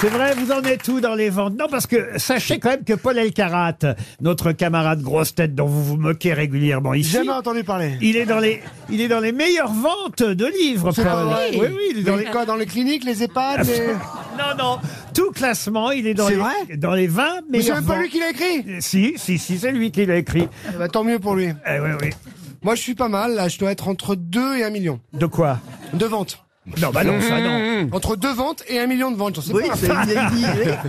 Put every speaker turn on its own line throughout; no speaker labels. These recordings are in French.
C'est vrai, vous en êtes tout dans les ventes. Non, parce que sachez quand même que Paul Elkarat, notre camarade grosse tête dont vous vous moquez régulièrement ici,
Jamais entendu parler.
il est dans les, il est dans les meilleures ventes de livres.
C'est pas
Paul.
vrai.
Oui, oui, Ah, il est dans les.
les... Quoi, dans les cliniques, les EHPAD les-
Non, non, tout classement, il est dans
C'est
les,
vrai
dans les 20
Mais c'est
meilleures
même pas
ventes.
lui qui l'a écrit
Si, si, si, c'est lui qui l'a écrit.
Eh ben, Tant mieux pour lui.
Eh oui, oui.
Moi, je suis pas mal, là, je dois être entre 2 et 1 million
De quoi
de ventes. Mmh.
Non, bah non, ça non.
Entre 2 ventes et 1 million de ventes, j'en sais pas.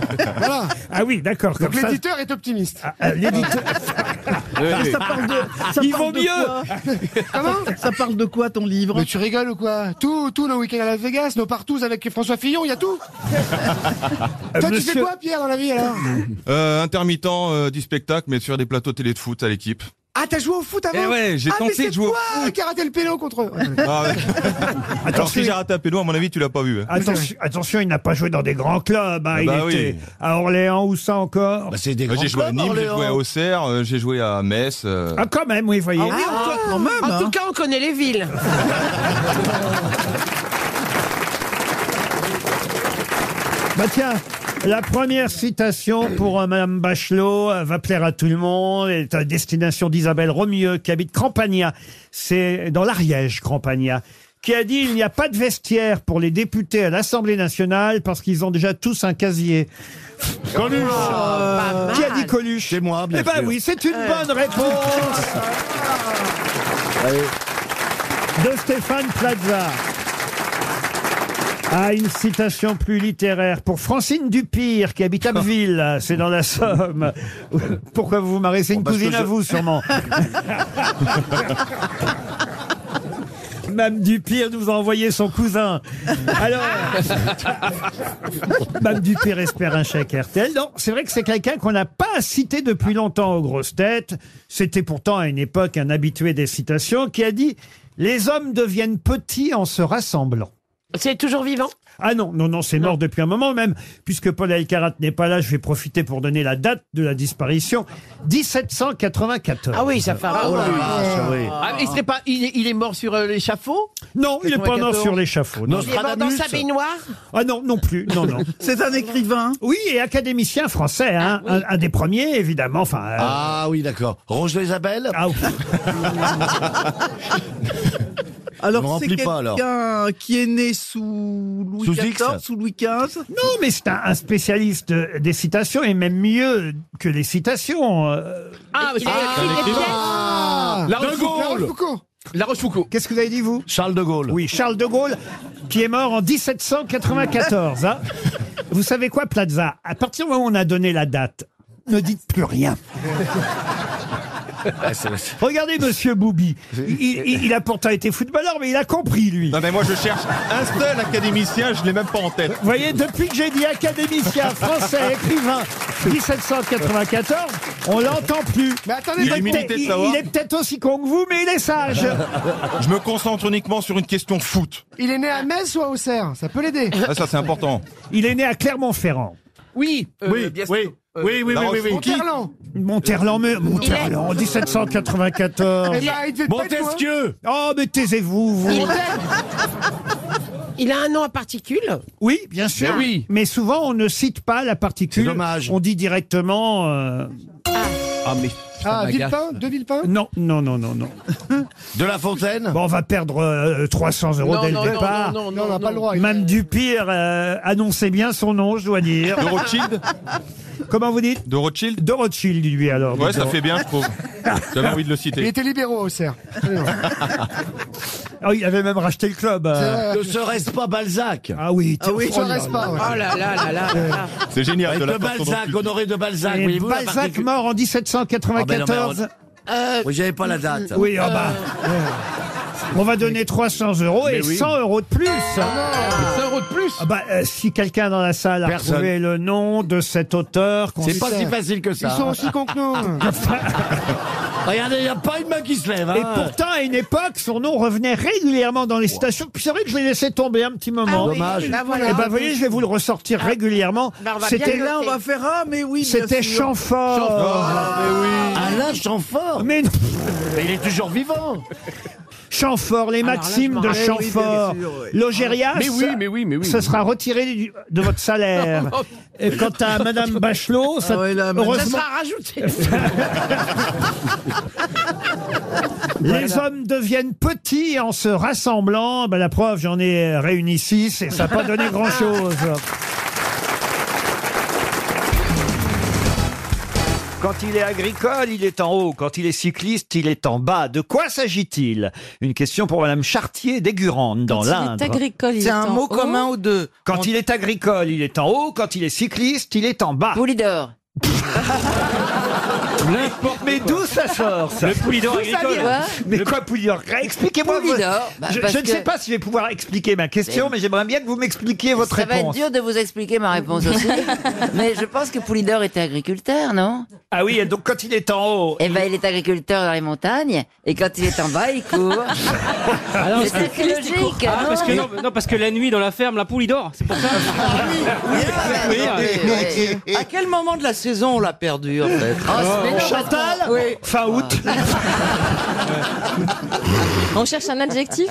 Voilà.
Ah oui, d'accord, comme
Donc
ça.
l'éditeur est optimiste.
Ah, ah, l'éditeur-
Oui.
Ça parle de, ça
Il
parle
vaut
de
mieux.
quoi
Comment
Ça parle de quoi ton livre
Mais tu rigoles ou quoi Tout, tout nos week-ends à Las Vegas, nos partous avec François Fillon, il y a tout. Toi, tu fais
euh, Monsieur-
quoi, Pierre, dans la vie alors
Euh, intermittent euh, du spectacle, mais sur des plateaux télé de foot à l'équipe.
Ah, t'as joué au foot avant
Eh ouais, j'ai
Ah, mais
tenté
c'est
de jouer au
toi qui as raté le pélo contre eux.
Ah ouais. Alors si j'ai raté un pédo, à mon avis, tu l'as pas vu. hein.
Attention, attention, il n'a pas joué dans des grands clubs. hein.
Ah
il
bah oui.
était à Orléans, où ça encore
c'est des
Euh, J'ai joué à Nîmes, j'ai joué à Auxerre, euh, j'ai joué à Metz. euh.
Ah, quand même, oui, voyez.
quand même,
En
hein.
tout cas, on connaît les villes.
Bah tiens, la première citation pour euh, Madame Bachelot euh, va plaire à tout le monde. Elle est à destination d'Isabelle Romieux, qui habite Crampagna. C'est dans l'Ariège, Crampagna. Qui a dit il n'y a pas de vestiaire pour les députés à l'Assemblée nationale parce qu'ils ont déjà tous un casier.
Oh, Pas mal.
Qui a dit Coluche
C'est moi, bien
Eh ben
sûr.
oui, c'est une bonne réponse de Stéphane Plaza. Ah, une citation plus littéraire pour Francine Dupire, qui habite Abbeville, c'est dans la Somme. Pourquoi vous vous marrez C'est une
parce que
cousine à
je-
vous, sûrement. Mme Dupire nous a envoyé son cousin. Alors,
Ah.
Mme Dupire espère un chèque RTL. Non, c'est vrai que c'est quelqu'un qu'on n'a pas cité depuis longtemps aux grosses têtes. C'était pourtant à une époque un habitué des citations qui a dit Les hommes deviennent petits en se rassemblant.
C'est toujours vivant.
Ah non, non, non, c'est mort depuis un moment même. Puisque Paul Elkarat n'est pas là, je vais profiter pour donner la date de la disparition. 1794.
Ah oui, ça fait.
Ah,
un-
oh la vache,
oui.
Ah, il, serait pas, il, est, il est mort sur euh, l'échafaud
Non, il est pas mort
94.
sur l'échafaud. non.
Non,
Il est mort dans sa
Stradamus.
baignoire.
Ah non, non plus, non, non.
C'est un écrivain.
Oui, et académicien français, hein, un, un des premiers, évidemment. Enfin, euh,
Ah oui, d'accord. Roger Isabelle
ah, ouf.
Je me
Alors c'est
remplis pas, alors.
quelqu'un qui est né sous Louis
Sous X.
XIV, sous Louis XV.
non, mais c'est un, un spécialiste euh, des citations et même mieux que les citations. euh.
Ah,
Il a écrit des pièces.
Ah
La
De Gaulle Foucault.
La Rochefoucauld.
Qu'est-ce que vous avez dit vous
Charles de Gaulle.
Oui, Charles de Gaulle, qui est mort en 1794. hein. Vous savez quoi, Plaza À partir du moment où on a donné la date, ne dites plus rien.
Ah, c'est-
Regardez Monsieur Boubi. Il, il- il a pourtant été footballeur, Bah mais il a compris, lui.
Non mais moi je cherche un seul académicien, je l'ai même pas en tête.
Vous voyez, depuis que j'ai dit académicien, français, écrivain, 1794, on l'entend plus.
Mais attendez,
Il
Il
a
est
l'humilité
peut-être-
de
il-
savoir. Ah.
il est peut-être aussi con que vous, mais il est sage.
Je me concentre uniquement sur une question foot.
il est né à Metz ou à Auxerre Ça peut l'aider.
Ah, ça c'est important.
Il est né à Clermont-Ferrand.
Oui.
Oui, oui, oui, oui, oui,
La
oui, oui.
Monterland.
Monterland, mais- Monterland, 1794.
Eh ben, il devait pas être loin.
Montesquieu
Oh, mais taisez-vous, vous.
Il a... il a un nom à particules.
Oui, bien sûr.
Ben
Mais oui.
Mais souvent, on ne cite pas la particule.
C'est dommage.
On dit directement. euh,
Ah mais
Ah, Villepin De Villepin
Non, non, non, non, non.
De La Fontaine
Bon, on va perdre euh, 300 euros dès le départ.
non,
Non, on n'a pas le droit. il-
Mme Dupire euh, annonçait bien son nom, je dois dire.
De Rothschild
Comment vous dites
De Rothschild
De Rothschild, lui, alors.
Ouais, ça fait bien, je trouve. J'avais envie de le
Il
citer.
était libéraux à Auxerre.
Ah, il avait même racheté le club. euh.
Ne serait-ce pas Balzac
Ah oui,
Ah oui,
tiens,
Je
oh là
reste
là.
pas. ouais.
Oh là là là là. là.
C'est génial
Avec
de la
le
façon dont
Balzac,
tu-
honoré de Balzac.
Et
voyez-vous, la
Balzac
particu-
mort en
Ah,
1794.
ben
Euh,
Oui, j'avais pas la date.
oui, ah bah. On va donner 300 euros et
Mais oui.
100 euros de plus.
100 euros de plus.
Ah bah, euh, si quelqu'un dans la salle a
Personne.
retrouvé le nom de cet auteur, qu'on
C'est pas si facile que
Ils
ça.
sont aussi cons que nous.
Regardez, il n'y a pas une main qui se lève.
Et
Ah.
hein.
pourtant, à une époque, son nom revenait régulièrement dans les citations. Puis c'est vrai que je l'ai laissé tomber un petit moment.
Dommage.
Bah voilà.
Et ben, vous voyez, je vais vous le ressortir régulièrement.
Bah, on va bien
C'était
le
Là, on va faire ah mais oui. bien
C'était
sûr.
Chamfort. Ah.
Chamfort.
Alain Chamfort
Mais non.
Mais il est toujours vivant
Chamfort, les
Alors là,
Maximes
je m'en
de
rappelle,
oui, bien
Chamfort,
sûr, oui.
l'Ogérias.
Mais oui, mais oui, mais oui.
Ce sera retiré du- de votre salaire. Et quant à Madame Bachelot, ça,
Ah ouais, là, madame-
Ça
heureusement,
sera rajouté.
les hommes deviennent petits en se rassemblant. Ben, la preuve, j'en ai réuni six et ça n'a pas donné grand-chose. Quand il est agricole, il est en haut. Quand il est cycliste, il est en bas. De quoi s'agit-il Une question pour Madame Chartier d'Égurande, dans l'Indre.
agricole, il est en haut.
ou deux.
Quand il est agricole, il est en haut. Quand il est cycliste, il est en bas.
Boulidor.
Mais d'où ça sort ça Le Poulidor
agricole. vient
Mais quoi Poulidor Expliquez-moi. votre-
Poulidor, bah,
je
parce
je ne sais
que-
pas si je vais pouvoir expliquer ma question, mais j'aimerais bien que vous m'expliquiez votre
Ça va être
réponse.
dur de vous expliquer ma réponse aussi. Mais je pense que Poulidor était agriculteur, non
Ah oui, et donc quand il est en haut,
Eh ben, il est agriculteur dans les montagnes, et quand il est en bas, il court. c'est assez logique.
Ah,
non
parce que, non, non, parce que la nuit dans la ferme, la poule y dort, c'est pour ça.
Ah Oui, oui, oui.
À quel moment de la saison on l'a perdu en fait
Oh, mais non, parce que-
Chantal,
Oui.
fin août.
On cherche un adjectif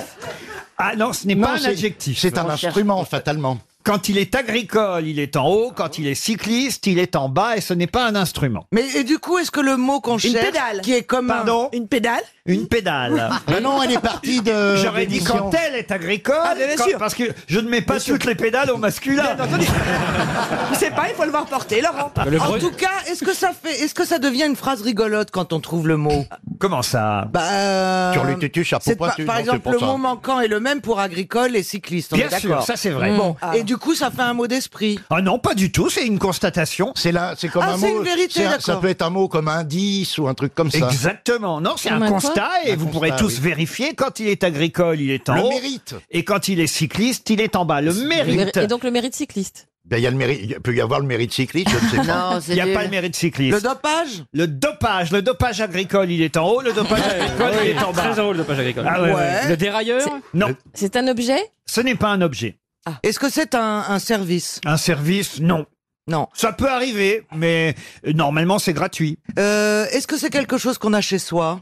Ah non, ce n'est pas un adjectif.
C'est un
cherche.
instrument, fatalement.
Quand il est agricole, il est en haut. Quand il est cycliste, il est en bas, et ce n'est pas un instrument.
Mais et du coup, est-ce que le mot qu'on cherche,
pédale.
qui est comme
Pardon
Une pédale
Une pédale.
Mais non, elle est partie de.
J'aurais
de
dit
l'émission.
quand elle est agricole,
Ah, bien
quand-
sûr.
parce que je ne mets pas toutes les pédales au masculin.
Ah.
Je sais pas, il faut le voir porter, Laurent.
En tout cas, est-ce que ça fait, est-ce que ça devient une phrase rigolote quand on trouve le mot
Comment ça
Bah, euh,
Sur les tutus, chapeau
c'est
pointu,
par, par
non, c'est
exemple,
pour
le
ça.
mot manquant est le même pour agricole et cycliste. On
Bien
est
sûr,
d'accord.
ça c'est vrai.
Bon,
Ah.
et du coup, ça fait un mot d'esprit.
Ah non, pas du tout, c'est une constatation.
C'est là, c'est comme
Ah,
un
c'est
mot.
une vérité,
c'est un- ça
d'accord.
peut être un mot comme indice ou un truc comme ça.
Exactement. Non, c'est
Comme
un
un quoi
constat et
Un
vous
constat,
pourrez tous
oui.
vérifier. Quand il est agricole, il est en
Le
haut.
mérite.
Et quand il est cycliste, il est en bas. Le mérite.
Et donc le mérite cycliste.
Ben, il y a le mérite. Il peut y avoir le mérite cycliste, je ne sais pas.
Non,
Il
c'est
n'y a
nul.
pas le mérite cycliste.
Le
Le,
dopage
dopage. Le dopage agricole, il est en haut. Le dopage agricole, il est en bas.
Très en haut le dopage agricole.
Ah ouais, ouais.
Ouais.
Le dérailleur
Non,
C'est un objet
ce n'est pas un objet.
Est-ce que c'est un, un service
Un service, non.
Non.
Ça peut arriver, mais euh, normalement, c'est gratuit.
Euh, Est-ce que c'est quelque chose qu'on a chez soi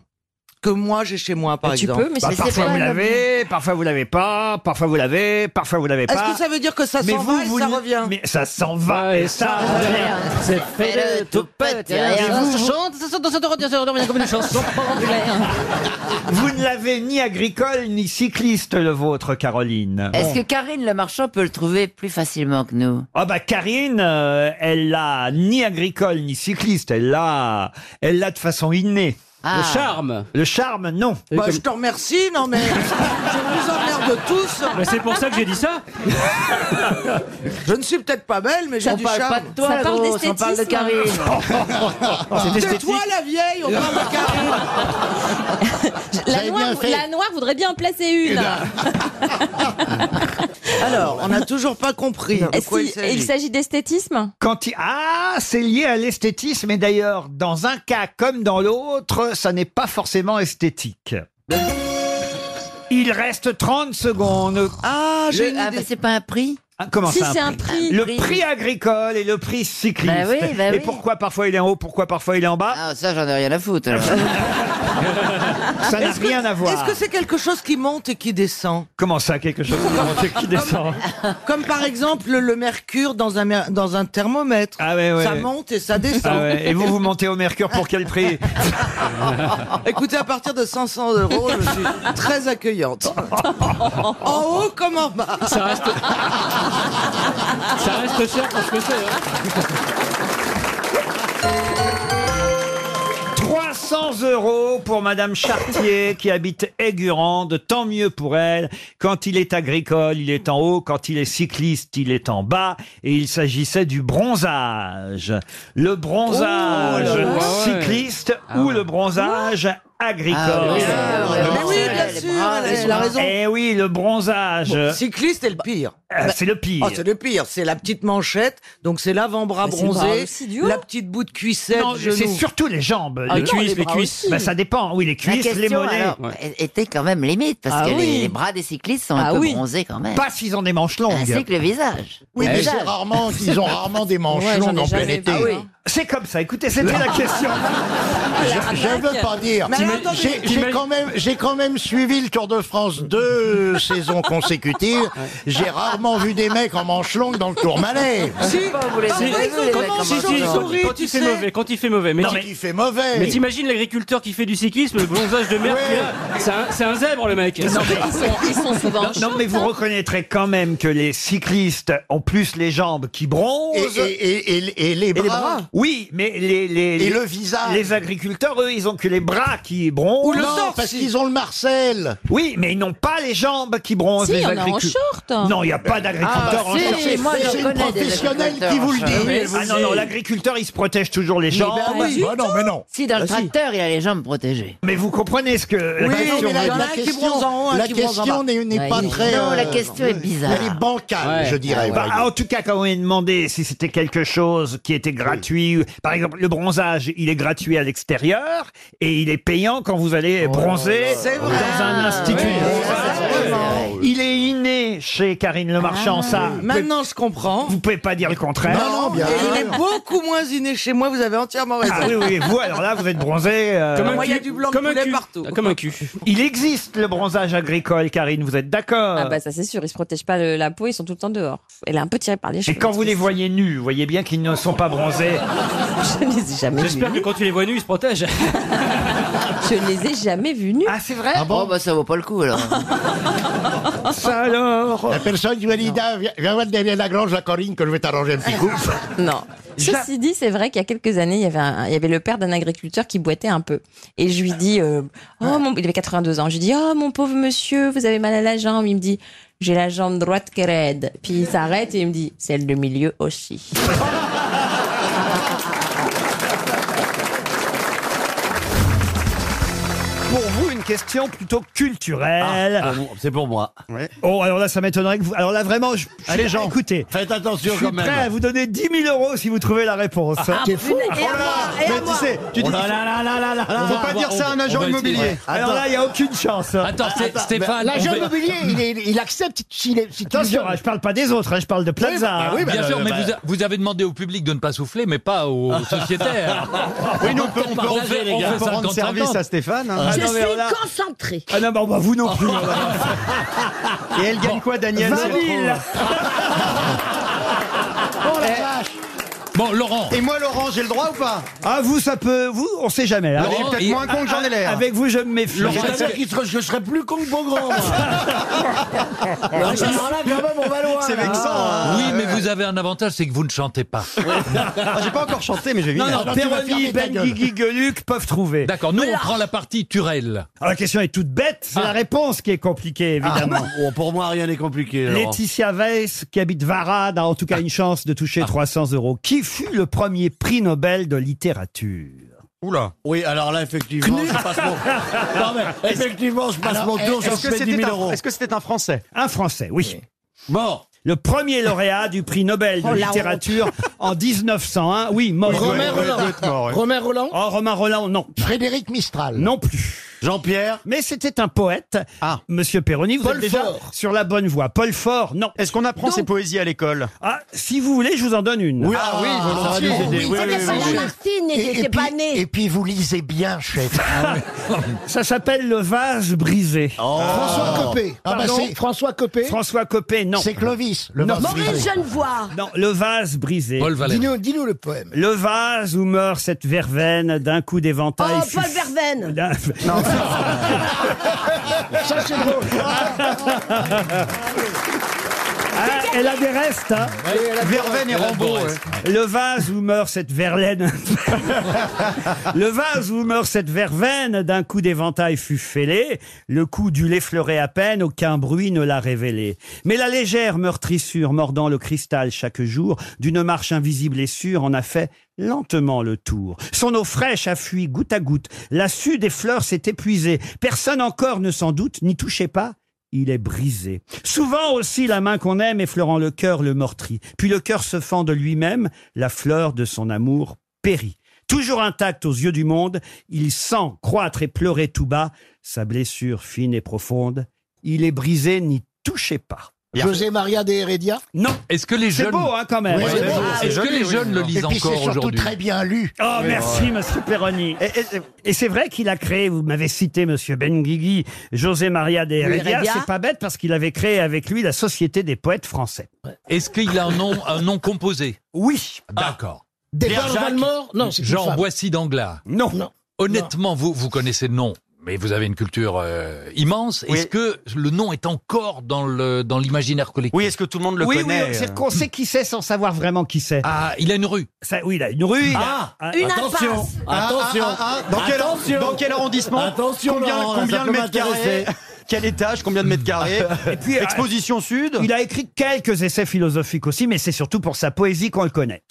Que moi, j'ai chez moi, par
Tu
exemple.
peux, mais
Bah,
c'est c'est
parfois
pas
vous
un objet.
l'avez, parfois vous l'avez pas, parfois vous l'avez, parfois vous l'avez
Est-ce
pas.
que ça veut dire que ça
mais
s'en
vous,
va et
vous
ça
le-
revient
Mais ça s'en va et ça revient.
C'est fait le tout petit. hein.
Vous ne l'avez ni agricole ni cycliste, le vôtre, Caroline.
Est-ce que Karine Le Marchand peut le trouver plus facilement que nous
Ah bah Karine, euh, elle l'a ni agricole ni cycliste, elle l'a, elle l'a de façon innée.
Le
Ah.
charme
Le charme, non.
Bah, Je te remercie, non mais je vous emmerde tous.
Mais c'est pour ça que j'ai dit ça
Je ne suis peut-être pas belle, mais j'ai
On
du
parle pas
charme.
de toi,
Ça parle
gros, on parle de
d'esthétisme.
Karine.
Oh. Tais-toi la vieille, on parle de carré.
La
avez
noire,
bien fait.
la noire voudrait bien en placer
Eh
une.
ben, Alors, on n'a toujours pas compris. de
Et
quoi
Eh, si- et il s'agit d'esthétisme
Quand il- Ah, c'est lié à l'esthétisme, et d'ailleurs, dans un cas comme dans l'autre, ça n'est pas forcément esthétique. Il reste 30 secondes.
Ah, j'ai
Le-
une
ah,
idée.
bah, c'est pas un prix
Ah, Comment
Si
ça
c'est un prix.
Le prix agricole et le prix cycliste.
Bah oui, bah
Et
oui.
pourquoi parfois il est en haut, pourquoi parfois il est en bas
Ah, ça, j'en ai rien à foutre. alors.
Ça n'a
Est-ce que-
rien à voir.
Est-ce que c'est quelque chose qui monte et qui descend
Comment ça, quelque chose qui descend
Comme par exemple le mercure dans un, mer- dans un thermomètre.
Ah ouais, ouais.
Ça monte et ça descend.
Ah ouais, Et vous, vous montez au mercure pour quel prix
Écoutez, à partir de 500 euros, je suis très accueillante. en haut comme en bas.
Ça reste. ça reste cher pour ce que c'est. hein.
300 euros pour Madame Chartier qui habite Aigurande. Tant mieux pour elle. Quand il est agricole, il est en haut. Quand il est cycliste, il est en bas. Et il s'agissait du bronzage. Le bronzage
Oh là là.
cycliste ou le bronzage agricole.
Ah oui,
Ah,
Bah
ouais,
mais
ouais,
oui,
ouais,
bien
elle est
sûr,
brave,
elle a- elle a raison.
Eh oui, le bronzage, euh,
Cycliste est le pire.
c'est le pire.
Ah, c'est le pire, c'est la petite manchette, donc c'est
Ah,
l'avant-bras
Mais c'est le bras
bronzé,
aussi du haut.
la petite Ah, bout de cuissette,
Non,
genou.
c'est surtout Bah, les jambes.
Les
Le-
cuisses, les
bras
cuisses.
aussi.
Bah, ça dépend. Oui, les
La
cuisses, les
question
mollets.
alors, était quand même limite, parce
Ah
que les-
oui.
les, bras des cyclistes sont
Ah
un peu
oui.
bronzés quand même.
Pas s'ils ont des manches longues.
Ainsi que le visage.
Oui,
Le
mais c'est
visage. Ah
rarement, ils ont rarement des manches
Ouais, j'en
longues
ai
en plein
jamais
été.
vu, hein.
C'est comme ça, écoutez, c'était la question.
Je- Je ne veux pas dire. J'ai- J'ai quand, même- j'ai quand même suivi le Tour de France deux saisons consécutives. J'ai rarement vu des mecs en manche longue dans le Tour Malais.
si, si, quand il fait mauvais, quand il fait mauvais. Mais
Non,
tu-
mais il fait mauvais.
Mais t'imagines l'agriculteur qui fait du cyclisme, le bronzage de merde qu'il a. C'est un- C'est un, zèbre le mec.
Non, mais- Non, non, mais vous reconnaîtrez quand même que les cyclistes ont plus les jambes qui bronzent.
Et- et- les bras.
Oui, mais les, les,
Et le
visage. Les agriculteurs, eux, ils ont que les bras qui bronzent.
Ou le Non, torse. parce qu'ils ont le Marcel.
Oui, mais ils n'ont pas les jambes qui bronzent.
Si,
les
on a en
agricu-
short.
Non, il n'y a pas d'agriculteur
Ah,
en
si,
short.
c'est- moi, je connais des agriculteurs en short. Oui, elle vous
Ah non,
dit.
non, l'agriculteur, il se protège toujours les
Mais
jambes.
bah oui. Bah non, mais non.
Si, dans le
Bah si.
tracteur, il a les jambes protégées.
Mais vous comprenez ce que la
Oui,
question
mais la-
veut
la
dire.
question- la question n'est n'est pas très.
Non, la
euh,
question est bizarre.
Elle est bancale, je dirais.
Bah, en tout cas, quand on m'a demandé si c'était quelque chose qui était gratuit, par exemple, le bronzage, il est gratuit à l'extérieur et il est payant quand vous allez
Oh
Oh,
bronzer euh, dans
Ah,
un institut. Il est inné chez Karine Le Marchand,
Ah,
ça.
Maintenant, je comprends.
Vous pouvez pas dire le contraire.
Et il est beaucoup moins inné chez moi, vous avez entièrement raison.
Ah oui, oui, vous, alors là, vous êtes bronzé. euh,
Moi, il y a du blanc de poulet partout.
Il existe le bronzage agricole, Karine, vous êtes d'accord
Ah bah ça c'est sûr, ils se protègent pas le- la peau, ils sont tout le temps dehors. Elle est un peu tirée par les
Et
cheveux.
quand vous les voyez nus, vous voyez bien qu'ils ne sont pas bronzés.
Je ne les ai jamais vus.
J'espère que quand tu les vois nus, ils se protègent.
Je ne les ai jamais vus nus.
Ah c'est vrai
Ah bon, bah ça vaut pas le coup alors.
Ça alors
La personne du Valida, viens, viens voir derrière la grange à Corinne que je vais t'arranger un petit coup.
Non.
Ja-
Ceci dit, c'est vrai qu'il y a quelques années, il y avait, un- il y avait le père d'un agriculteur qui boitait un peu. Et je lui dis, euh, oh, mon, il avait 82 ans. Je lui dis, oh, mon pauvre monsieur, vous avez mal à la jambe. Il me dit, j'ai la jambe droite qui est raide. Puis il s'arrête et il me dit, celle de milieu aussi.
Pour vous, une question plutôt culturelle.
Ah, c'est pour moi.
Oh, alors là, ça m'étonnerait que vous. Alors là, vraiment, je, je-
ah. Allez, Jean.
écoutez.
Faites
Je
attention
suis
quand même.
prêt à vous donner 10 000 euros si vous trouvez la réponse.
Ah,
T'es
ah,
fou.
punaise, et à
Oh là
moi,
là,
et à
Mais tu
moi.
sais, tu dis.
Oh là là là là là là là.
Faut pas
On va-
dire ça à un
on-
agent
on va
immobilier.
essayer.
Alors là, il n'y a aucune chance. hein.
Attends, c'est- Attends, Stéphane, ben, l'agent on va- immobilier,
il, accepte s'il est.
Attention, hein, je parle pas des autres, hein, je parle de Plaza.
Bien sûr,
bah.
mais vous, a- vous avez demandé au public de ne pas souffler, mais pas aux sociétaires.
Oui, nous, on peut- on peut-
Partager,
on
les
peut
gars.
rendre
50-50.
service à Stéphane, hein.
Ah,
Je
non, mais
suis
voilà.
Concentré.
Ah non, bah, bah, vous non plus.
Oh.
Et elle gagne quoi, Daniel
20 000.
Oh la vache
Bon, Laurent.
Et moi, Laurent, j'ai le droit ou pas
Ah, vous, ça peut. Vous, on sait jamais. hein. ah,
Laurent, Vous avez peut-être il- moins con que j'en ai l'air.
Avec vous, je me méfie.
Laurent,
Parce que-
je, je serais plus con que Beaugrand. moi.
Ah, ça sera là, quand même, on va loin.
C'est
là.
vexant,
Ah,
hein.
Oui, mais vous avez un avantage, c'est que vous ne chantez pas.
Ah, J'ai pas encore chanté, mais je vais vite.
Non, non, Perroni, Ben Guigui, Gueluc peuvent trouver.
D'accord, nous, on prend la partie Turel.
Ah,
Alors, la question est toute bête, c'est la réponse qui est compliquée, évidemment.
pour moi, rien n'est compliqué.
Laetitia Weiss, qui habite Varade, a en tout cas une chance de toucher 300 euros. Qui fut le premier prix Nobel de littérature
Oula.
Oui, alors là, effectivement, je passe mon, non, mais, effectivement, je passe mon tour, je
Est-ce que
fais 10
c'était
000
un,
euros.
est-ce que c'était un Français
Un Français, oui.
Mort.
Le premier lauréat du prix Nobel de
Oh, la
littérature en 1901. Oui, mort.
Romain
Ouais, ouais.
Roland. Romain Roland.
Oh, Romain Roland, non.
Frédéric Mistral.
Non plus.
Jean-Pierre.
Mais c'était un poète.
Ah.
Monsieur Perroni, vous
Paul
êtes déjà
Fort.
sur la bonne voie. Paul Fort, non.
Est-ce qu'on apprend ses poésies à l'école
Ah, si vous voulez, je vous en donne une.
Ah, oui,
volontiers.
volontiers.
Oui,
Oui, ça n'est pas la Martine,
Et, et
n'était
puis,
pas né.
et puis vous lisez bien, chef.
Ça s'appelle Le vase brisé.
Oh. François Copé. Ah bah
Pardon
c'est François Copé.
François Copé, non.
C'est Clovis. Le
Non.
vase
Maurice
brisé.
Genevois.
Non, Le vase brisé.
Paul Valéry.
Dis-nous dis-nous le poème.
Le vase où meurt cette verveine d'un coup
Oh,
d'éventail. fut-
Paul Verveine.
D'un-
Ça c'est drôle.
Ah, elle a des restes, hein.
Verveine et Rambo. ouais.
Le vase où meurt cette verlaine. le vase où meurt cette verveine d'un coup d'éventail fut fêlé. Le coup du l'effleurait à peine, aucun bruit ne l'a révélé. Mais la légère meurtrissure mordant le cristal chaque jour, d'une marche invisible et sûre, en a fait lentement le tour. Son eau fraîche a fui goutte à goutte. La sue des fleurs s'est épuisée. Personne encore ne s'en doute, n'y touchez pas il est brisé. Souvent aussi la main qu'on aime effleurant le cœur le meurtrit. Puis le cœur se fend de lui-même, la fleur de son amour périt. Toujours intact aux yeux du monde, il sent croître et pleurer tout bas sa blessure fine et profonde. Il est brisé, n'y touchez pas.
José Maria de Heredia
Non.
Est-ce que les
C'est
jeunes.
beau, hein, quand même.
Ouais,
Ouais,
c'est
c'est
beau.
beau.
Est-ce
C'est
que les
joli, Ah oui.
jeunes le
Et
lisent
puis, c'est
encore
surtout
aujourd'hui
très bien lu.
Oh,
Oui,
merci,
ouais.
monsieur Perroni. Et, et- et c'est vrai qu'il a créé, vous m'avez cité, monsieur Benguigui, José Maria de Heredia.
Heredia.
C'est pas bête parce qu'il avait créé avec lui la Société des poètes français.
Est-ce qu'il a un nom, un nom composé Ah.
Oui.
D'accord.
Des
Pierre
Barres
Jacques,
Valmore Non, c'est une
Jean
femme.
Boissy d'Anglas.
Non.
Honnêtement, vous vous connaissez le nom, mais vous avez une culture euh, immense. Est-ce que le nom est encore dans le dans l'imaginaire collectif Oui, est-ce que tout le monde
oui, oui,
euh.
c'est qu'on sait qui c'est sans savoir vraiment qui c'est.
Ah, il a une rue.
Ça, oui, il a une rue. il a-
Ah,
un-
une
Attention, attention.
ah, Dans quel-
Attention.
dans quel arrondissement
Attention,
Combien,
Laurent, là,
combien
ça
le
peut
mètre carré
m'intéresser.
Quel étage Combien de mètres carrés
Et puis, euh,
Ah. Exposition sud
Il a écrit quelques essais philosophiques aussi, mais c'est surtout pour sa poésie qu'on le connaît.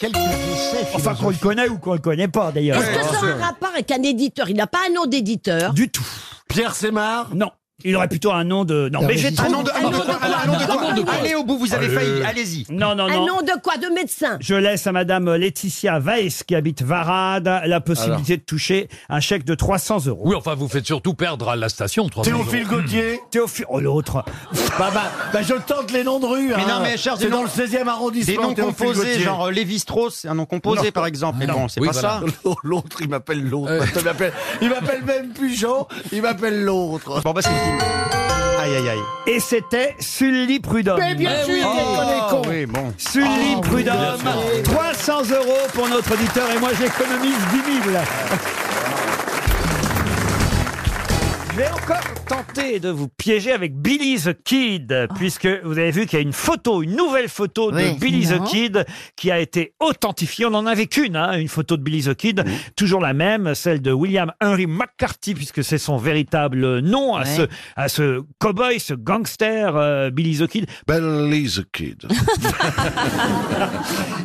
Enfin, qu'on le connaît ou qu'on le connaît pas, d'ailleurs.
Est-ce que ça a un rapport avec un éditeur Il n'a pas un nom d'éditeur
Du tout. Pierre Sémar Non. Il aurait plutôt un nom de... Non,
Un
mais j'ai
régisseur. Un
trop- Ah,
nom de- un nom de- un nom de- un nom de quoi Allez au bout, vous avez failli, allez-y.
Non, non,
Un
non.
nom de quoi De médecin
Je laisse à madame Laetitia Weiss, qui habite Varade, la possibilité de toucher un chèque de 300 euros.
Oui, enfin, vous faites surtout perdre à la station. 300 euros.
Gauthier Théophile... Oh, l'autre
Bah, bah, bah, je tente les noms de rue.
Mais
hein.
non, mais cher,
c'est dans le 16e arrondissement.
Des noms
Théophile
composés,
Gautier.
genre euh, Lévi-Strauss, c'est un nom composé
Non.
par exemple. Mais
Non.
bon, c'est
Oui,
pas
voilà.
ça.
L'autre, il m'appelle l'autre. Il m'appelle- Il m'appelle même plus Jean, il m'appelle l'autre.
Bon, bah, c'est Aïe, aïe, aïe.
Et c'était Sully Prudhomme.
Mais bien Eh sûr, oui. on est con.
Ah oui, bon.
Sully
Ah, oui,
Prudhomme,
bien sûr.
300 euros pour notre auditeur et moi j'économise 10 000. Je vais encore tenter de vous piéger avec Billy the Kid, puisque vous avez vu qu'il y a une photo, une nouvelle photo
Oui.
de Billy
Non.
the Kid qui a été authentifiée. On n'en avait qu'une, hein, une photo de Billy the Kid, toujours la même, celle de William Henry McCarthy, puisque c'est son véritable nom à
Ouais.
ce à ce cowboy, ce gangster euh, Billy the Kid. Ben, Billy the Kid.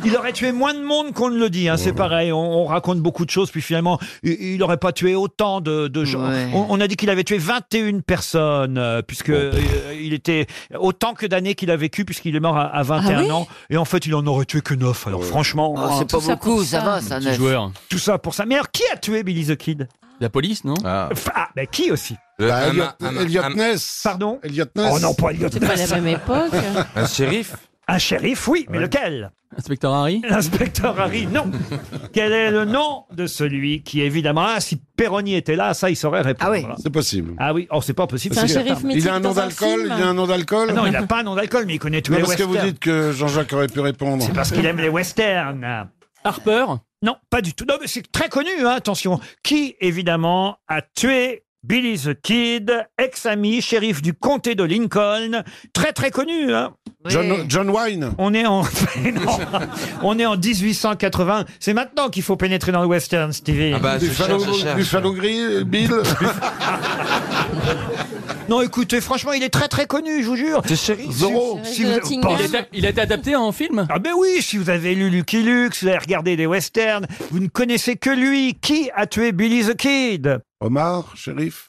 il aurait tué moins de monde qu'on ne le dit. hein, C'est pareil. On, on raconte beaucoup de choses, puis finalement, il n'aurait pas tué autant de, de gens. On, on a dit qu'il avait tué 21 personnes, euh, puisque euh, il était autant que d'années qu'il a vécu, puisqu'il est mort à, à 21
Ah oui
ans. Et en fait, il en aurait tué que 9. Alors franchement,
hein.
Oh, c'est
tout
pas beaucoup,
pour
ça va, ça,
Petit
neuf.
joueur. Tout ça pour ça. Mais alors, qui a tué Billy the Kid
La police, non
Enfin, Ah, ben qui aussi
Bah, Elliot- un- un- Elliot un-
Ness. Pardon Elliot Ness. Oh non, pas Elliot
C'est
Ness.
pas la même époque. Un shérif
Un shérif, oui, mais lequel
Inspecteur Harry
L'inspecteur Harry, non. Quel est le nom de celui qui, évidemment, ah, si Perroni était là, ça, il saurait répondre. Ah oui.
C'est possible.
Ah oui, oh, c'est pas possible.
C'est un shérif Il a mythique un nom dans un d'alcool, film. il a un nom d'alcool.
Ah Non, il n'a pas un nom d'alcool, mais il connaît tous
Non,
les
parce que
westerns.
vous dites que Jean-Jacques aurait pu répondre.
C'est parce qu'il aime les westerns. Harper Non, pas du tout. Non, mais c'est très connu, hein, attention. Qui, évidemment, a tué Billy the Kid, ex-ami, shérif du comté de Lincoln, très très connu. Hein.
John-
Wayne. On est en, non. on est en 1880. C'est maintenant qu'il faut pénétrer dans le western, Stevie.
Ah bah, ça Buffalo- cherche, ça cherche. Buffalo
gris, Bill. non, écoutez, franchement, il est très très connu, je vous jure. C'est shérif. Zorro.
Shérif
Si
de
vous-
Nottingham.
pensez-
Il a été- il a été adapté en film
Ah ben oui, si vous avez lu Lucky Luke, si vous avez regardé des westerns, vous ne connaissez que lui. Qui a tué Billy the Kid Omar, shérif.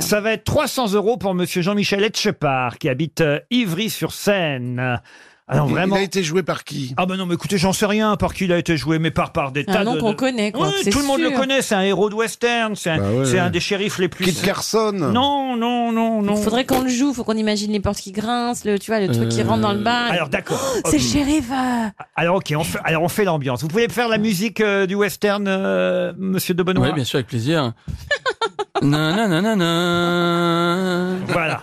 Ça va être 300 euros pour Monsieur Jean-Michel Etchepard, qui habite euh, Ivry-sur-Seine. Alors
Il- il
vraiment.
a
été joué par qui Ah ben non, mais écoutez, j'en sais rien par qui il a été joué, mais par par des
Un
tas
nom
de.
qu'on
de-
connaît, quoi,
Ouais,
c'est
tout le monde le
sûr.
connaît. C'est un héros de western. C'est un,
Bah ouais,
c'est un
ouais.
des shérifs les plus.
Kit Carson.
Ah.
Non, non, non, non.
Il faudrait qu'on le joue, faut qu'on imagine les portes qui grincent, le, tu vois, le truc qui
Euh,
rentre dans le bar.
alors, d'accord. Ah.
Oh, c'est le shérif. euh.
Alors ok, on fait, alors on fait l'ambiance. Vous pouvez faire la musique euh, du western, euh, Monsieur de Benoît.
Oui, bien sûr, avec plaisir. Nananana.
Voilà.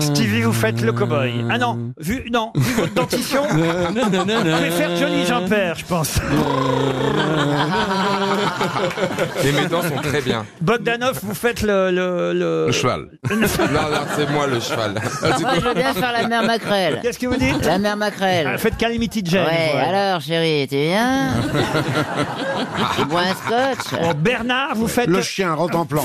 Stevie, vous faites le cowboy. Ah non, vu non, vu votre dentition. Je vais faire Johnny Jean-Père, je pense.
Et mes dents sont très bien.
Bogdanov, vous faites le le,
Le cheval. non, non, c'est moi le cheval.
Moi, je veux bien faire la mère Macrel.
Qu'est-ce que vous dites
La mère Macrel.
Ah, faites Calamity Jane.
Ouais,
voilà.
alors, chérie, tu viens Tu bois Ah, un scotch
Oh, Bernard, vous faites.
Le chien rentre en plan.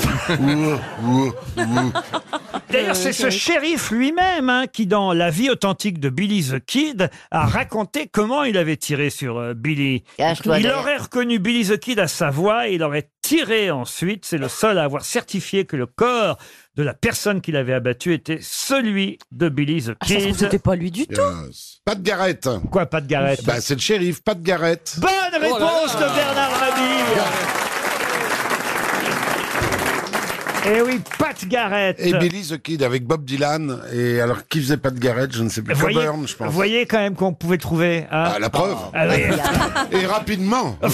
D'ailleurs, c'est
Euh,
ce shérif lui-même hein, qui, dans La vie authentique de Billy the Kid, a raconté comment il avait tiré sur euh, Billy.
Cache-toi
Il
derrière.
aurait reconnu Billy the Kid à sa voix et il aurait tiré ensuite. C'est le seul à avoir certifié que le corps de la personne qu'il avait abattue était celui de Billy the
Ah, ça se
Kid.
trouve, c'était
pas lui du tout.
Pas de Garrett.
Quoi, pas de Garrett
Bah, c'est le shérif, pas de Garrett.
Bonne réponse de Bernard Mabille. Et Eh oui, Pat Garrett.
Et Billy the Kid avec Bob Dylan. Et alors, qui faisait Pat Garrett Je ne sais plus.
voyez,
Coburn, je pense.
voyez quand même qu'on pouvait trouver. hein.
Ah, la preuve.
Ah oui.
Et rapidement.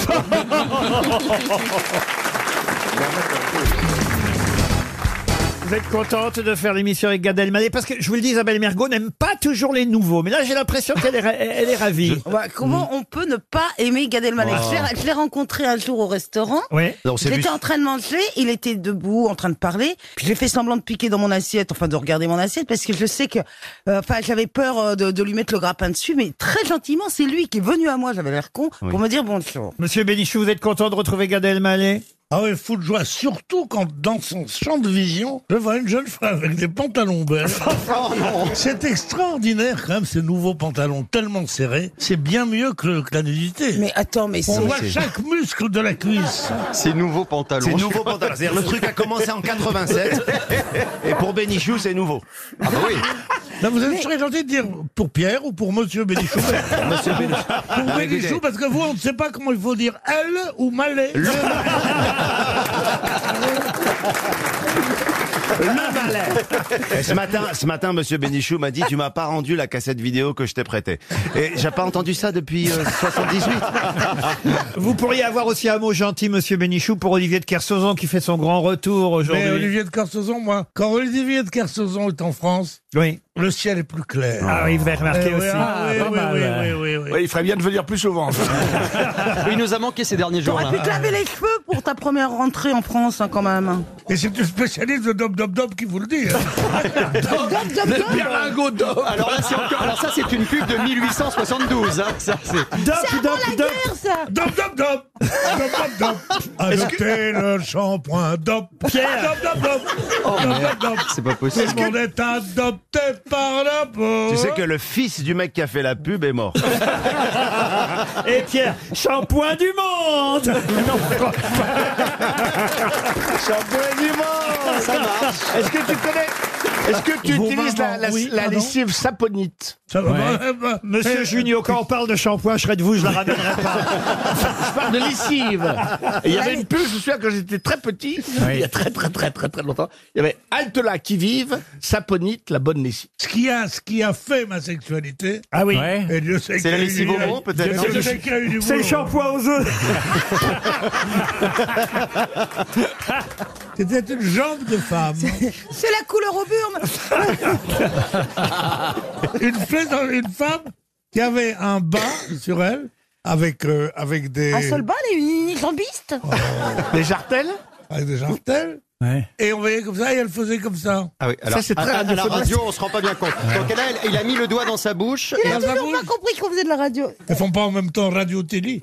Vous êtes contente de faire l'émission avec Gad Elmaleh parce que je vous le dis, Isabelle Mergot n'aime pas toujours les nouveaux, mais là j'ai l'impression qu'elle est, ra- elle est ravie.
Bah, comment on peut ne pas aimer Gad Elmaleh
Oh.
Je l'ai- Je l'ai rencontré un jour au restaurant.
Ouais. Non, on s'est
J'étais
vu.
en train de manger, il était debout, en train de parler. Puis j'ai fait semblant de piquer dans mon assiette, enfin de regarder mon assiette, parce que je sais que, euh, enfin, j'avais peur euh, de, de lui mettre le grappin dessus, mais très gentiment, c'est lui qui est venu à moi. J'avais l'air con pour me dire bonjour.
Monsieur Bénichou, vous êtes content de retrouver Gad Elmaleh
Ah ouais, fou de joie, surtout quand dans son champ de vision, je vois une jeune femme avec des pantalons verts.
Oh
c'est extraordinaire quand même, ces nouveaux pantalons tellement serrés. C'est bien mieux que, le- que la nudité.
Mais attends, mais
On
c'est-
voit
c'est-
chaque muscle de la cuisse.
Ces nouveaux pantalons. Ces nouveaux pantalons. C'est-à-dire le truc a commencé en 87. Et pour Bénichou, c'est nouveau. Ah bah oui.
Là, vous avez serez gentil de dire pour Pierre ou pour Monsieur Bénichou
Monsieur Bénichou.
Pour
Ah, bah,
Non, mais
Bénichou,
écoutez.
parce que vous, on ne sait pas comment il faut dire elle ou malais.
Le balai. Euh, Ce matin, ce matin, Monsieur Bénichou m'a dit tu m'as pas rendu la cassette vidéo que je t'ai prêtée. Et j'ai pas entendu ça depuis euh, 78.
Vous pourriez avoir aussi un mot gentil, monsieur Bénichou, pour Olivier de Kersauzon qui fait son grand retour
Mais
aujourd'hui.
Olivier de Kersauzon, moi, quand Olivier de Kersauzon est en France,
oui.
le ciel est plus clair.
Ah oui, vous avez remarqué
Eh oui,
aussi.
ah oui,
Ah,
oui,
pas mal,
oui,
ouais.
oui, oui, oui.
il ferait bien de venir plus souvent. Il nous a manqué ces derniers jours.
T'aurais pu te laver les cheveux pour ta première rentrée en France, hein, quand même.
Et c'est le spécialiste de Dom Dom Dom qui vous le dit. hein.
Le berlingot d'homme. Alors là, c'est encore. Alors ça, c'est une pub de 1872. hein. Ça, c'est.
Dop, dop, dop. Dop, dop, dop. Dop, dop, dop. Adoptez le shampoing. Dop.
Pierre.
Dop, dop, dop. Dop, dop, dop.
C'est pas possible.
Tout le monde est adopté par la peau.
Tu sais que le fils du mec qui a fait la pub est mort.
Et Pierre, shampoing du monde
Shampoing du monde.
Ça marche.
Est-ce que tu connais Est-ce que tu
Bon,
utilises
maman,
la, la-
oui,
la
pardon.
lessive saponite
Ça va,
Ouais.
bah, bah,
Monsieur
eh,
Junio, quand on parle de shampoing, je serais de vous, je la ramènerai pas.
Je parle de lessive. Et il y avait une pub, je me souviens, quand j'étais très petit, il y a très très très très très longtemps, il y avait Halte là qui vive, saponite, la bonne lessive.
Ce qui, a, ce qui a fait ma sexualité.
Ah oui.
Et Dieu sait
C'est
qu'il y
la
a eu
lessive
du-
au rond, peut-être
Dieu sait qu'il y a eu du
C'est le
boulot.
shampoing aux œufs.
C'était une jambe de femme.
C'est la couleur au burn.
une, fais- une femme qui avait un bas sur elle avec, euh, avec des.
Un seul bal et une unijambiste
Des jartelles Avec des jartelles. Et on voyait comme ça et elle faisait comme ça.
Ah oui, alors,
Ça, c'est très
à, à la
radiophonique.
radio, on se rend pas bien compte. Donc là, elle- il a mis le doigt dans sa bouche.
Il
et
a toujours pas compris qu'on faisait de la radio.
Elles font pas en même temps radio-télé.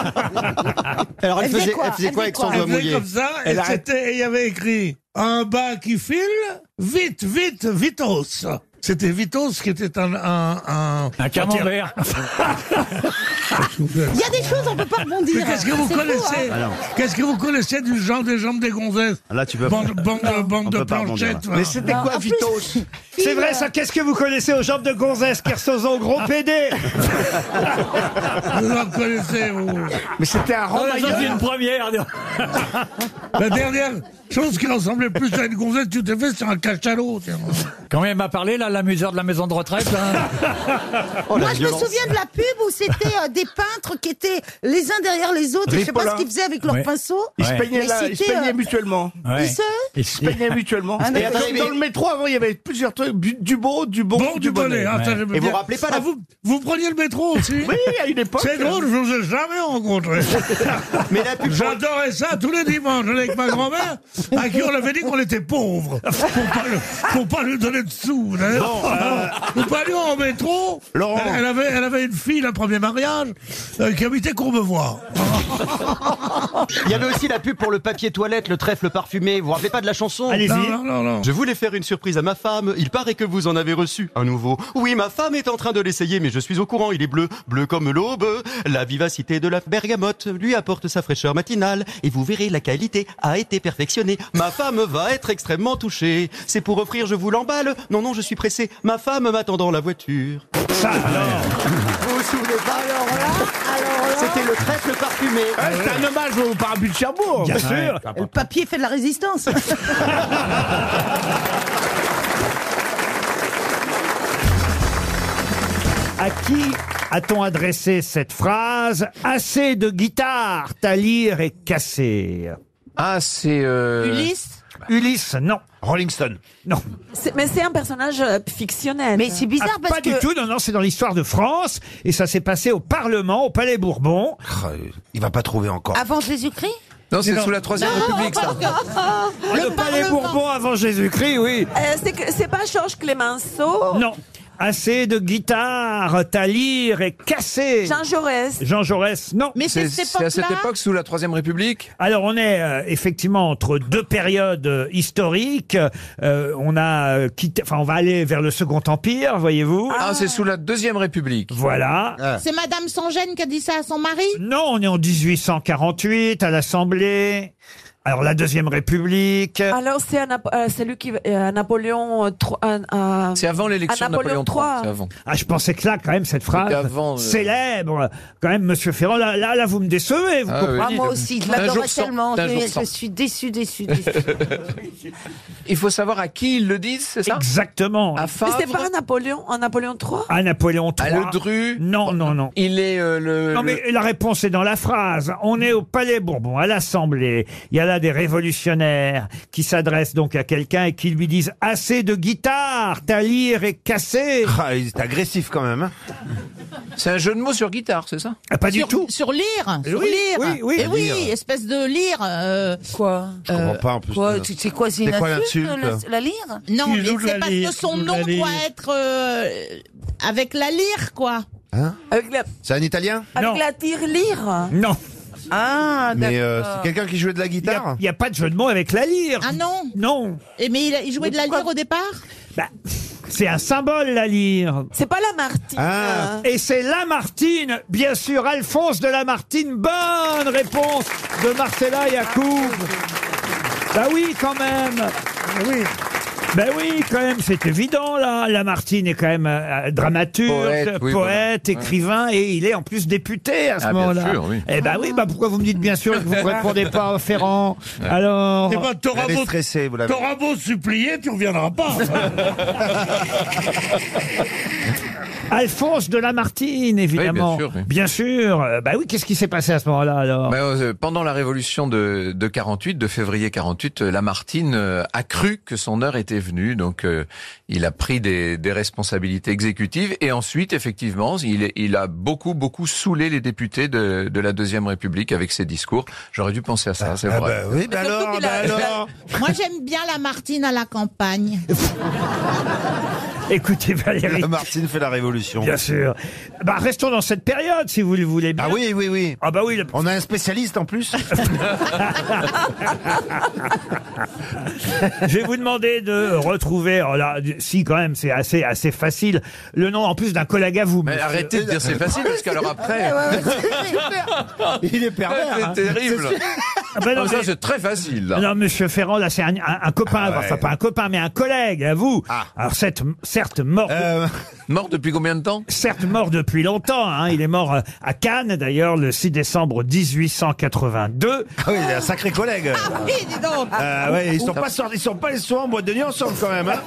Alors elle,
Elle faisait
faisait,
quoi
elle faisait
Elle
quoi
faisait
avec
quoi
son
Elle
doigt
faisait
mouillé
comme ça, et
Elle a-
c'était- et il y avait écrit un bas qui file, vite, vite, vitos. C'était Vitos qui était un. Un, un,
Un camembert.
Il y a des choses, on peut pas rebondir.
Mais qu'est-ce que vous
C'est fou,
connaissez
hein.
Alors.
Qu'est-ce que vous connaissez du genre des jambes des gonzesses
Là, tu peux.
Bande, bande,
Non.
bande
On
de
peut pas rebondir,
planchettes.
là.
voilà.
Mais c'était
Non,
quoi,
en plus,
Vitos
C'est
il,
vrai,
euh,
ça. Qu'est-ce que vous connaissez aux jambes de gonzesse, Kersauzon, gros PD
Vous en connaissez, vous.
Mais c'était un
Ah, ça, c'est
remailleur.
une première.
La dernière chose qui ressemblait plus à une gonzesse, tu t'es fait sur un cachalot. tiens.
Quand elle m'a parlé, là, l'amuseur de la maison de retraite, hein.
Oh,
Moi, je me souviens de Oh, la pub où c'était euh, des peintres qui étaient les uns derrière les autres. et Je sais pas
Ripollin.
ce qu'ils faisaient avec leurs
Ouais.
pinceaux.
Ils se
Ouais.
peignaient,
Mais
là, ils se
c'était,
peignaient
euh,
mutuellement.
Ouais.
Ils se-
Et
Ils se peignaient mutuellement.
Ah, mais
Et dans,
attendez,
dans
mais-
le métro, avant, il y avait plusieurs trucs. bu- Du beau, du bon,
Bon, du bonnet. hein,
Ouais.
ça, j'aime
Et vous
bien.
rappelez pas la-
Ah, vous, vous preniez le métro aussi
Oui, à une époque. euh
C'est drôle, je vous ai jamais rencontré.
Mais la pub.
J'adorais ça tous les dimanches j'allais avec ma grand-mère, à qui on avait dit qu'on était pauvres, pour pas, le- pour pas lui donner de sous. Vous savez. Nous parlions en métro,
euh, Laurent.
elle, elle avait, elle avait une fille, un premier mariage, euh, qui habitait Courbevoie.
Il y avait aussi la pub pour le papier toilette, le trèfle parfumé. Vous vous rappelez pas de la chanson
Allez-y.
Non, non, non, non.
Je voulais faire une surprise à ma femme. Il paraît que vous en avez reçu un nouveau. Oui, ma femme est en train de l'essayer, mais je suis au courant. Il est bleu, bleu comme l'aube. La vivacité de la bergamote lui apporte sa fraîcheur matinale. Et vous verrez, la qualité a été perfectionnée. Ma femme va être extrêmement touchée. C'est pour offrir, je vous l'emballe. Non, non, je suis pressé. Ma femme m'attend dans la
voiture.
Ça,
Vous vous souvenez pas alors C'était le trèfle parfumé.
Ah,
c'est un hommage au parapluie de Cherbourg.
Bien sûr.
Le papier fait de la résistance.
À qui a-t-on adressé cette phrase Assez de guitare, ta lyre est cassée. Ah, c'est.
Ulysse
Ulysse, non.
Rolling Stone.
Non.
C'est- Mais c'est un personnage euh, fictionnel. Mais c'est
Ah, pas du tout, non, non, c'est dans l'histoire de France et ça s'est passé au Parlement, au Palais Bourbon.
Il va pas trouver encore.
Ah,
Avant Jésus-Christ
Non, c'est sous la Troisième République, ça.
Le, Palais Bourbon avant Jésus-Christ, oui.
Euh, c'est que- c'est pas Georges Clémenceau
Non. Assez de guitare, ta lyre est cassée.
Jean Jaurès.
Jean Jaurès, non.
Mais c'est C'est- cette c'est à cette époque-là époque,
sous la Troisième République Alors, on est euh, effectivement entre deux périodes euh, historiques. Euh, on a euh, quitté, enfin, on va aller vers le Second Empire, voyez-vous. Ah, c'est sous la Deuxième République. Ah. Voilà.
C'est Madame Sangène qui a dit ça à son mari
Non, on est en 1848 à l'Assemblée. Alors, la Deuxième République.
Alors c'est un Nap- euh, c'est lui qui euh, Napoléon
C'est avant
l'élection de Napoléon Napoléon III, III. c'est avant.
Ah, je pensais que là, quand même, cette phrase
C'était avant, euh.
célèbre, quand même, Monsieur Ferrand, là, là, là, vous me décevez. Vous
Ah,
comprenez.
oui. Ah, moi aussi, je Un l'adorais jour sans- tellement, d'un je- jour je sans.
suis déçue, déçue, déçue.
Il faut savoir à qui ils le disent, c'est ça
Exactement.
À
Mais
Favre.
c'était pas un Napoléon, un Napoléon III
À Napoléon III.
À Le Dru.
Non, non, non.
Il est euh, le.
Non,
le-
mais la réponse est dans la phrase. On est au Palais Bourbon, à l'Assemblée. Il y a là des révolutionnaires qui s'adressent donc à quelqu'un et qui lui disent « Assez de guitare, ta lyre est cassée
C'est Ah, agressif quand même. hein. C'est un jeu de mots sur guitare, c'est ça
Ah, Pas
Sur- Sur lire, sur
oui,
lire.
oui, oui.
Eh oui,
Lire.
espèce de lire. quoi
comprends pas, en plus,
Quoi
de-
tu- C'est quoi, c'est une
C'est quoi
insulte,
l'insulte
le- la lire Non,
Qui
mais
joue de la
c'est parce
lyre,
que son
qui joue de
nom
la lyre.
doit être euh, avec la lire, quoi.
Hein
Avec la,
C'est un italien
avec la tirelire.
Non.
Ah,
Mais euh,
d'accord.
c'est quelqu'un qui jouait de la guitare
Il n'y a pas de jeu de mots avec la lyre.
Ah non
Non.
Et mais il, a- il jouait de la lire au départ
Bah, c'est un symbole, la lyre.
C'est pas Lamartine.
Ah. Et c'est Lamartine, bien sûr, Alphonse de Lamartine. Bonne réponse de Marcella Yacoub. Bah oui, quand même.
Bah
Oui. Ben oui, quand même, c'est évident, là. Lamartine est quand même euh, dramaturge, poète,
Poète, oui, voilà. Ouais.
écrivain, et il est en plus député à ce
Ah, bien
moment-là.
sûr, oui.
Eh ben oui, bah pourquoi vous me dites bien sûr que vous ne répondez pas, Ferrand Alors...
Eh ben, t'auras beau, t'auras beau supplier, tu reviendras pas.
Alphonse de Lamartine, évidemment.
Oui, bien sûr, oui.
Bien sûr. Euh, Bah oui, qu'est-ce qui s'est passé à ce moment-là alors
Bah, euh, pendant la révolution de, de 48, de février 48, euh, Lamartine euh, a cru que son heure était venue, donc euh, il a pris des, des responsabilités exécutives et ensuite, effectivement, il, il a beaucoup, beaucoup saoulé les députés de, de la deuxième République avec ses discours. J'aurais dû penser à ça, c'est
ah
vrai.
bah oui, bah
Surtout qu'il a- Moi, j'aime bien la Martine à la campagne.
Écoutez Valérie.
Martine fait la révolution.
Bien sûr. Bah restons dans cette période si vous le voulez bien. Ah oui, oui, oui. Ah bah oui. On a un spécialiste en plus. Je vais vous demander de retrouver. oh là, si quand même, c'est assez assez facile. Le nom en plus d'un collègue à vous.
Mais
monsieur.
arrêtez de dire c'est facile, parce qu'alors après... euh,
Il est
Ouais,
hein.
pervers.
C'est terrible.
Ah bah non,
Ah, ça,
mais-
c'est très facile. là.
Non, monsieur Ferrand, là, c'est un, un- un copain,
Ah ouais. Ah.
enfin pas un copain, mais un collègue à vous. Alors, certes, certes mort.
Euh, Mort depuis combien de temps
Certes mort depuis longtemps. hein. Il est mort euh, à Cannes, d'ailleurs, le 6 décembre 1882.
Ah oui, il est un sacré collègue.
Ah
dis donc
Ah ouais, ils sont pas
ils sont pas souvent en boîte de nuit ensemble quand même.
hein.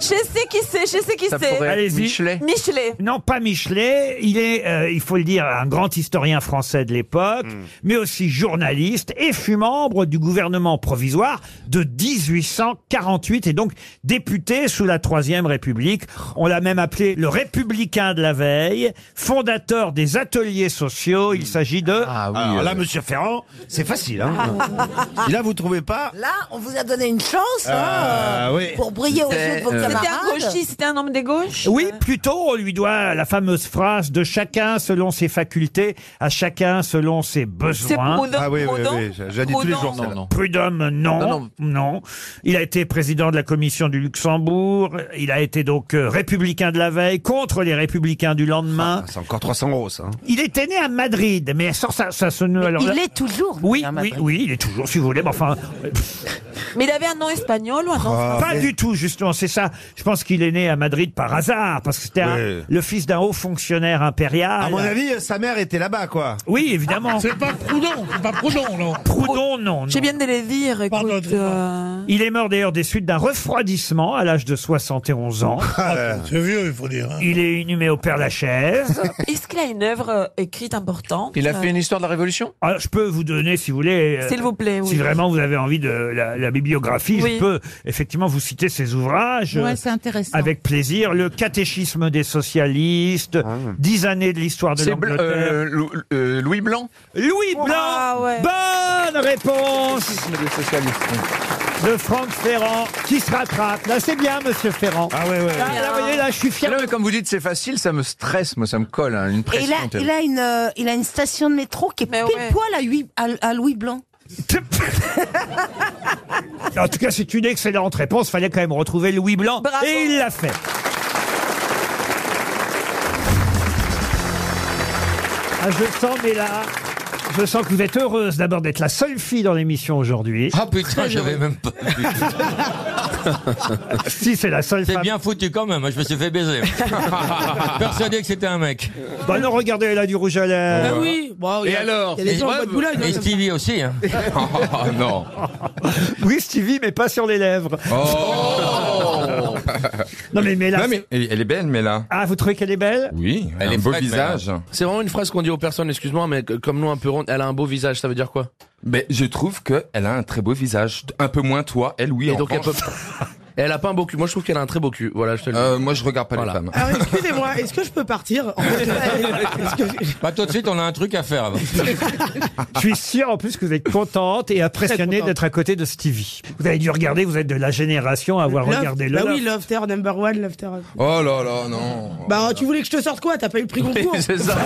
Je sais qui c'est, je sais qui
Ça
c'est.
pourrait être Allez-y. Michelet.
Michelet.
Non, pas Michelet. Il est, euh, il faut le dire, un grand historien français de l'époque, mais aussi journaliste et fut membre du gouvernement provisoire de 1848 et donc député sous la Troisième République. On l'a même appelé le républicain de la veille, fondateur des ateliers sociaux. Il s'agit de... Ah oui.
Alors là, monsieur Ferrand, c'est facile. Hein.
Ah.
Ah.
Et là, vous trouvez pas
Là, on vous a donné une chance
Ah,
hein, euh,
oui.
pour briller aux yeux de vos
C'était, euh,
C'était
camarades.
un gauchiste, c'était un homme des gauches.
Oui, plutôt, on lui doit la fameuse phrase de chacun selon ses facultés, à chacun selon ses besoins.
Proudhon, Ah oui, oui, Proudhon. oui,
J'ai
dit tous les jours, celle-là.
Prudhomme, non.
Ah
Non,
non. Il a été président de la commission du Luxembourg. Il a été donc euh, républicain de la veille contre les républicains du lendemain.
Ah, C'est encore 300 euros, ça. hein.
Il était né à Madrid, mais sans ça, ça se noue alors.
il
là-
est toujours né
Oui,
à
oui,
Madrid.
oui, il est toujours, si vous voulez, mais enfin. euh,
Ah,
Mais il avait un nom espagnol ou un nom français
Ah, pas du tout, justement, c'est ça. Je pense qu'il est né à Madrid par hasard, parce que c'était un-
Ouais.
le fils d'un haut fonctionnaire impérial.
À mon avis, sa mère était là-bas, quoi.
Oui, évidemment.
C'est pas Proudhon, c'est pas Proudhon, non.
Proudhon, non.
J'ai bien de les dire. écoute, euh,
Il est mort d'ailleurs des suites d'un refroidissement à l'âge de 71 ans.
Ah, C'est vieux, il faut dire. hein.
Il est inhumé au Père Lachaise.
Euh, Est-ce qu'il a une œuvre euh, écrite importante
histoire de la Révolution Ah, Je peux vous donner, si vous voulez. euh,
S'il vous plaît, oui.
Si vraiment vous avez envie de la, la bibliographie,
Oui.
je peux effectivement vous citer ses ouvrages.
Ouais, c'est intéressant.
Avec plaisir. Le Catéchisme des socialistes, Dix années de l'histoire de
C'est Bl- euh,
l'Angleterre.
Lou- euh, Louis Blanc
Louis Blanc Bonne réponse de Franck Ferrand qui se rattrape. Là, c'est bien, monsieur Ferrand. Ah ouais, ouais. Là, vous voyez, là, je suis fier.
Non, mais comme vous dites, c'est facile, ça me stresse, moi, ça me colle, hein, une
Et
pression.
là, il
terrible.
a une, euh, il a une station de métro qui est pile poil à, Louis- à- à Louis Blanc.
En tout cas, c'est une excellente réponse. Fallait quand même retrouver Louis Blanc. Et il l'a fait. Ah, je sens, mais là, je sens que vous êtes heureuse d'abord d'être la seule fille dans l'émission aujourd'hui.
Ah putain, j'avais même pas vu.
Si, c'est la seule
C'est
femme.
bien foutu quand même, hein, je me suis fait baiser. Persuadé que c'était un mec.
Bah non, regardez, elle a du rouge à
Ben
lèvres. Ah oui,
Et alors
Oh, il y a des
Et-
gens en bois de boulogne,
Et
hein,
Stevie aussi. Hein. oh non.
Oui, Stevie, mais pas sur les lèvres.
Oh.
non, mais Mela.
Non, mais elle elle est belle, mais là.
Ah, vous trouvez qu'elle est belle
Oui, elle a un beau visage.
C'est vraiment une phrase qu'on dit aux personnes, excuse-moi, mais que- comme nous un peu ronde, elle a un beau visage, ça veut dire quoi
Mais Ben, je trouve qu'elle a un très beau visage. Un peu moins toi, elle oui.
Et
en
donc, elle
revanche.
Elle a pas un beau cul. Moi, je trouve qu'elle a un très beau cul. Voilà, je te le
Euh, moi, je regarde pas les femmes.
dis.
Ah, Excusez-moi, est-ce que je peux partir En fait, euh, est-ce que-
Pas Bah, tout de suite, on a un truc à faire. avant.
Je suis sûr en plus que vous êtes contente et impressionnée
contente.
d'être à côté de Stevie. Vous avez dû regarder, vous êtes de la génération à avoir
Love-
regardé le.
Bah
Love.
oui, Love Terror number one, Love Terror.
Oh là là, non.
Bah, tu voulais que je te sorte quoi T'as pas eu le prix Ah, Goncourt
C'est ça.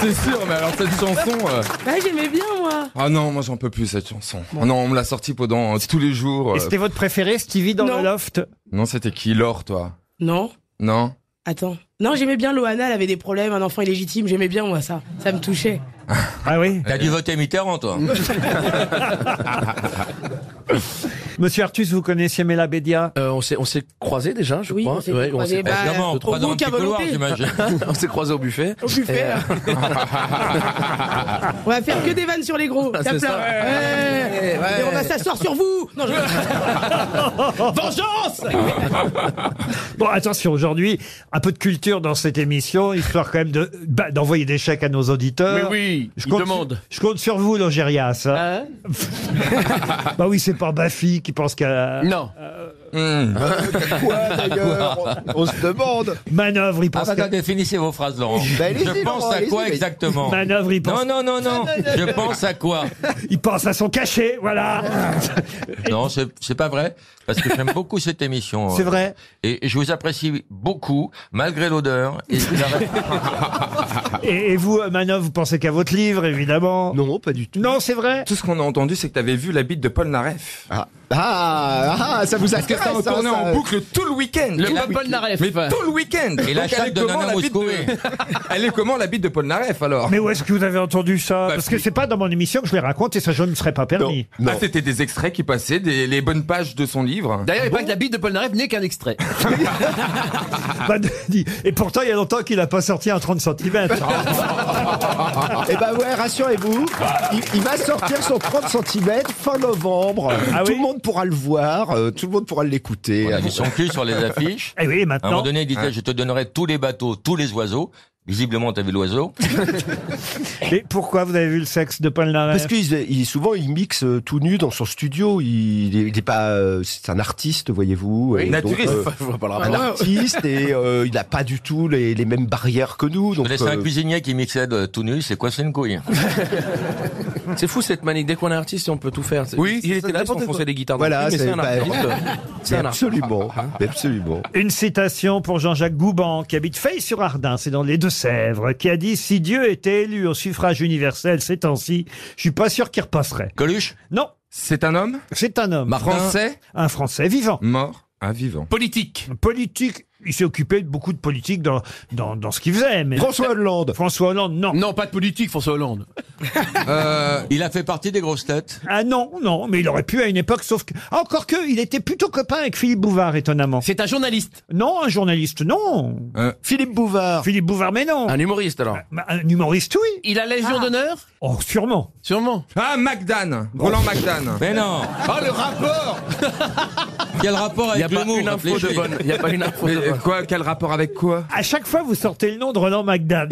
C'est sûr, mais alors cette chanson. euh,
Bah, j'aimais bien, moi.
Ah non, moi j'en peux plus cette chanson. Oh non, on me l'a sortie pendant euh, tous les jours.
Et
euh,
c'était votre préféré, Stevie, dans
Non.
le loft
Non, c'était qui Laure, toi
Non
Non
Attends. Non, j'aimais bien Loana, elle avait des problèmes, un enfant illégitime, j'aimais bien, moi, ça. Ça me touchait.
Ah oui
T'as dû voter Mitterrand, toi.
Monsieur Artus, vous connaissiez Mela Bédia
Euh, on s'est on s'est croisés déjà, je
Oui,
crois.
on s'est
Eh
croisés,
Eh,
ben,
bah, Évidemment, on croise au dans un petit couloir, volonté. j'imagine.
on s'est croisés au buffet.
Au buffet,
Et, euh,
On va faire que des vannes sur les gros.
Ah,
Tape
c'est
là.
ça.
Ouais.
Ouais, ouais.
Et on va s'asseoir sur vous. Non,
Oh
je... Vengeance
Ah
Bon, attention, aujourd'hui, un peu de culture dans cette émission, histoire quand même de- bah, d'envoyer des chèques à nos auditeurs.
Mais oui,
je
ils
compte,
demandent. Ah,
Je compte sur vous, Longérias. hein. bah oui, c'est pas ma fille qui pense qu'à.
hein Non.
Quoi d'ailleurs
Hmm. On se demande. Manœuvre, il
Ah
pense.
bah,
qu'à-
attends, définissez vos phrases, Laurent.
Ben, allez-y,
je pense
Laurent,
à
allez-y,
quoi
mais-
exactement
Manœuvre, il pense-
Non, non, non, non. Je pense à quoi
Il pense à son cachet, voilà.
Non, c'est c'est pas vrai, parce que j'aime beaucoup cette émission.
C'est
euh,
vrai.
Et je vous apprécie beaucoup, malgré l'odeur. Et
Et, et vous, euh, Manœuvre, vous pensez qu'à votre livre, évidemment
Non, pas du
tout. Non, c'est vrai.
Tout ce qu'on a entendu, c'est que t'avais vu la bite de Paul Naref. Ah,
ah, ah, ça vous
Parce que ça
intéresse,
retournait
hein, ça-
en boucle tout le week-end.
Le
Tout
Paul
week-end.
Naref.
Mais tout le week-end.
Et la
Donc,
chatte
elle est
de
comment,
Nana
la bite
Mouskouri.
Elle est comment la bite de Paul Naref alors
Mais où est-ce que vous avez entendu ça Parce que c'est pas dans mon émission que je les raconte et ça je ne serais pas permis.
Ah, c'était des extraits qui passaient, des, les bonnes pages de son livre. Ah
D'ailleurs, il paraît que la bite de Paul Naref n'est qu'un extrait.
Bah, dis- et pourtant, il y a longtemps qu'il n'a pas sorti un 30 cm.
Eh ben ouais, rassurez-vous, il, il va sortir son 30 cm fin novembre.
Ah
tout
oui
le monde pourra le voir, euh, tout le monde pourra l'écouter.
Il a mis son cul sur les affiches.
Eh oui,
À
maintenant.
un moment donné, il
Ah.
disait, je te donnerai tous les bateaux, tous les oiseaux. Visiblement, t'as vu l'oiseau.
Et pourquoi vous avez vu le sexe de Paul
Parce
Naref
qu'il il- souvent il mixe euh, tout nu dans son studio. Il, il est- il est pas, euh, c'est un artiste, voyez-vous.
Oui,
Et donc,
naturiste.
euh,
Je vois pas le
un
rapport.
artiste et euh, il n'a pas du tout les, les mêmes barrières que nous.
Je
Donc,
laissais un
euh,
Ah,
cuisinier qui mixait de tout nu, c'est quoi, c'est une couille
C'est fou cette manie. Dès qu'on est artiste, on peut tout faire.
Oui,
il
c'est
était là pour
n'importe
enfoncer
quoi.
des guitares. dans
Voilà,
le cul, mais
c'est
c'est un
pas
artiste. Ah.
évident.
C'est un artiste.
Absolument, absolument.
Une citation pour Jean-Jacques Gouban, qui habite Fay-sur-Ardin, c'est dans les Deux-Sèvres, qui a dit « Si Dieu était élu au suffrage universel ces temps-ci, je suis pas sûr qu'il repasserait. » Coluche Non. C'est un homme C'est un homme.
Martin Français
Un Français vivant.
Mort, un vivant.
Politique Politique il s'est occupé de beaucoup de politique dans, dans, dans ce qu'il faisait. Mais...
François Hollande
François Hollande, non.
Non, pas de politique, François Hollande. Euh, Il a fait partie des grosses têtes.
Ah non, non, mais il aurait pu à une époque, sauf que... ah, Encore que, il était plutôt copain avec Philippe Bouvard, étonnamment. C'est un journaliste Non, un journaliste, non.
Euh.
Philippe Bouvard Philippe Bouvard, mais non.
Un humoriste alors.
Bah, Un humoriste, oui.
Il a la Légion d'honneur
Oh, sûrement.
Ah. Sûrement. Oh.
Ah, MacDan. Roland MacDan.
Mais non.
Ah, le rapport
Quel rapport
avec
Il n'y a pas
l'humour,
une info de
réfléchis.
bonne. Il n'y a pas une info de
Mais
euh,
bonne.
quoi, quel rapport avec quoi
À chaque fois, vous sortez le nom de Roland McDan.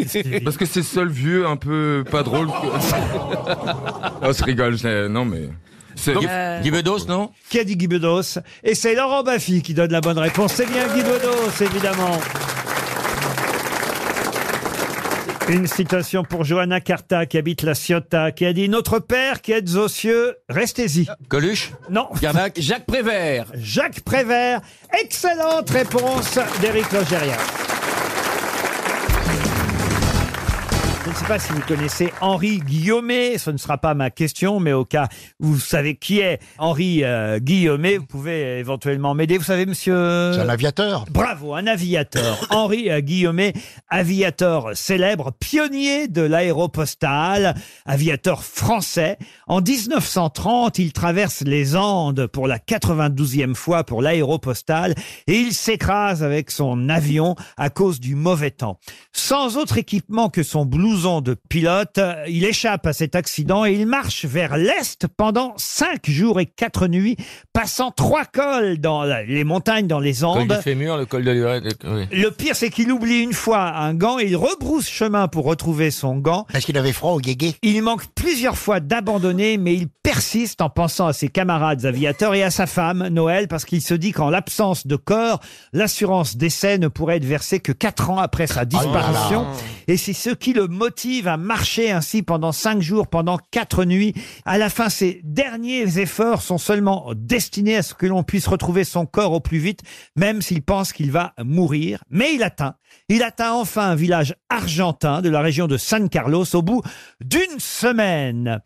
Parce que c'est le seul vieux un peu pas drôle. que- oh, je rigole, je- non mais. c'est-
Guy
Bedos, non
euh, Qui a dit Guy Bedos Et c'est Laurent Baffy qui donne la bonne réponse. C'est bien Guy Bedos, évidemment. Une citation pour Johanna Carta, qui habite la Ciotat, qui a dit « Notre père qui êtes aux cieux, restez-y ».
Coluche
Non.
Jacques Prévert.
Jacques Prévert. Excellente réponse d'Éric Logérien. Je ne sais pas si vous connaissez Henri Guillaumet, ce ne sera pas ma question, mais au cas où vous savez qui est Henri euh, Guillaumet, vous pouvez éventuellement m'aider. Vous savez, monsieur...
C'est un aviateur.
Bravo, un aviateur. Henri euh, Guillaumet, aviateur célèbre, pionnier de l'aéropostale, aviateur français. En 1930, il traverse les Andes pour la 92e fois pour l'aéropostale et il s'écrase avec son avion à cause du mauvais temps. Sans autre équipement que son blouson de pilote, euh, il échappe à cet accident et il marche vers l'Est pendant cinq jours et quatre nuits, passant trois cols dans la- les montagnes, dans les
Col
Andes.
du fémur, le col de l'urètre. le- oui.
Le pire, c'est qu'il oublie une fois un gant et il rebrousse chemin pour retrouver son gant. Parce qu'il avait froid au guégué. Il manque plusieurs fois d'abandonner, mais il persiste en pensant à ses camarades aviateurs et à sa femme, Noël, parce qu'il se dit qu'en l'absence de corps, l'assurance décès ne pourrait être versée que quatre ans après sa disparition.
là là.
Et c'est ce qui le motive à marcher ainsi pendant cinq jours, pendant quatre nuits. À la fin, ses derniers efforts sont seulement destinés à ce que l'on puisse retrouver son corps au plus vite, même s'il pense qu'il va mourir. Mais il atteint. Il atteint enfin un village argentin de la région de San Carlos au bout d'une semaine.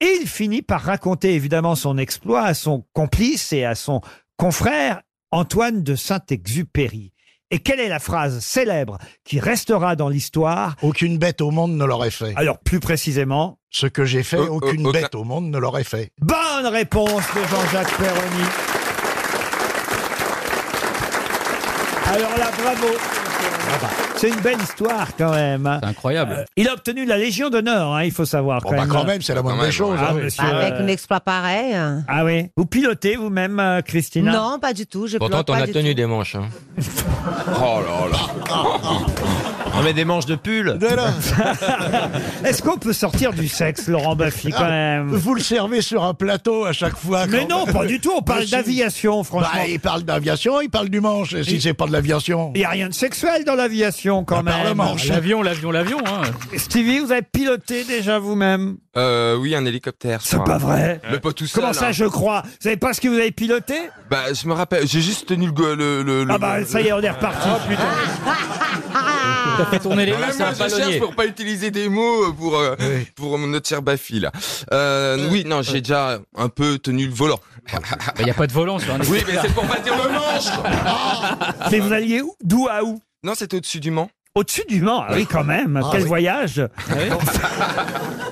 Et il finit par raconter évidemment son exploit à son complice et à son confrère Antoine de Saint-Exupéry. Et quelle est la phrase célèbre qui restera dans l'histoire
Aucune bête au monde ne l'aurait fait.
Alors, plus précisément.
Ce que j'ai fait,
Euh,
aucune
euh, aucun-
bête au monde ne l'aurait fait.
Bonne réponse de Jean-Jacques Perroni. Alors là, bravo. Ah bah, C'est une belle histoire quand même.
Incroyable.
Euh, il a obtenu la Légion d'honneur, hein, il faut savoir.
bah, quand même, c'est la moindre Quand des même, choses, ouais.
Ah,
hein.
monsieur,
Bah, Avec
euh,
un exploit pareil. euh,
ah oui. Vous pilotez vous-même, euh, Christina
Non, pas du tout. Je
Pourtant,
plante
t'en
pas
as
du
tenu des manches. hein. oh là là.
On met des manches de pull.
Est-ce qu'on peut sortir du sexe, Laurent Baffy, quand même
Ah, Vous le servez sur un plateau à chaque fois.
Mais
quand
non,
même.
pas du tout, on parle
Mais si.
d'aviation, franchement.
Bah, il parle d'aviation, il parle du manche. Et si c'est pas de l'aviation.
Il n'y a rien de sexuel dans l'aviation quand
Bah, par
même.
le manche.
L'avion, l'avion, l'avion. Hein.
Stevie, vous avez piloté déjà vous-même
Euh, oui, un hélicoptère.
C'est pas vrai.
Mais pas tout seul.
Comment ça,
hein.
je crois Vous savez pas ce que vous avez piloté
Bah, je me rappelle, j'ai juste tenu le. go- le, le- le-
Ah bah, ça y est, on est reparti.
Ah, T'as fait
tourner les mains, c'est un
Ah, je cherche
ballonnier.
pour pas utiliser des mots euh, pour, euh, pour notre cher Baffy, là. Euh, oui, non, j'ai déjà un peu tenu le volant.
Bah, Il n'y a pas de volant sur un
Oui, mais c'est pour pas dire le manche
Mais vous alliez où D'où à où
Non, c'était au-dessus du Mans.
Au-dessus du Mans, ah oui, quand même.
Ah
Quel
oui.
voyage
Ah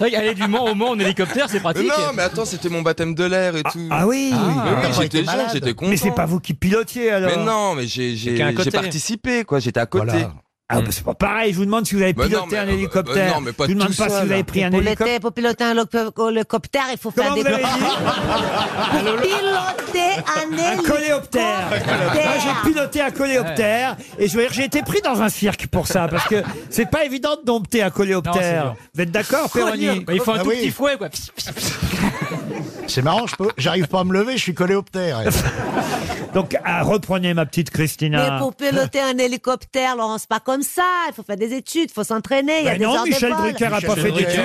Aller du Mans au Mans en hélicoptère, c'est pratique.
Non, mais attends, c'était mon baptême de l'air et tout.
Ah oui,
Mais oui, j'étais jeune, j'étais content.
Mais c'est pas vous qui pilotiez alors
Mais non, mais j'ai j'ai-
Quelqu'un à côté.
j'ai participé, quoi. J'étais à côté.
Voilà. Ah, bah, c'est pas pareil, je vous demande si vous avez
Bah non,
piloté
mais,
un
euh,
hélicoptère.
bah non, mais pas
je vous demande
tout
pas si
seul.
vous avez pris un
Pour, le
hélicoptère.
thé- pour piloter un hélico- hélicoptère, il faut faire
Comment
des...
vous l'avez
Pour piloter un
Un coléoptère. Moi, Ah, j'ai piloté un coléoptère et je veux dire, j'ai été pris dans un cirque pour ça parce que c'est pas évident de dompter un coléoptère.
Non, c'est dur.
vous êtes d'accord, Perroni
Bah, il faut un Ah tout oui. petit
fouet, quoi.
C'est marrant, je peux- j'arrive pas à me lever, je suis coléoptère.
Donc, ah, reprenez ma petite Christina.
Mais pour piloter un hélicoptère, Laurent, c'est pas comme ça. Il faut faire des études, il faut s'entraîner. il y a
Ben
des
non,
heures de
Michel
vol.
Drucker a pas fait d'études.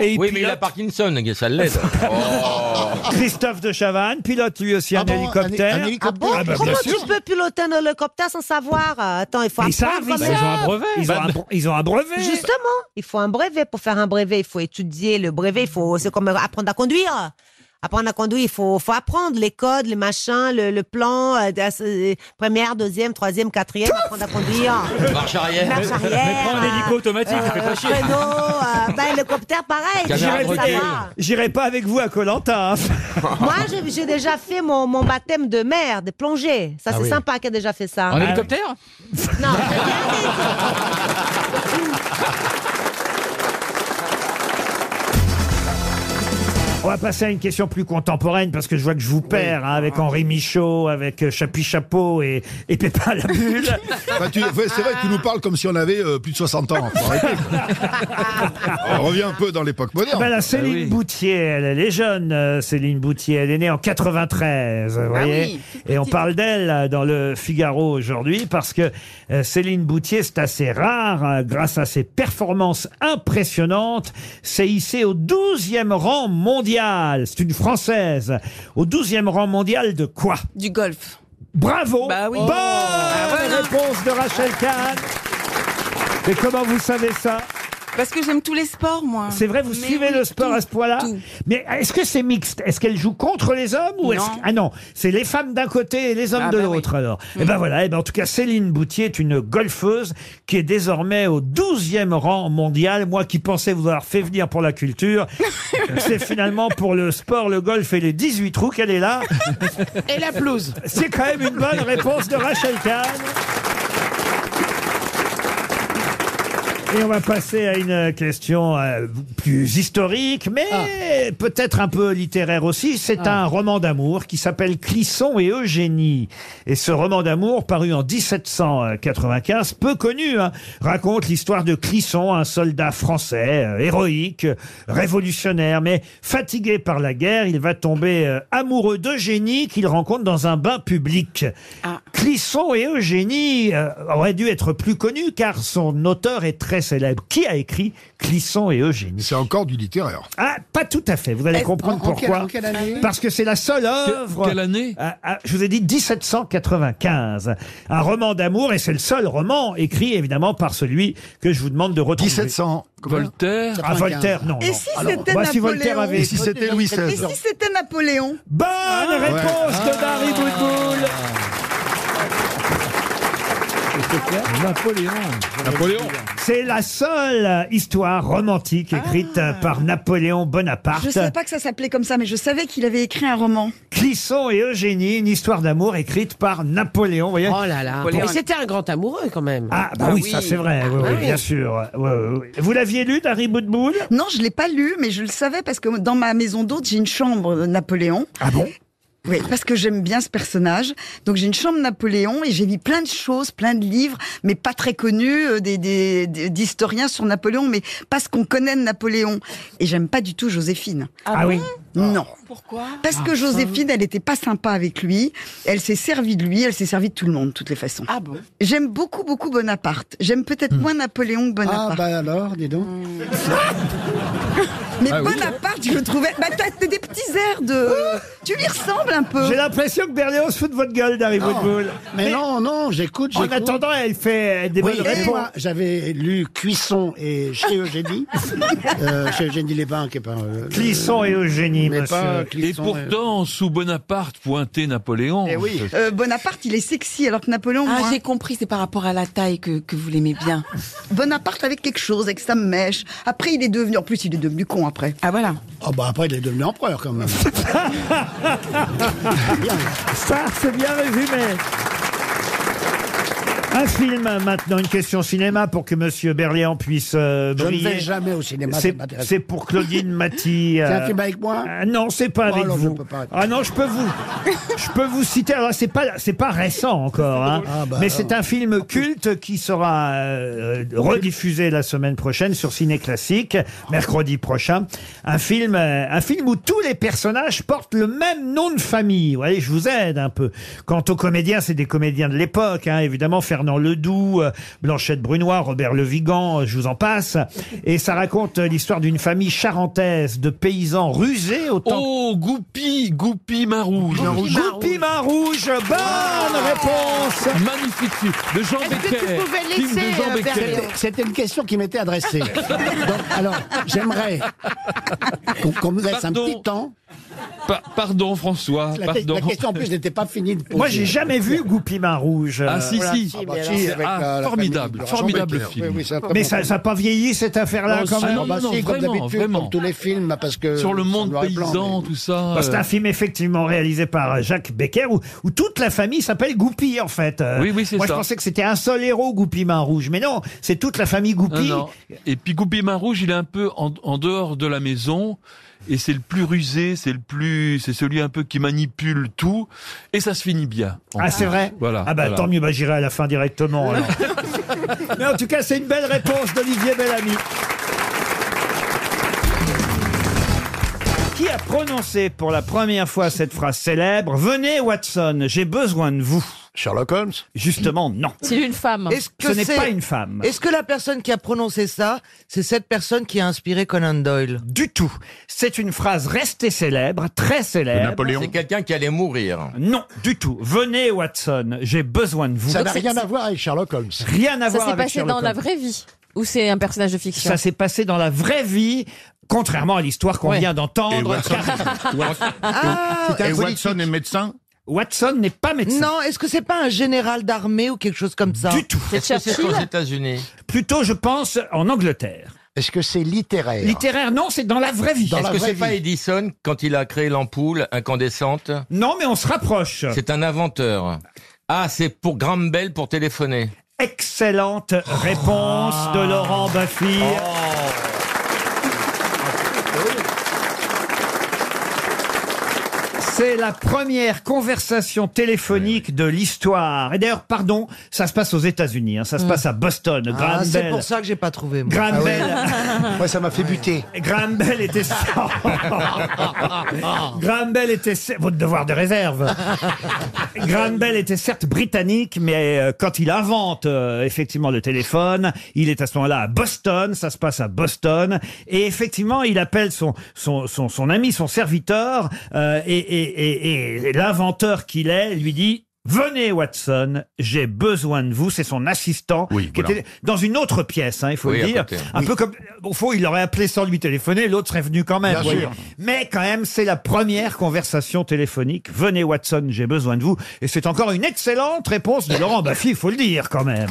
Et il
oui, mais il
pilote.
a Parkinson, ça l'aide.
Christophe de Chavannes pilote lui aussi un,
Ah bon, un hé-
hélicoptère.
un hélicoptère
Ah bah,
Comment
bien
tu
sûr.
peux piloter un hélicoptère sans savoir Euh, Attends, il faut
Ils savent,
apprendre.
Bah,
ils
quand
savent.
même.
Ils ont un brevet. Ils ont un bre- ils ont un brevet.
Justement, il faut un brevet. Pour faire un brevet, il faut étudier le brevet. Il faut, c'est comme apprendre à conduire. Apprendre à conduire, il faut, faut apprendre les codes, les machins, le, le plan, euh, euh, première, deuxième, troisième, quatrième, apprendre à conduire.
Marche arrière.
Marche arrière.
Mais prends un hélico automatique, fais pas chier.
Prénom, euh, ben, hélicoptère, pareil. tu
J'irai-
vas le savoir.
J'irai pas avec vous à Colanta. hein.
Moi, j'ai- j'ai déjà fait mon, mon baptême de mer, des plongées. Ça,
Ah
c'est
oui.
sympa qui a déjà fait ça. Ah
En hélicoptère
Non.
On va passer à une question plus contemporaine parce que je vois que je vous perds hein, avec Henri Michaud, avec euh, Chapi Chapeau et, et Pépin la bulle.
Bah, tu- ouais, c'est vrai que tu nous parles comme si on avait euh, plus de 60 ans. Faut arrêter, quoi. Ah, on revient un peu dans l'époque moderne.
Ben, la Céline Boutier, elle, elle est jeune, euh, Céline Boutier. Elle est née en 93, vous
Ah
voyez.
oui,
Et on parle d'elle euh, dans le Figaro aujourd'hui parce que euh, Céline Boutier, c'est assez rare. euh, grâce à ses performances impressionnantes, s'est hissée au 12e rang mondial. C'est une Française. Au 12e rang mondial de quoi
Du golf.
Bravo
Bah oui.
Bonne
Ah, voilà.
réponse de Rachel Kahn Et comment vous savez ça
Parce que j'aime tous les sports, moi.
c'est vrai, vous
Mais
suivez
oui,
le sport
tout,
à ce point-là.
tout.
Mais est-ce que c'est mixte Est-ce qu'elle joue contre les hommes ou est-ce
Non.
que- ah non, c'est les femmes d'un côté et les hommes
Ah
de
bah oui.
l'autre alors. Et ben voilà. Et ben en tout cas, Céline Boutier est une golfeuse qui est désormais au 12e rang mondial. Moi qui pensais vous avoir fait venir pour la culture, c'est finalement pour le sport, le golf et les 18 trous qu'elle est là.
Et la pelouse.
C'est quand même une bonne réponse de Rachel Kahn. Et on va passer à une question euh, plus historique, mais peut-être un peu littéraire aussi. C'est un roman d'amour qui s'appelle Clisson et Eugénie. Et ce roman d'amour, paru en 1795, peu connu, hein, raconte l'histoire de Clisson, un soldat français, euh, héroïque, euh, révolutionnaire, mais fatigué par la guerre, il va tomber euh, amoureux d'Eugénie qu'il rencontre dans un bain public. Clisson et Eugénie euh, auraient dû être plus connus car son auteur est très célèbre. Qui a écrit Clisson et Eugénie C'est encore du littéraire. Ah, pas tout à fait. Vous allez
Est-ce-
comprendre
en- en quelle-
pourquoi.
en quelle année
Parce que c'est la seule
Que-
œuvre.
quelle année
Ah, ah, Je vous ai dit 1795. Un roman d'amour et c'est le seul roman écrit évidemment par celui que je vous demande de retrouver. 1700.
Voltaire
Ah, Voltaire, non.
Et
non.
si
Alors,
c'était
moi, si
Napoléon
Voltaire avait
Et si c'était Napoléon
Bonne réponse de Dari Boudboul
Napoléon. Napoléon.
C'est la seule histoire romantique écrite par Napoléon Bonaparte.
Je ne savais pas que ça s'appelait comme ça, mais je savais qu'il avait écrit un roman.
Clisson et Eugénie, une histoire d'amour écrite par Napoléon. Vous voyez
Oh là
Bah
là.
Napoléon.
Mais c'était un grand amoureux quand même.
Ah, bah oui, ça c'est vrai, oui,
Ah
oui,
oui.
bien sûr. Oui, oui, oui. Vous l'aviez lu, Dari Boudboul
Non, je ne l'ai pas lu, mais je le savais parce que dans ma maison d'hôte, j'ai une chambre euh, Napoléon. Ah bon oui, parce que j'aime bien ce personnage. Donc j'ai une chambre Napoléon et j'ai mis plein de choses, plein de livres, mais pas très connus, euh, des- des- des- d'historiens sur Napoléon, mais pas ce qu'on connaît de Napoléon. Et j'aime pas du tout Joséphine.
Ah Ah bon oui.
Non.
Pourquoi
Parce que Joséphine, elle n'était pas sympa avec lui. Elle s'est servie de lui, elle s'est servie de tout le monde, de toutes les façons.
Ah bon Hmm.
J'aime beaucoup, beaucoup Bonaparte. J'aime peut-être moins Napoléon que Bonaparte.
Ah bah alors, dis donc.
Mais
Ah oui.
Bonaparte, je le trouvais. Bah, t'as t'as des petits airs de. Tu lui ressembles un peu.
J'ai l'impression que Berléon se fout de votre gueule, Dari
Non.
Boudboul.
Mais
non, non, j'écoute.
En
j'écoute.
attendant, elle fait Eh, des
Oui,
bonnes
et
réponses.
moi, j'avais lu Cuisson et chez Eugénie, Euh, chez Eugénie Lévin, qui est pas. euh,
Clisson et Eugénie,
mais
monsieur.
pas
Et
Clisson et-
pourtant, sous Bonaparte, pointé Napoléon.
Eh oui. Euh, Bonaparte, il est sexy, alors que Napoléon.
Ah,
moins.
j'ai compris, c'est par rapport à la taille que, que vous l'aimez bien.
Bonaparte avec quelque chose, avec sa mèche. Après, il est devenu. En plus, il est devenu con après.
Ah voilà.
Ah bah après, il est devenu empereur quand même.
Ça, c'est bien résumé. Un film maintenant, une question cinéma pour que Monsieur Berlian puisse euh,
Je ne
briller.
vais jamais au cinéma, ça
C'est-
m'intéresse
C'est pour Claudine Maty.
C'est un
euh,
film avec moi
Ah non, c'est pas
Oh,
avec
alors, je
vous.
peux pas.
ah non, je peux vous, je peux vous citer. Alors c'est pas, c'est pas récent encore, hein.
bah,
mais
alors.
c'est un film culte qui sera euh, rediffusé la semaine prochaine sur Ciné Classique, mercredi prochain. Un film, euh, un film où tous les personnages portent le même nom de famille. Vous voyez, je vous aide un peu. Quant aux comédiens, c'est des comédiens de l'époque, hein, évidemment. Fernand Ledoux, euh, Blanchette Brunois, Robert Le Vigan, euh, je vous en passe. Et ça raconte euh, l'histoire d'une famille charentaise de paysans rusés au temps.
Oh, Goupy, Goupy Marouge.
Goupy Marouge, bonne réponse
Magnifique film de Jean
Est-ce
Becker. Film de Jean Becker.
C'était- C'était une question qui m'était adressée. Donc, alors, j'aimerais qu'on qu'on me laisse un petit temps.
Pa- pardon
Ah,
François,
La,
pardon.
la question en plus n'était pas finie. de poser.
Moi, j'ai jamais vu Goupy Marouge.
Ah, si,
voilà.
si.
Ah, bah,
Ah,
si, avec la- la
formidable,
famille de
formidable
Jean Becker.
film.
Oui, oui, c'est un très
Mais
bon
ça
film.
n'a pas vieilli cette affaire-là
Oh,
quand
si,
même
non,
Bah,
non,
si, comme
vraiment,
d'habitude,
vraiment.
comme tous les films, parce que
Sur le
c'est en
monde
noir et blanc,
paysan,
mais-
tout ça.
Bah, C'est
euh,
un film effectivement réalisé par euh, Jacques Becker où, où toute la famille s'appelle Goupy en fait. Euh,
Oui, oui, c'est
Moi je
ça.
pensais que c'était un seul héros Goupy Main Rouge, mais non, c'est toute la famille Goupy.
Non, non. Et puis Goupy Marouge, il est un peu en, en dehors de la maison. Et c'est le plus rusé, c'est le plus, c'est celui un peu qui manipule tout. Et ça se finit bien.
Ah c'est vrai
Voilà.
Ah bah
voilà.
tant mieux, bah, j'irai à la fin directement alors. mais en tout cas c'est une belle réponse d'Olivier Bellamy. Qui a prononcé pour la première fois cette phrase célèbre Venez Watson, j'ai besoin de vous.
Sherlock Holmes
Justement, non.
C'est une femme.
Ce n'est pas une femme.
Est-ce que la personne qui a prononcé ça, c'est cette personne qui a inspiré Conan Doyle
Du tout. C'est une phrase restée célèbre, très célèbre.
C'est quelqu'un qui allait mourir.
Euh, Non, du tout. Venez, Watson, j'ai besoin de vous.
Ça n'a rien à voir avec Sherlock Holmes.
Rien à
Ça
voir
s'est
avec
passé
Sherlock
dans la
Holmes.
vraie vie ou c'est un personnage de fiction
Ça s'est passé dans la vraie vie, contrairement à l'histoire qu'on vient
Et
d'entendre.
Watson.
Ah,
Et
euh,
Watson est médecin
Watson n'est pas médecin.
Non, est-ce que c'est pas un général d'armée ou quelque chose comme ça
Du tout.
Est-ce que c'est aux États-Unis
Plutôt, je pense, en Angleterre.
Est-ce que c'est littéraire
Littéraire, non, c'est dans la vraie vie.
Est-ce que c'est pas Edison quand il a créé l'ampoule incandescente
Non, mais on se rapproche.
C'est un inventeur. Ah, c'est pour Graham Bell pour téléphoner.
Excellente réponse de Laurent Baffy. C'est la première conversation téléphonique de l'histoire. Et d'ailleurs, pardon, ça se passe aux États-Unis. hein, ça se passe à Boston.
Ah,
Graham
c'est
Bell.
pour ça que j'ai pas trouvé. Moi.
Graham
Ah ouais.
Bell.
Moi, ça m'a fait buter.
Graham Bell était. Graham Bell était. cer- Votre devoir de réserve. Graham Bell était certes britannique, mais euh, quand il invente euh, effectivement le téléphone, il est à ce moment-là à Boston, ça se passe à Boston, et effectivement il appelle son son son, son ami, son serviteur, euh, et, et, et, et l'inventeur qu'il est lui dit. Venez Watson, j'ai besoin de vous. C'est son assistant qui
voilà.
était dans une autre pièce, hein, il faut
Oui,
le
à
dire.
côté.
Un peu comme au fond, il l'aurait appelé sans lui téléphoner, l'autre serait venu quand même.
Bien
vous voyez.
sûr.
Mais quand même, c'est la première conversation téléphonique. Venez Watson, j'ai besoin de vous. Et c'est encore une excellente réponse de Laurent Baffy, il faut le dire quand même.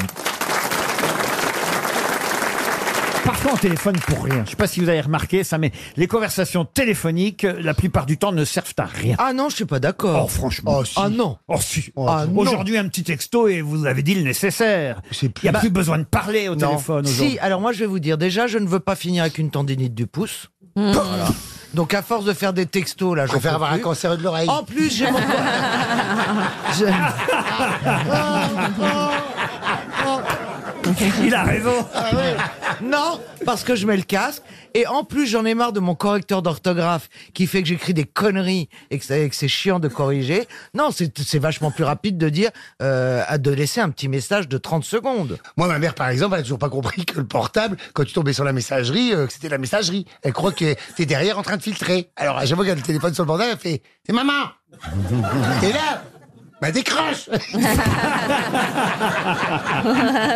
Parfois on téléphone pour rien. Je sais pas si vous avez remarqué ça, mais les conversations téléphoniques, euh, la plupart du temps, ne servent à rien.
Ah non, je suis pas d'accord.
Oh franchement.
Ah non.
Oh, si.
Ah non.
Aujourd'hui, un petit texto et vous avez dit le nécessaire. Il n'y a plus besoin de parler au
Bah- Non.
téléphone aujourd'hui.
Si, alors moi je vais vous dire, déjà je ne veux pas finir avec une tendinite du pouce.
Mmh.
Voilà. Donc à force de faire des textos là, je
préfère avoir un cancer de l'oreille.
En plus, j'ai mon...
Il a raison.
Ah Non, parce que je mets le casque. Et en plus, j'en ai marre de mon correcteur d'orthographe qui fait que j'écris des conneries et que, ça- et que c'est chiant de corriger. Non, c'est c'est vachement plus rapide de dire, euh, de laisser un petit message de 30 secondes.
Moi, ma mère, par exemple, elle a toujours pas compris que le portable, quand tu tombais sur la messagerie, euh, que c'était la messagerie. Elle croit que t'es derrière en train de filtrer. Alors, à chaque fois qu'elle a le téléphone sur le portable, elle fait C'est maman T'es là Bah, décroche
Ah,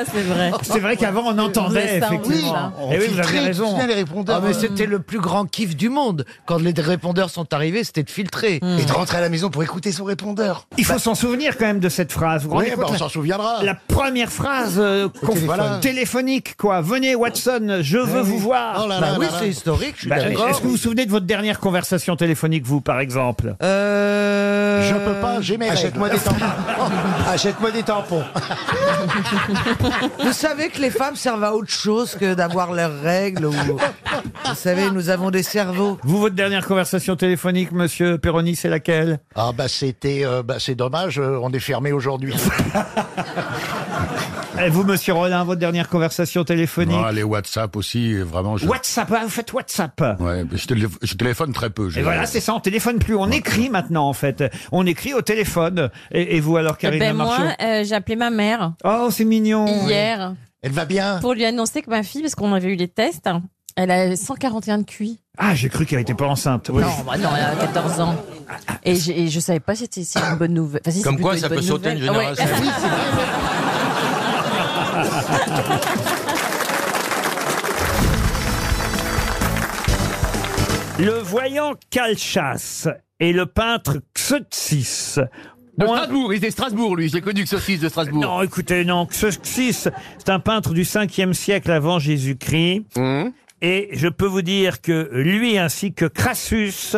C'est vrai.
C'est vrai qu'avant on entendait
ça, on
Ah
effectivement. Et oui, vous avez raison.
Ah, mais c'était le plus grand kiff du monde. Quand les répondeurs sont arrivés, c'était de filtrer.
Et de rentrer à la maison pour écouter son répondeur. Bah
Il faut s'en souvenir quand même de cette phrase. Vous vous
Oui,
rendez
bah,
compte,
on s'en souviendra.
La, la première phrase euh, qu'on-
téléphone.
voilà. téléphonique, quoi. Venez, Watson, je veux vous voir.
Oh là Bah là oui, là c'est là. historique, je suis
Bah,
d'accord.
Est-ce que vous vous souvenez de votre dernière conversation téléphonique, vous, par exemple
Euh,
Euh...
Je peux pas, j'ai mes Achète-moi des tampons. Achète-moi des tampons.
Vous savez que les femmes servent à autre chose que d'avoir leurs règles. Ou... Vous savez, nous avons des cerveaux.
Vous, votre dernière conversation téléphonique, monsieur Perroni, c'est laquelle
Ah bah c'était, euh, bah c'est dommage, euh, on est fermé aujourd'hui.
Et Eh, vous, monsieur Rollin, votre dernière conversation téléphonique
Ah, les WhatsApp aussi, vraiment. Je...
WhatsApp, ah, vous faites WhatsApp.
Ouais, je, télé- je téléphone très peu. je-
Et voilà, c'est ça, on téléphone plus, on écrit maintenant en fait. On écrit au téléphone. Et, et vous alors,
Eh
Karine
ben, moi,
Marchand
euh, j'ai appelé ma mère
Oh, c'est mignon.
hier
Elle va bien
pour lui annoncer que ma fille, parce qu'on avait eu les tests, elle a 141 de QI.
Ah, j'ai cru qu'elle n'était pas enceinte. Oui.
Non, bah non, elle a 14 ans. Et, j'ai- et je savais pas si c'était si une bonne nouvelle. Enfin, si, c'est
Comme
plutôt
quoi,
une
ça peut
bonne
sauter une
nouvelle. Ah ouais.
génération. Oui,
Le voyant Calchas et le peintre Xeuxis.
De Strasbourg, il était Strasbourg, lui. Je l'ai connu que saucisse de Strasbourg.
Non, écoutez, non. Xeuxis, c'est un peintre du 5e siècle avant Jésus-Christ.
Hum.
Et je peux vous dire que lui ainsi que Crassus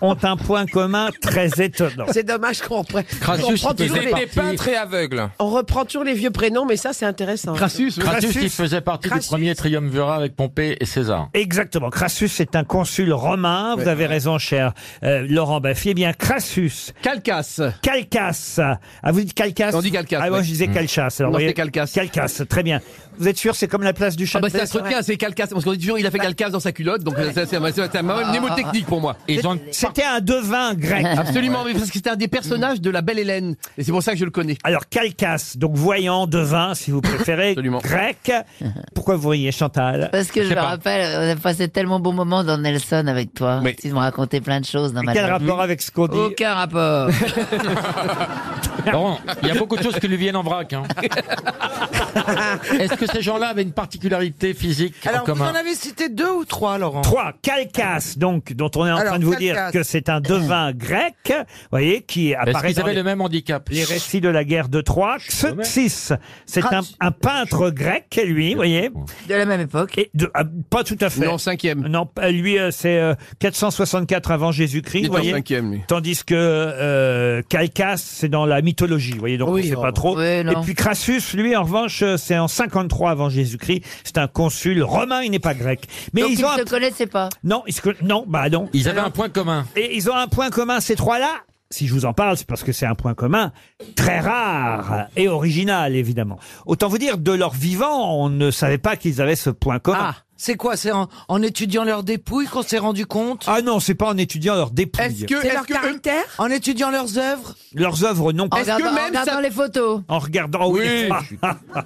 ont un point commun très étonnant.
C'est dommage qu'on reprenne.
Crassus,
on reprend
il
toujours
était
les-
peintre et
aveugle.
On reprend toujours les vieux prénoms, mais ça, c'est intéressant.
Crassus, qui faisait partie du premier triumvirat avec Pompée et César.
Exactement. Crassus est un consul romain. Vous avez raison, cher euh, Laurent Baffy. Eh bien, Crassus. Calcas. Calcas. Ah, vous dites Calcas On dit Calcas. Ah, moi, je disais Calchas.
Mm. Non,
voyez,
c'est Calcas.
Calcas, très bien. Vous êtes sûr, c'est comme la place du
Ah
Châtelet
bah ça se retient, c'est Calcas, parce qu'on dit toujours il a fait Calcas dans sa culotte, donc euh, ça, c'est un- c'est un
Ah.
même mnémotechnique pour moi.
C'était un devin grec.
Absolument, mais parce que c'était un des personnages de la Belle Hélène, et c'est pour ça que je le connais.
Alors, Calcas, donc voyant, devin, si vous préférez, grec. Pourquoi vous riez, Chantal
Parce que je, me rappelle, on a passé tellement bon moment dans Nelson avec toi. Ils m'ont raconté plein de choses dans ma
quel
vie.
rapport avec ce qu'on dit
Aucun rapport.
Laurent, il y a beaucoup de choses qui lui viennent en vrac. hein. Est-ce que ces gens-là avaient une particularité physique en
Alors, vous
commun
en avez cité deux ou trois, Laurent
Trois, Calcas, donc, dont on est en
Alors,
train de vous
Calcas.
dire que c'est un devin grec, vous voyez, qui
Est-ce
apparaît
qu'ils
dans
avaient
les-
le même handicap
les récits de la guerre de Troie. Xeuxis, c'est
Ah,
un, un peintre grec, lui, vous voyez.
De la même époque.
Et de- ah, pas tout à fait.
Non, cinquième.
Non, pas- lui, euh, c'est euh, 464 avant
Il
Jésus-Christ,
était
vous voyez.
en cinquième, lui.
Tandis que euh, Calcas, c'est dans la mythologie, vous voyez, donc
Oui,
on sait
oh.
pas trop.
Oui, non.
Et puis Crassus, lui, en revanche, euh, c'est en 53 avant Jésus-Christ. C'est un consul romain, il n'est pas grec. Mais
Donc,
ils
ils
ont un-
ne te connaissaient pas.
non, ils se conna- non, bah non.
Ils avaient un point commun.
Et ils ont un point commun, ces trois-là. Si je vous en parle, c'est parce que c'est un point commun très rare et original, évidemment. Autant vous dire, de leur vivant, on ne savait pas qu'ils avaient ce point commun.
C'est quoi C'est en, en étudiant leurs dépouilles qu'on s'est rendu compte
Ah, non, c'est pas en étudiant leurs dépouilles.
C'est leur caractère En étudiant leurs œuvres
Leurs œuvres, non.
En Est-ce que regardant- même en regardant ça-
les photos
En regardant, oui. Ah.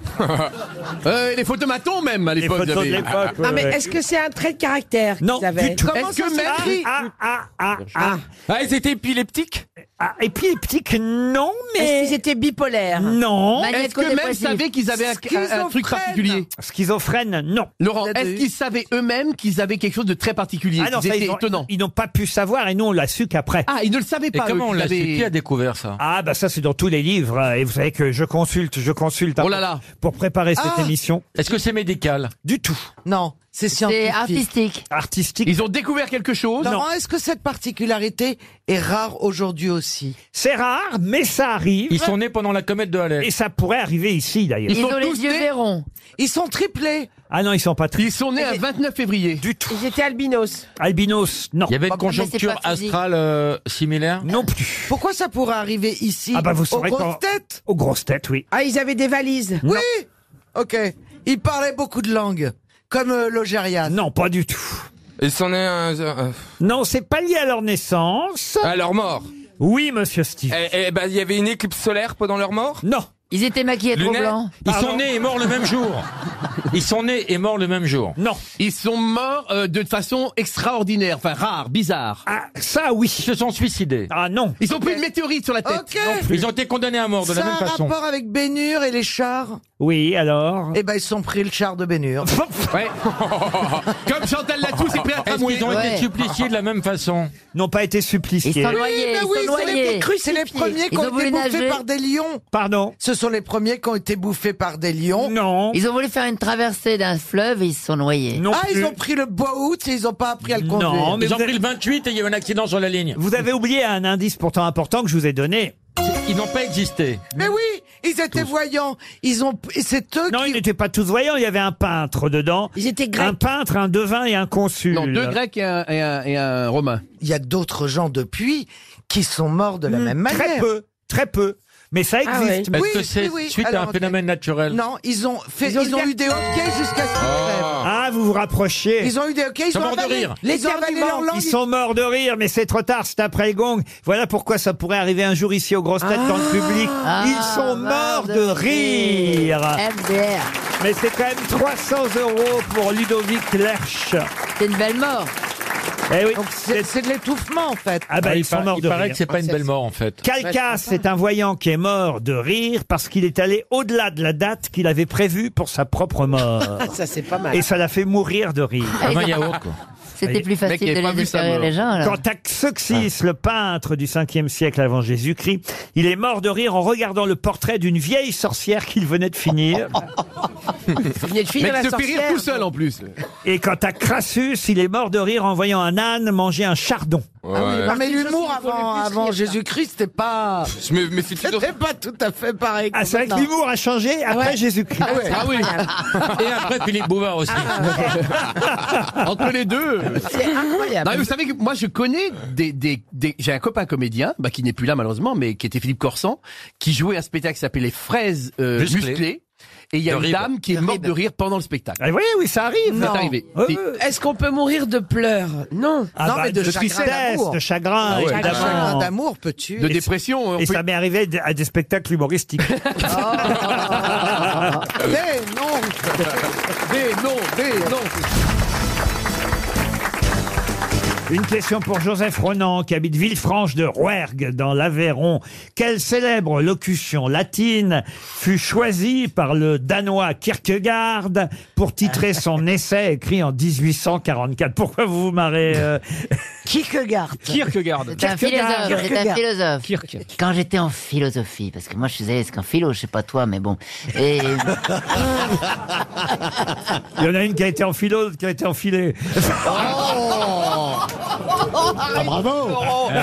Euh, les photomatons même à l'époque.
photos de
j'avais-
l'époque,
Ah,
Non, mais est-ce que c'est un trait de caractère
Non,
qu'ils avaient
du tout.
Comment
Est-ce
ça
que même-
s'écrit
Ah, ah, ah, ah.
Ah, ils étaient épileptiques
ah, Épileptiques, non, mais...
Est-ce qu'ils étaient bipolaires
Non.
Est-ce que même savaient qu'ils avaient un- un, un truc particulier
Schizophrène, non.
Laurent, est-ce qu'ils savaient eux-mêmes qu'ils avaient quelque chose de très particulier
Ah non,
Ils
ça,
étaient
ils ont-
étonnants.
Ils n'ont pas pu savoir et nous on l'a su qu'après.
Ah, ils ne le savaient
Et
pas.
comment
eux,
on l'a
qu'ils
su
avaient-
Qui a découvert ça
Ah bah ça c'est dans tous les livres euh, et vous savez que je consulte, je consulte hein,
Oh là là.
pour préparer
Ah.
cette émission.
Est-ce que c'est médical
Du tout.
Non, c'est scientifique.
artistique.
Artistique.
Ils ont découvert quelque chose
Laurent, est-ce que cette particularité est rare aujourd'hui aussi
C'est rare, mais ça arrive.
Ils sont nés pendant la comète de Halley.
Et ça pourrait arriver ici d'ailleurs.
Ils ont les yeux verrons.
Ils sont triplés.
Ah non, ils sont pas tristes.
Ils sont nés à 29 février.
Du tout.
Ils étaient albinos.
Albinos, non.
Il y avait une
Bah, mais c'est
conjoncture
pas physique.
astrale euh, similaire
Non plus.
Pourquoi ça pourrait arriver ici
Ah bah vous
aux
saurez
grosses
quand-
têtes
Aux grosses têtes, oui.
Ah, ils avaient des valises.
Oui Ok. Ils parlaient beaucoup de langues, comme euh, Logérias.
Non, pas du tout.
Ils sont nés un- un-
Non, c'est pas lié à leur naissance.
à leur mort.
Oui, monsieur Steve.
Eh, eh ben, il y avait une éclipse solaire pendant leur mort
Non.
Ils étaient maquillés trop
Lunettes
blancs.
Ils sont nés et morts le même jour. Ils sont nés et morts le même jour.
Non.
Ils sont morts euh, de façon extraordinaire, enfin rare, bizarre.
Ah, ça oui.
Ils se sont suicidés.
Ah non.
Ils ont pris une météorite sur la tête.
Ok.
Ils ont été condamnés à mort de
Ça
la même
a un
façon.
rapport avec Bénur et les chars
Oui, alors.
Eh ben, ils se sont pris le char de Bénur.
Ouais. Comme Chantal Latou s'est pris un
Est-ce qu'ils ont été suppliciés de la même façon
N'ont pas été suppliciés.
oui, mais oui, c'est les plus crucifiés. C'est les premiers qui ont, été bouffés par des lions.
Pardon
Ce sont les premiers qui ont été bouffés par des lions.
Non.
Ils ont voulu faire une traversée d'un fleuve et ils se sont noyés.
ah, ils ont pris le bois août et ils n'ont pas appris à le conduire.
mais ils ont pris le 28 et il y a eu un accident sur la ligne.
Vous avez oublié un indice pourtant important que je vous ai donné.
Ils n'ont pas existé.
Mais oui, ils étaient voyants. Ils ont, c'est eux
non, ils n'étaient pas tous voyants. Il y avait un peintre dedans. Ils étaient grecs. Un peintre, un devin et un consul.
Non, deux Grecs et un, et un- et un Romain.
Il y a d'autres gens depuis qui sont morts de la même manière.
Hmm. Très peu, très peu. Mais ça
Ah ouais.
existe.
Est-ce Oui, que c'est oui, oui. suite à Alors, un ok. phénomène
naturel
Non, ils ont fait, ils ont, eu des hoquets jusqu'à ce qu'ils
Oh.
crèvent.
Ah, vous vous rapprochez.
Ils ont eu des hoquets, ils ont avalé- Les
Ils sont
avalé
morts.
leur langue.
Ils sont morts de rire, mais c'est trop tard, c'est après le gong. Voilà pourquoi ça pourrait arriver un jour ici aux grosses têtes dans le public.
Ah.
Ils
Ah,
sont
bah,
morts de rire. Mais c'est quand même 300 euros pour Ludovic Lerch.
C'est une belle mort.
Eh oui.
C'est c'est de l'étouffement, en fait.
Ah bah,
Ah, il
ils sont
par-
morts
il
de
paraît
rire.
que c'est pas une belle mort, en fait.
Calcas, c'est un voyant qui est mort de rire parce qu'il est allé au-delà de la date qu'il avait prévue pour sa propre mort.
Ah, Ça, c'est pas mal.
Et ça l'a fait mourir de rire.
Comme un yaourt, quoi. C'était plus facile Mec, il avait de pas les vu ça, différer, mort. les gens, alors.
Quant à Xoxis, le peintre du 5e siècle avant Jésus-Christ, il est mort de rire en regardant le portrait d'une vieille sorcière qu'il venait de finir.
venait de finir Mec, la se fait rire sorcière. tout seul, en plus.
Et quant à Crassus, il est mort de rire en voyant un âne manger un chardon.
Ah
Non, mais l'humour avant, avant Jésus-Christ, c'était pas.
Je me méfie
C'était pas tout à fait pareil.
Ah, c'est vrai que
maintenant.
l'humour a changé après Jésus-Christ.
Ah ouais. Ah oui.
Et après Philippe Bouvard aussi.
Entre les deux.
C'est incroyable.
Non, mais vous savez que moi je connais des, des, des- j'ai un copain comédien bah, qui n'est plus là malheureusement mais qui était Philippe Corsan qui jouait un spectacle qui s'appelait les fraises euh,
Musclées.
musclées. et il y a
De
une
rib.
dame qui est morte de rire pendant le spectacle.
oui, Ah, oui, ça arrive. Euh,
C'est
Non.
arrivé. Et-
Est-ce qu'on peut mourir de pleurs Non.
Ah
non,
bah,
mais de,
de
chagrin
tristesse,
d'amour.
de chagrin,
De
évidemment.
Ah chagrin d'amour peut tuer.
Et- Et ça m'est arrivé d- à des spectacles humoristiques.
Mais non
Mais non, mais non.
Une question pour Joseph Ronan, qui habite Villefranche de Rouergue, dans l'Aveyron. Quelle célèbre locution latine fut choisie par le Danois Kierkegaard pour titrer son essai écrit en 1844 Pourquoi vous vous marrez euh,
Kierkegaard.
Kierkegaard.
C'est un philosophe. c'est un philosophe.
Kirk.
Quand j'étais en philosophie, parce que moi je suis allé qu'en philo, je sais pas toi, mais bon. Et
Il y en a une qui a été en philo, l'autre qui a été enfilée.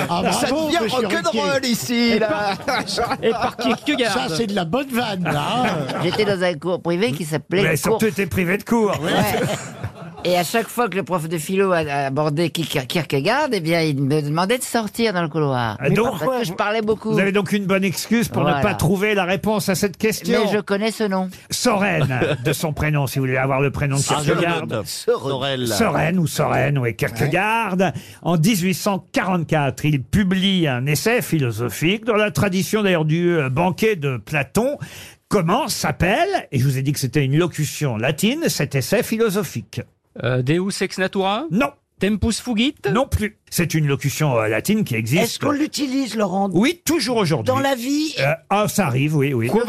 Ah
Ça devient rock'n'roll ici,
Et
là.
et par Kierkegaard.
Ça, c'est de la bonne vanne, là.
j'étais dans un cours privé qui s'appelait.
Mais
le cours-
surtout, était privé de Ah, cours.
Et à chaque fois que le prof de philo a- a abordé Kier- Kierkegaard, eh bien, il me demandait de sortir dans le couloir.
Ah, donc,
Parce que je parlais beaucoup.
Vous avez donc une bonne excuse pour ne
Voilà.
pas trouver la réponse à cette question.
Mais je connais ce nom.
Soren, de son prénom, si vous voulez avoir le prénom de
Ah,
Kierkegaard.
Sorel.
Soren ou Soren, oui, Kierkegaard. En 1844, il publie un essai philosophique dans la tradition d'ailleurs du euh, banquet de Platon. Comment s'appelle, et je vous ai dit que c'était une locution latine, cet essai philosophique
Euh, Deus ex natura
Non.
Tempus fugit
Non plus. C'est une locution euh, latine qui
Est-ce
existe.
qu'on l'utilise, Laurent
Oui, toujours aujourd'hui.
Dans la vie
Euh, Ah, ça arrive, oui, oui.
Toi,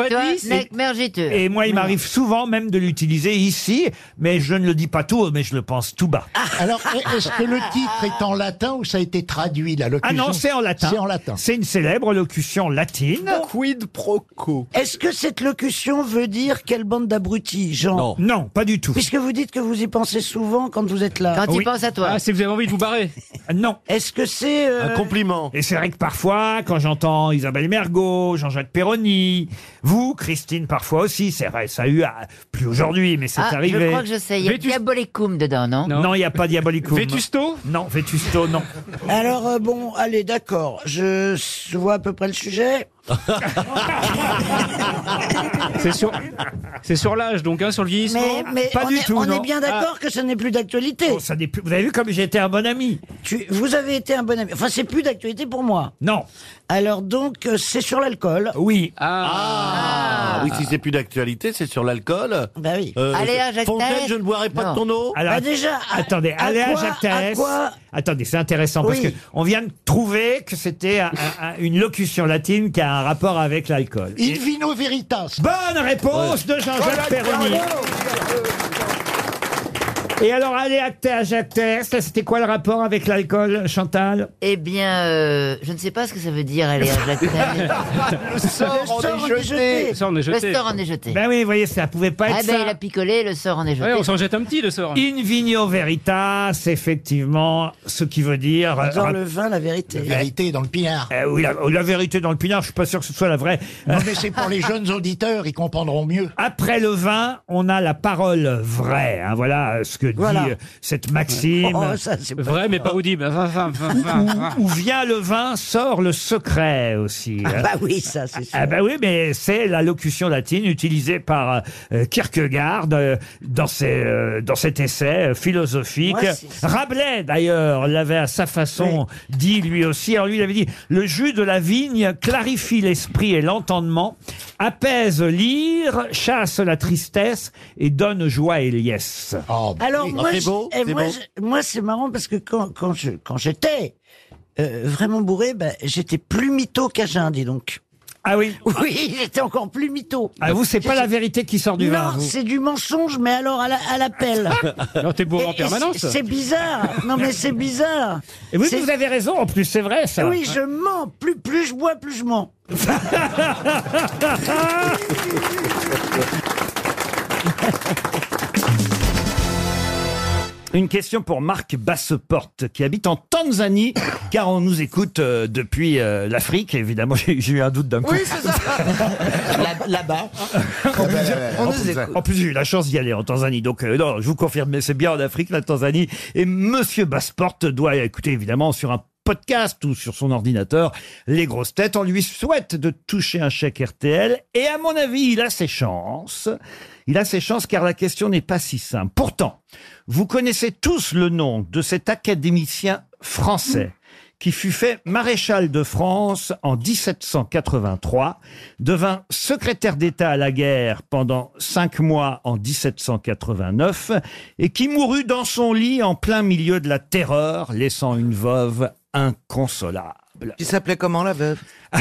nec mergitur.
Et moi, il m'arrive souvent même de l'utiliser ici, mais je ne le dis pas tout haut, mais je le pense tout bas.
Ah,
Alors, est-ce que le titre est en latin ou ça a été traduit, la
Ah non, c'est en latin.
C'est en latin.
C'est une célèbre locution latine.
Quid pro quo.
Est-ce que cette locution veut dire quelle bande d'abrutis, Jean
Non. Non, pas du tout.
Puisque vous dites que vous y pensez souvent quand vous êtes là.
Quand
Oui. Euh,
il pense à toi.
Ah, si vous avez envie de vous barrer.
Non.
Est-ce que c'est... euh,
compliment.
Et c'est vrai que parfois, quand j'entends Isabelle Mergot, Jean-Jacques Perroni, vous, Christine, parfois aussi, c'est vrai, ça a eu, à- plus aujourd'hui, mais c'est
Ah,
arrivé.
Je crois que je sais. Il y a
Vétus-
diabolicum dedans, non
Non, il n'y a pas Diabolicum.
Vétusto
Non, Vétusto, non.
Alors, euh, bon, allez, d'accord. Je s- vois à peu près le sujet.
C'est sur, c'est sur l'âge, donc, hein, sur le vieillissement.
Mais, mais
pas
on,
du
est,
tout,
on
non.
est bien d'accord que ce n'est plus d'actualité.
Bon, ça n'est plus- Vous avez vu comme j'étais un bon ami
Tu- Vous avez été un bon ami. Enfin, c'est plus d'actualité pour moi.
Non.
Alors donc, euh, c'est sur l'alcool.
Oui.
Ah, oui, si c'est plus d'actualité, c'est sur l'alcool.
Bah oui.
Euh,
Allez, hein, Jacques
Fontaine,
Thaès.
je ne boirai pas
Non.
de ton eau.
Alors,
Bah déjà, à-
attendez,
à
allez à
quoi-
Jacques
à
Thaès.
quoi-
Attendez, c'est intéressant parce
Oui.
que on vient de trouver que c'était un- un- un- une locution latine qui a un rapport avec l'alcool.
Il vino veritas.
Oh
Bonne réponse de Jean-Jacques Perroni.
Et alors, aller acter à jacter, ça c'était quoi le rapport avec l'alcool, Chantal
Eh bien, euh, je ne sais pas ce que ça veut dire aller à Jacques Le
sort en est jeté.
Le sort en est jeté.
Le sort en est jeté.
Ben oui, vous voyez, ça pouvait pas être
Ah
ça.
ben, il a picolé, le sort en est jeté.
Ouais, on s'en jette un petit, le sort.
In vigno veritas, effectivement, ce qui veut dire...
euh, Ah.
Dans le vin, la vérité.
vérité dans le pinard.
Eh
Eh oui, la, oh, la vérité dans le pinard, je suis pas sûr que ce soit la vraie.
Non, mais c'est pour les jeunes auditeurs, ils comprendront mieux.
Après le vin, on a la parole vraie. hein. voilà euh, ce que
Voilà.
dit euh, cette maxime.
Oh, ça, c'est pas Vrai, mais pas audible. Enfin, enfin, enfin, enfin, enfin.
Où, où vient le vin, sort le secret aussi.
Ah
hein.
bah oui, ça, c'est sûr.
Ah bah oui, mais c'est la locution latine utilisée par euh, Kierkegaard euh, dans, ses, euh, dans cet essai euh, philosophique.
Ouais, c'est ça.
Rabelais, d'ailleurs, l'avait à sa façon dit lui aussi. Alors lui, il avait dit « Le jus de la vigne clarifie l'esprit et l'entendement, apaise l'ire, chasse la tristesse et donne joie et liesse.
Alors moi, je- eh, moi, je- moi, c'est marrant parce que quand quand je quand j'étais euh, vraiment bourré, ben, j'étais plus mytho qu'Agen, dis donc.
Ah oui.
Oui, j'étais encore plus mytho.
Ah, vous, c'est pas la vérité qui sort du
non,
vin, vous.
c'est du mensonge, mais alors à la- à l'appel.
Non, t'es bourré en
Et- et
permanence.
c'est- C'est bizarre. Non, mais c'est bizarre.
Et oui,
C'est-
vous avez raison, en plus, c'est vrai, ça.
Oui, je mens. Plus, plus je bois, plus je mens.
Une question pour Marc Basseporte, qui habite en Tanzanie, car on nous écoute euh, depuis euh, l'Afrique. Évidemment, j'ai j'ai eu un doute d'un coup.
Oui, c'est ça. Là-bas.
En plus, en plus, j'ai eu la chance d'y aller en Tanzanie. Donc, euh, non, je vous confirme, mais c'est bien en Afrique, la Tanzanie. Et Monsieur Basseporte doit écouter, évidemment, sur un podcast ou sur son ordinateur, les grosses têtes. On lui souhaite de toucher un chèque RTL. Et à mon avis, il a ses chances. Il a ses chances car la question n'est pas si simple. Pourtant, vous connaissez tous le nom de cet académicien français qui fut fait maréchal de France en 1783, devint secrétaire d'État à la guerre pendant cinq mois en 1789 et qui mourut dans son lit en plein milieu de la terreur, laissant une veuve inconsolable.
Il s'appelait comment la veuve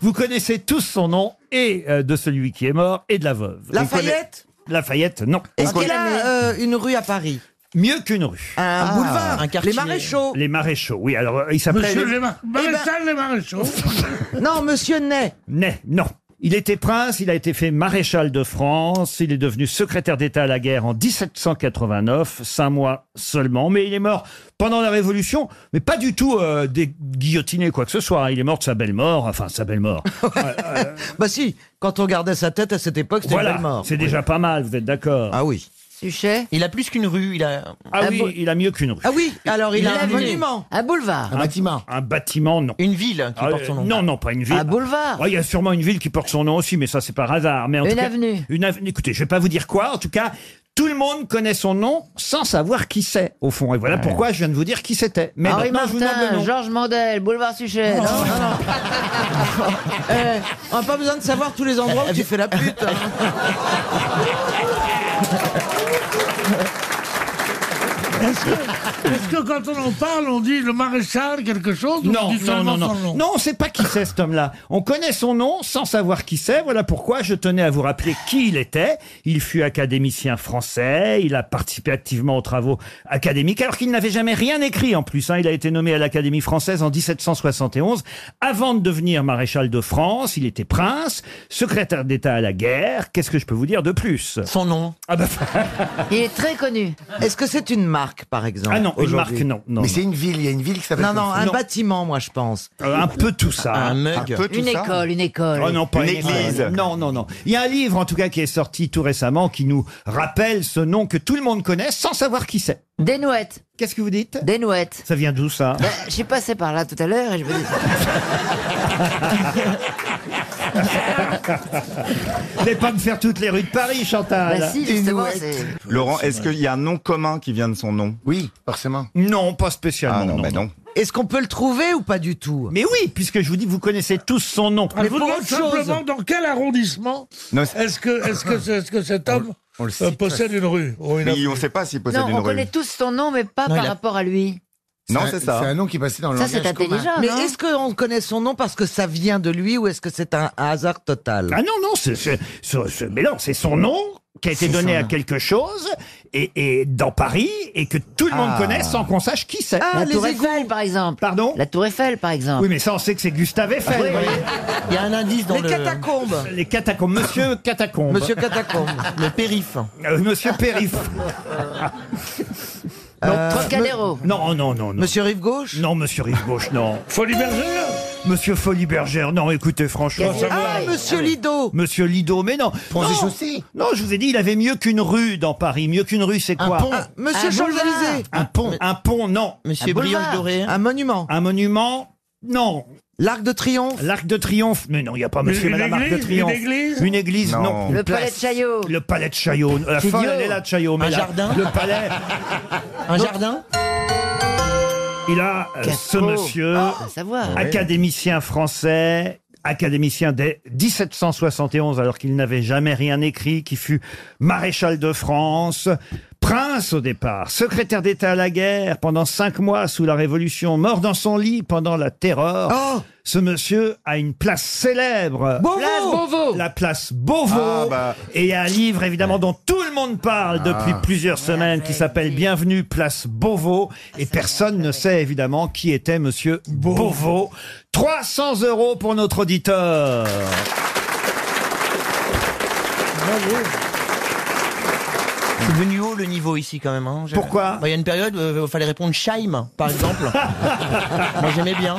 Vous connaissez tous son nom et euh, de celui qui est mort et de la veuve. On connaît-
Lafayette
Lafayette, non.
Est-ce
On
qu'il
connaît-
a euh, une rue à Paris
Mieux qu'une rue.
Un boulevard
Ah, un quartier.
Les maréchaux
Les maréchaux, oui. Alors, euh, il s'appelait...
Monsieur les Mar- Maréchal
les maréchaux.
Non, monsieur Ney
Ney, non. Il était prince, il a été fait maréchal de France, il est devenu secrétaire d'État à la guerre en 1789, cinq mois seulement, mais il est mort pendant la Révolution, mais pas du tout euh, des guillotinés, quoi que ce soit. hein. Il est mort de sa belle mort, enfin sa belle mort. Euh,
Bah si, quand on regardait sa tête à cette époque, c'était
Voilà,
une belle mort.
c'est déjà pas mal, vous êtes d'accord
Ah oui.
Suchet
Il a plus qu'une rue, il a... Ah
Un
oui,
beau-
il a mieux qu'une rue.
Ah oui, alors il, a un monument.
Un boulevard.
Un bâtiment. Un bâtiment, non. Une ville
qui porte son nom.
Non, non, pas une ville.
Un boulevard.
Ouais, Il y a sûrement une ville qui porte son nom aussi, mais ça, c'est par hasard. Mais en
Une
tout cas-
avenue.
Une avenue. Écoutez, je vais pas vous dire quoi. En tout cas, tout le monde connaît son nom sans savoir qui c'est, au fond. Et voilà pourquoi je viens de vous dire qui c'était. Mais
Henri
maintenant, je vous nomme le
Martin,
nom.
Georges Mandel, boulevard Suchet. non Euh,
Eh, on n'a pas besoin de savoir tous les endroits où tu fais la pute.
Est-ce que, est-ce que quand on en parle, on dit le maréchal quelque chose ou on
Non,
dit
non,
seulement
non,
son
non.
nom
Non, on sait pas qui c'est cet homme-là. On connaît son nom sans savoir qui c'est. Voilà pourquoi je tenais à vous rappeler qui il était. Il fut académicien français. Il a participé activement aux travaux académiques alors qu'il n'avait jamais rien écrit en plus. hein. Il a été nommé à l'Académie française en 1771. Avant de devenir maréchal de France, il était prince, secrétaire d'État à la guerre. Qu'est-ce que je peux vous dire de plus Son nom. Ah bah,
Il est très connu.
Est-ce que c'est une marque, par exemple
Ah non, une
aujourd'hui
marque, non, non,
Mais
non.
c'est une ville, il y a une ville qui
s'appelle
Non, non,
comme ça.
un
Non.
bâtiment, moi, je pense.
euh, un peu tout ça.
Un mug.
mug.
Une école, une école.
Oh non, pas
Une
école.
église.
Non, non, non. Il y a un livre, en tout cas, qui est sorti tout récemment, qui nous rappelle ce nom que tout le monde connaît sans savoir qui c'est.
Des nouettes.
Qu'est-ce que vous dites
Des nouettes.
Ça vient d'où, ça
Ben, je suis passé par là tout à l'heure et je me dis.
Vous n'allez pas me faire toutes les rues de Paris, Chantal.
Bah si, justement, c'est.
Laurent, est-ce qu'il y a un nom commun qui vient de son nom Oui, forcément.
Non, pas spécialement.
Ah non, bah non.
Est-ce qu'on peut le trouver ou pas du tout
Mais oui, puisque je vous dis, vous connaissez tous son nom.
Ah,
Je vous demande simplement dans quel arrondissement est-ce que, est-ce que, est-ce que cet homme on le euh, cite, possède une rue ou une Mais avenue on sait pas s'il possède
Non, on connaît tous son nom, mais pas
Non,
par
il a-
rapport à lui.
Non, c'est ça.
C'est un nom qui passait dans le
Ça, c'est
langage commun.
intelligent,
Mais
non
est-ce qu'on connaît son nom parce que ça vient de lui ou est-ce que c'est un hasard total
Ah non, non, c'est, c'est- c'est- c'est- mais non, c'est son nom qui a été
C'est
donné
ça.
à quelque chose et, et dans Paris et que tout le monde
Ah.
connaisse sans qu'on sache qui c'est.
la Tour Eiffel, Ah, par exemple.
Pardon
La Tour Eiffel, par exemple.
Oui, mais ça, on sait que c'est Gustave Eiffel.
Oui,
vous voyez.
Il y a un indice
Les catacombes. Les catacombes. Monsieur Catacombe.
Monsieur Catacombe. Le périph.
Euh, Monsieur Périph. Non,
Euh,
Trocadéro. Non, non, non, non. Monsieur Rive Gauche Non, Monsieur Rive Gauche, non. Folie Bergère Monsieur Folie Bergère, non, écoutez, franchement.
Ah, Monsieur
Lido Monsieur Lido, mais non.
Ponts et
Non.
chaussées.
Non, je vous ai dit, il avait mieux qu'une rue dans Paris. Mieux qu'une rue, c'est quoi
pont. Ah, Monsieur Un Champs-Élysées. boulevard.
Un pont, un pont, non.
Monsieur Un boulevard. Brioche-Doré.
Un monument Un monument, non. L'Arc de Triomphe L'Arc de Triomphe, mais non, il n'y a pas Monsieur et
Une
Madame Arc de
église,
Triomphe.
une église
Une église, non.
Non.
Une
Le palais de
place.
Chaillot.
Le palais de Chaillot. La
C'est
folle,
idiot.
elle est là, de Chaillot. mais
Un
la-
jardin
Le palais.
Un
Non.
jardin
Il a euh,
Quatre
ce
mots.
monsieur,
Ah, à savoir.
académicien français, académicien dès 1771 alors qu'il n'avait jamais rien écrit, qui fut maréchal de France, prince au départ, secrétaire d'État à la guerre pendant cinq mois sous la Révolution, mort dans son lit pendant la Terreur.
Oh
ce monsieur a une place célèbre.
Place Beauvau.
La place Beauvau.
Ah, bah.
Et il y a un livre, évidemment, dont tout le monde parle depuis
Ah.
plusieurs semaines, qui s'appelle Bienvenue Place Beauvau. Et personne ne sait, évidemment, qui était Monsieur Beauvau. 300 euros pour notre auditeur.
Ah
C'est devenu haut le niveau ici quand même. hein. J'ai-
Pourquoi
Bah, Il y a une période où il fallait répondre Scheim, par exemple. Moi j'aimais bien.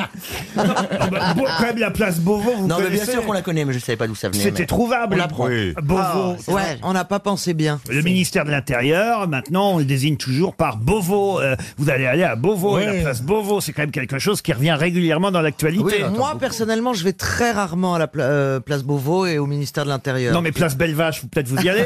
Bon, Ah bah, quand même, la place Beauvau, vous
Non, mais bien
connaissez
sûr qu'on la connaît, mais je savais pas d'où ça venait.
C'était
mais-
trouvable.
On l'apprend.
Beauvau.
Ah, ouais.
on n'a pas pensé bien. Le ministère de l'Intérieur, maintenant, on le désigne toujours par Beauvau. Euh, vous allez aller à Beauvau,
Ouais.
la place Beauvau, c'est quand même quelque chose qui revient régulièrement dans l'actualité.
Moi, personnellement, je vais très rarement à la pla- euh, place Beauvau et au ministère de l'Intérieur.
Non, mais place Bellevache, vous- peut-être vous y allez.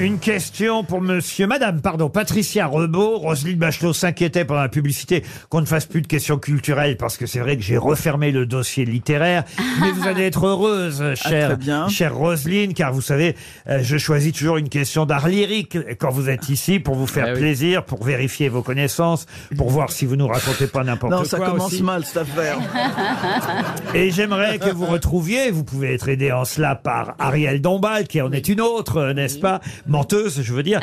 Une question pour monsieur, madame, pardon, Patricia Rebaud. Roselyne Bachelot s'inquiétait pendant la publicité qu'on ne fasse plus de questions culturelles parce que c'est vrai que j'ai refermé le dossier littéraire. Mais vous allez être heureuse, chère,
Ah, très bien.
chère Roselyne, car vous savez, euh, je choisis toujours une question d'art lyrique quand vous êtes ici pour vous
Eh
faire plaisir, pour vérifier vos connaissances, pour voir si vous nous racontez pas n'importe quoi.
Non, ça commence
aussi.
mal cette affaire.
Et j'aimerais que vous retrouviez, vous pouvez être aidé en cela par Ariel Dombal, qui en est une autre, euh, n'est-ce pas Menteuse, je veux dire.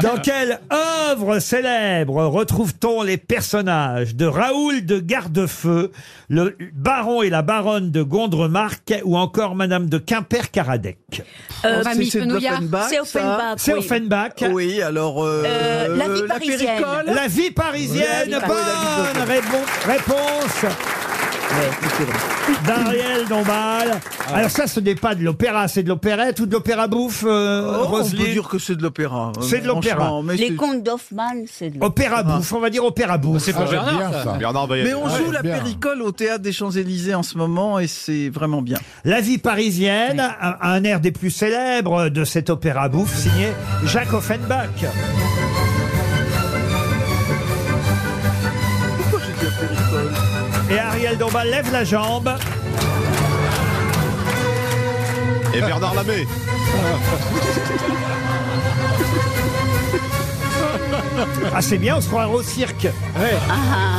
Dans quelle œuvre célèbre retrouve-t-on les personnages de Raoul de Gardefeu, le baron et la baronne de Gondremarck ou encore Madame de Quimper-Caradec
Euh, Rami C'est- c'est Fenouillard, d'Offenbach, c'est Offenbach, ça
C'est
oui.
Offenbach.
Oui, alors. euh,
Euh, la vie
la
parisienne.
péricole
La vie parisienne,
Oui, la vie
bonne
parisienne.
répon- réponse. D'Ariel Dombal.
Ah.
Alors ça, ce n'est pas de l'opéra, c'est de l'opérette ou de l'opéra bouffe, euh,
oh, on
Roselyne
peut dire que c'est de l'opéra. euh,
C'est de l'opéra.
franchement, mais
Les
c'est-
contes d'Hoffmann, c'est de
Opéra bouffe, on va dire opéra bouffe.
C'est pas Ah, Bernard, bien, ça. ça.
Bernard
bah,
va y
Mais
aller.
on
Ouais,
joue la
bien.
péricole au théâtre des Champs-Élysées en ce moment et c'est vraiment bien.
La vie parisienne, un, un air des plus célèbres de cet opéra bouffe signé Jacques Offenbach. Et Ariel Dombal lève la jambe.
Et Bernard Lamé.
Ah, c'est bien, on se croirait au cirque.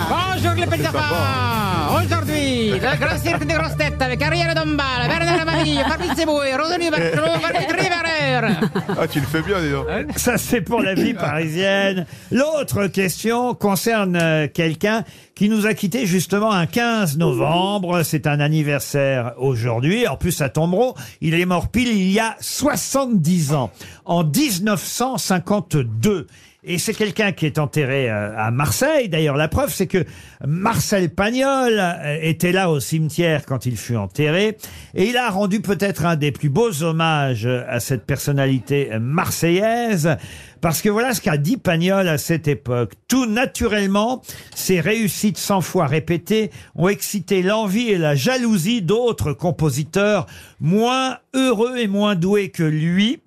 Bonjour les petits enfants Aujourd'hui, le grand cirque des grosses têtes avec Ariel Dombal, Bernard Mabille, Fabrice Boué, Roselyne Bachelot, Patrick Riverer
Ah, tu le fais bien, dis donc.
Ça, c'est pour la vie parisienne. L'autre question concerne euh, quelqu'un qui nous a quitté justement un 15 novembre. C'est un anniversaire aujourd'hui. En plus, à Tombreau, il est mort pile il y a 70 ans, en 1952. Et c'est quelqu'un qui est enterré euh, à Marseille. D'ailleurs, la preuve, c'est que Marcel Pagnol euh, était là au cimetière quand il fut enterré. Et il a rendu peut-être un des plus beaux hommages euh, à cette personnalité euh, marseillaise. Parce que voilà ce qu'a dit Pagnol à cette époque. Tout naturellement, ses réussites sans fois répétées ont excité l'envie et la jalousie d'autres compositeurs moins heureux et moins doués que lui.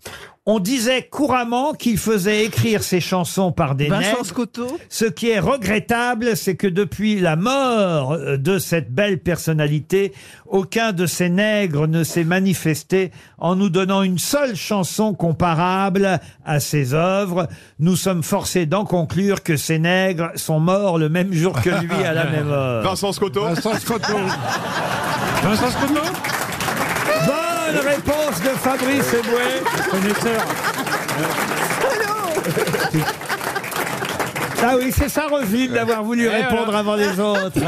On disait couramment qu'il faisait écrire ses chansons par des
Vincent
nègres.
Scotto
Ce qui est regrettable, c'est que depuis la mort euh, de cette belle personnalité, aucun de ces nègres ne s'est manifesté en nous donnant une seule chanson comparable à ses œuvres. Nous sommes forcés d'en conclure que ces nègres sont morts le même jour que lui à la même heure.
Vincent Scotto Vincent Scotto
Vincent Scotto Bonne réponse de Fabrice Eboué, connaisseur. Ah oui, c'est ça, Roselyne, d'avoir
Eh,
voulu répondre avant les autres.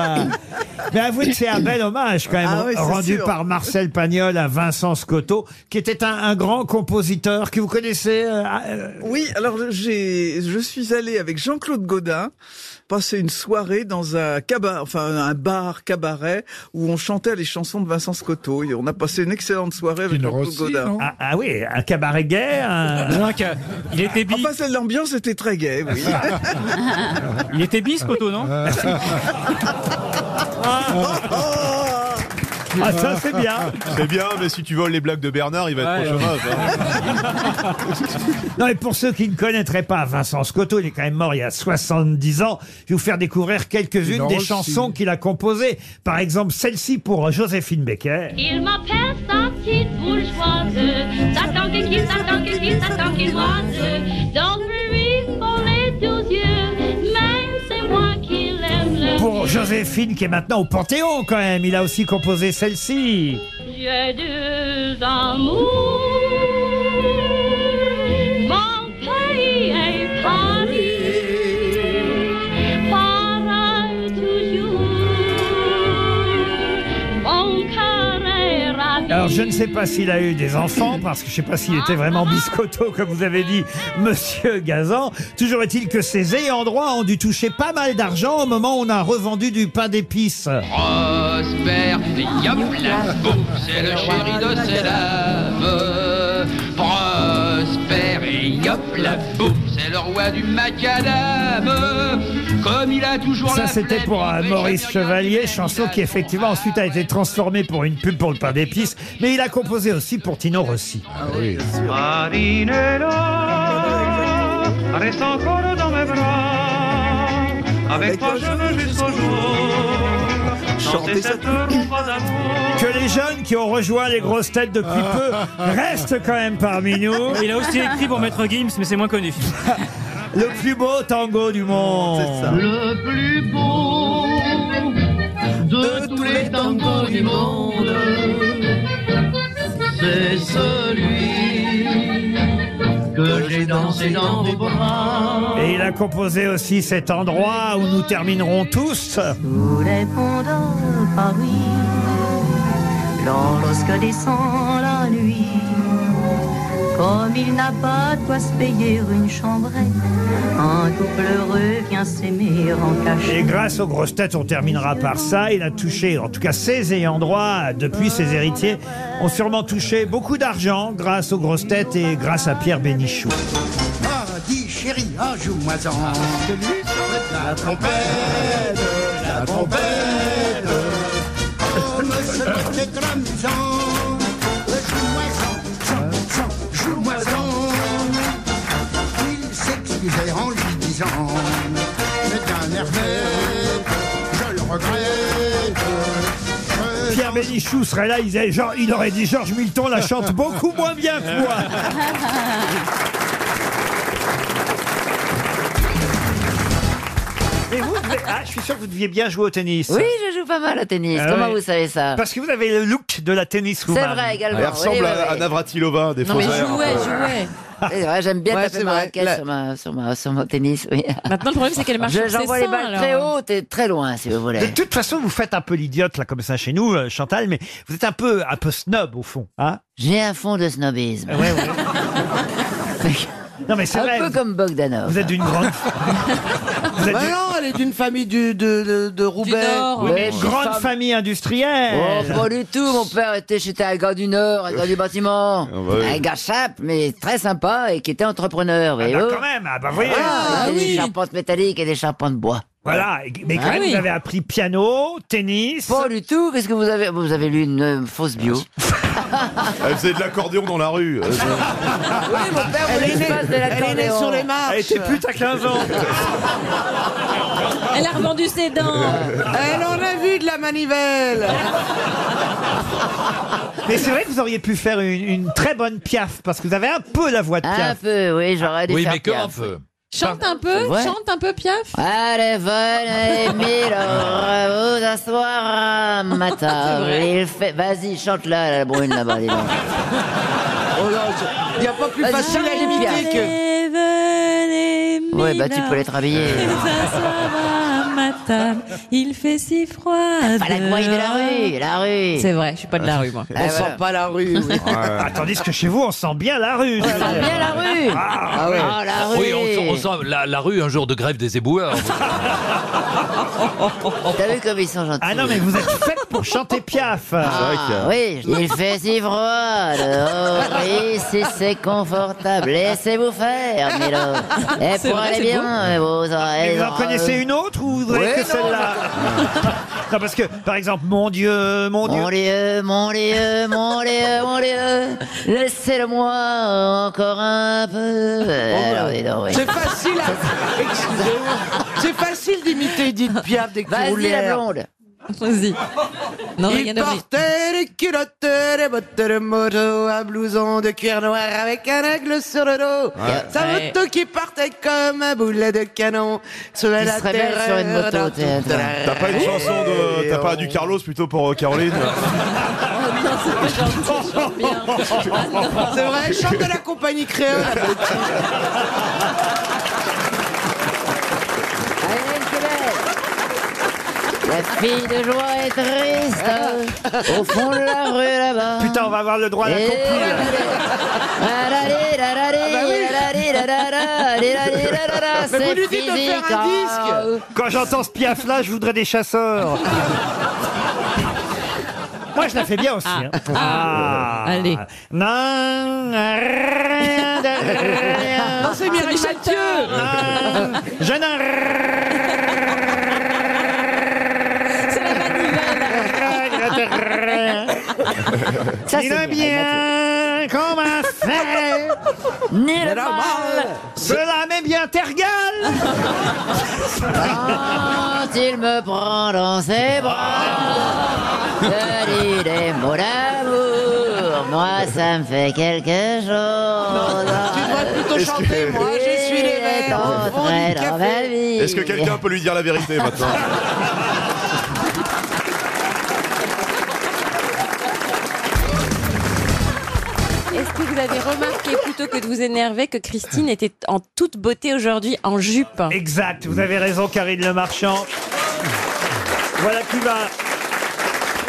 Mais avouez que c'est un bel hommage, quand même,
Ah oui, c'est
rendu
sûr.
par Marcel Pagnol à Vincent Scotto, qui était un, un grand compositeur que vous connaissez. euh, euh,
Oui, alors j'ai, je suis allé avec Jean-Claude Godin passer une soirée dans un cabaret, enfin un bar cabaret où on chantait les chansons de Vincent Scotto. Et on a passé une excellente soirée avec Jean-Claude Godin.
ah, ah oui, un cabaret gay. un-
il était bi. Enfin, c'est- l'ambiance était très gay, oui.
Il était bis, Scotto, non
Ah, ça, c'est bien.
C'est bien, mais si tu voles les blagues de Bernard, il va être trop chômage. hein.
Non, et pour ceux qui ne connaîtraient pas Vincent Scotto, il est quand même mort il y a 70 ans. Je vais vous faire découvrir quelques-unes
Non,
des
si.
chansons qu'il a composées. Par exemple, celle-ci pour Joséphine Becker.
Il m'appelle sa petite bourgeoise, sa tangue-qui, sa tangue-qui, sa tanguinoise. Donc lui, on les deux yeux, même c'est moi qui l'aime le
Pour
mieux.
Joséphine qui est maintenant au Panthéon quand même, il a aussi composé celle-ci.
J'ai deux amours, mon pays est Paris, Paris toujours, mon cœur est ravi.
Alors je ne sais pas s'il a eu des enfants parce que je ne sais pas s'il était vraiment biscotto comme vous avez dit monsieur Gazan. Toujours est-il que ces ayants droit ont dû toucher pas mal d'argent au moment où on a revendu du pain d'épices.
Prosper, Yamlako, c'est le chéri de Sélave. Euh, Prosper et Yamlako, c'est le roi du macadam. Comme il a toujours
Ça,
la
c'était
flemme,
pour euh,
il
Maurice
fait jamais
Chevalier, chanson qui effectivement ensuite a été transformée pour une pub pour le pain d'épices, mais il a composé aussi pour Tino Rossi.
Marinella, reste encore dans mes bras, avec toi je veux jusqu'au jour, chanter cette rumba d'amour.
Que les jeunes qui ont rejoint les grosses têtes depuis peu restent quand même parmi nous.
Il a aussi écrit pour Maître Gims, mais c'est moins connu.
Le plus beau tango du monde.
Le plus beau de tous les tangos du monde, c'est celui que j'ai dansé dans vos bras.
Et il a composé aussi cet endroit où nous terminerons tous.
Répondant Paris, lent lorsque descend la nuit, comme il n'a pas de quoi se payer une chambrette, un couple heureux vient s'aimer en
Et
cachette.
grâce aux grosses têtes, on terminera par ça. Il a touché, en tout cas ses ayants droit, depuis ses héritiers, ont sûrement touché beaucoup d'argent grâce aux grosses têtes et grâce à Pierre Bénichou.
Ah, dis chérie, ah, joue-moi-en. La trompette, la trompette. Oh, monsieur, c'est très amusant. Joue-moi-en, joue-moi-en, joue-moi-en. Il s'excusait en lui disant, c'est un merveille, je le regrette.
Pierre Bénichou serait là, il, disait, genre, il aurait dit Georges Milton la chante beaucoup moins bien que moi. Et vous, vous- ah, je suis sûr que vous deviez bien jouer au tennis.
Oui, je joue pas mal au tennis.
Ah
Comment
oui.
vous savez ça
Parce que vous avez le look de la tennis woman.
vrai également, Elle ressemble oui, oui, à- oui. à
Navratilova, des
Non, mais
faux airs, un peu.
C'est vrai, J'aime bien
Ouais,
taper
c'est
ma
vrai.
raquette
La-
sur, ma, sur, ma- sur mon tennis. Oui.
Maintenant, le problème, c'est qu'elle marche
Je-
sur ses
J'envoie les
seins,
balles
alors.
très hautes et très loin, si vous
De
voulez.
toute façon, vous faites un peu l'idiote là comme ça chez nous, euh, Chantal, mais vous êtes un peu un peu snob au fond, hein
J'ai un fond de snobisme.
Eh Non, mais c'est
Un
vrai,
peu
vous-
comme Bogdanov.
Vous êtes d'une grande Vous êtes
Bah
du-
non, elle est d'une famille du- de, de, de Roubaix.
Oui, mais grande famille
Oh,
industrielle.
pas du tout. Mon père était j'étais un gars du Nord, un gars du bâtiment.
bah oui.
Un gars chape, mais très sympa et qui était entrepreneur.
bah,
voyez-vous.
quand même, ah, bah, vous voyez.
oh. Ah,
Ah,
il y a
oui.
des charpentes métalliques et des charpentes bois. Ah
Voilà, et- mais quand même, vous avez appris piano, tennis.
Pas du tout. Qu'est-ce que vous avez Vous avez lu une euh, fausse bio.
Elle faisait de l'accordéon dans la rue. Euh,
mon père voulait que je fasse de l'accordéon.
Elle était pute à 15 ans.
Elle a revendu ses dents.
Elle en a vu de la manivelle.
Mais c'est vrai que vous auriez pu faire une, une très bonne piaf, parce que vous avez un peu la voix de piaf.
Un peu, oui, j'aurais dû faire piaf.
Chante un peu,
Ouais.
chante un peu, Piaf.
Allez, venez, Milo, vous asseoir un matin. Il fait... Vas-y, chante là, la brune là-bas, dis donc. Oh
Il n'y a pas plus
Vas-y,
facile à
chante,
imiter
Pierre.
que.
Ouais, bah tu peux les travailler.
matin, il fait si froid. Ah, Pas
la grogne de la rue, la rue.
C'est vrai, je suis pas de la rue, moi.
On Ah, sent voilà.
pas la rue.
Ah, Tandis que chez vous, on sent bien la rue. je veux dire.
Bien la rue.
Ah ouais.
Oh, la rue.
Oui, on sent, on sent la, la rue un jour de grève des éboueurs.
T'as vu comme ils sont gentils.
Ah non, mais vous êtes faite pour chanter Piaf.
Ah, oui, il fait si froid. Oh, oui, si c'est confortable, laissez-vous faire, Milo. Et
C'est
pour
vrai,
aller
c'est
bien,
beau.
vous aurez-
Et vous en connaissez une autre ou vous avez
Ouais,
que celle-là Non, parce que, par exemple, mon Dieu, mon Dieu.
Mon Dieu, mon Dieu, mon Dieu, mon Dieu, laissez-le-moi encore un peu.
Oh
Alors, dis donc, oui.
C'est facile à... Excusez-moi. C'est facile d'imiter Edith Piaf dès que
Vas-y,
tu roulais.
la blonde.
Vas-y.
Non,
il
rien à dire.
portait des culottes, des bottes de moto, un blouson de cuir noir avec un aigle sur le dos.
Ouais.
Sa
Ouais.
moto qui partait comme un boulet de canon sur la
Il serait belle
terreur
sur une moto,
dans
t'es-
toute
t'es-
la-
T'as pas une chanson de. T'as pas du Carlos plutôt pour euh, Caroline
C'est vrai, chante de la compagnie créole.
La fille de joie est triste au fond de la rue là-bas.
Putain, on va avoir le droit à la
Et-
Mais vous lui
C'est
dites de faire
physique.
un
hein.
compile. Quand j'entends ce Piaf-là, je voudrais des chasseurs. Moi, je la fais bien aussi. hein.
Ah. Allez.
Non, rien de rien.
Ah,
Non, c'est Mireille Mathieu.
Je n'en...
Ça,
Il
c'est
a
Mireille
bien commencé, ni
le mal.
le mal, cela met bien Tergal.
Quand il me prend dans ses bras, je dis des mots d'amour. Moi, ça me fait quelque chose.
Tu devrais plutôt
Est-ce
chanter,
que-
moi je suis les
Il est
verts au fond
entré
du
dans
bah
ma
café.
vie.
Est-ce que quelqu'un peut lui dire la vérité maintenant
Est-ce que vous avez remarqué plutôt que de vous énerver que Christine était en toute beauté aujourd'hui en jupe
Exact, vous avez raison, Karine Le Marchand. Voilà qui va.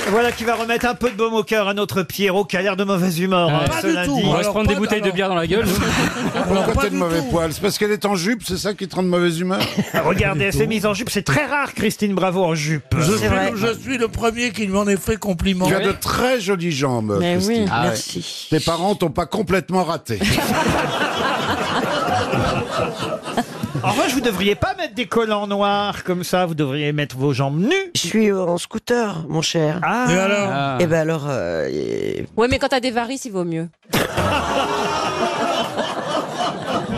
Voilà qui va remettre un peu de baume au cœur à notre Pierrot qui a l'air de mauvaise humeur. hein, ce lundi.
On va se prendre des bouteilles de bière dans la gueule.
Pourquoi t'as de mauvais poil C'est parce qu'elle est en jupe, c'est ça qui te rend de mauvaise humeur
Ah, Regardez, elle s'est mise en jupe. C'est très rare, Christine Bravo en jupe.
Je
C'est
suis-
vrai.
je-
Je suis le premier qui m'en ait fait compliment.
Tu as de très jolies jambes,
Mais oui,
Christine. Ah
merci.
Tes parents t'ont pas complètement raté.
En revanche, vous devriez pas mettre des collants noirs comme ça. Vous devriez mettre vos jambes nues.
Je suis euh, en scooter, mon cher.
Ah.
Et alors
Eh ben alors, euh, et-
Ouais, mais quand t'as des varices, il vaut mieux.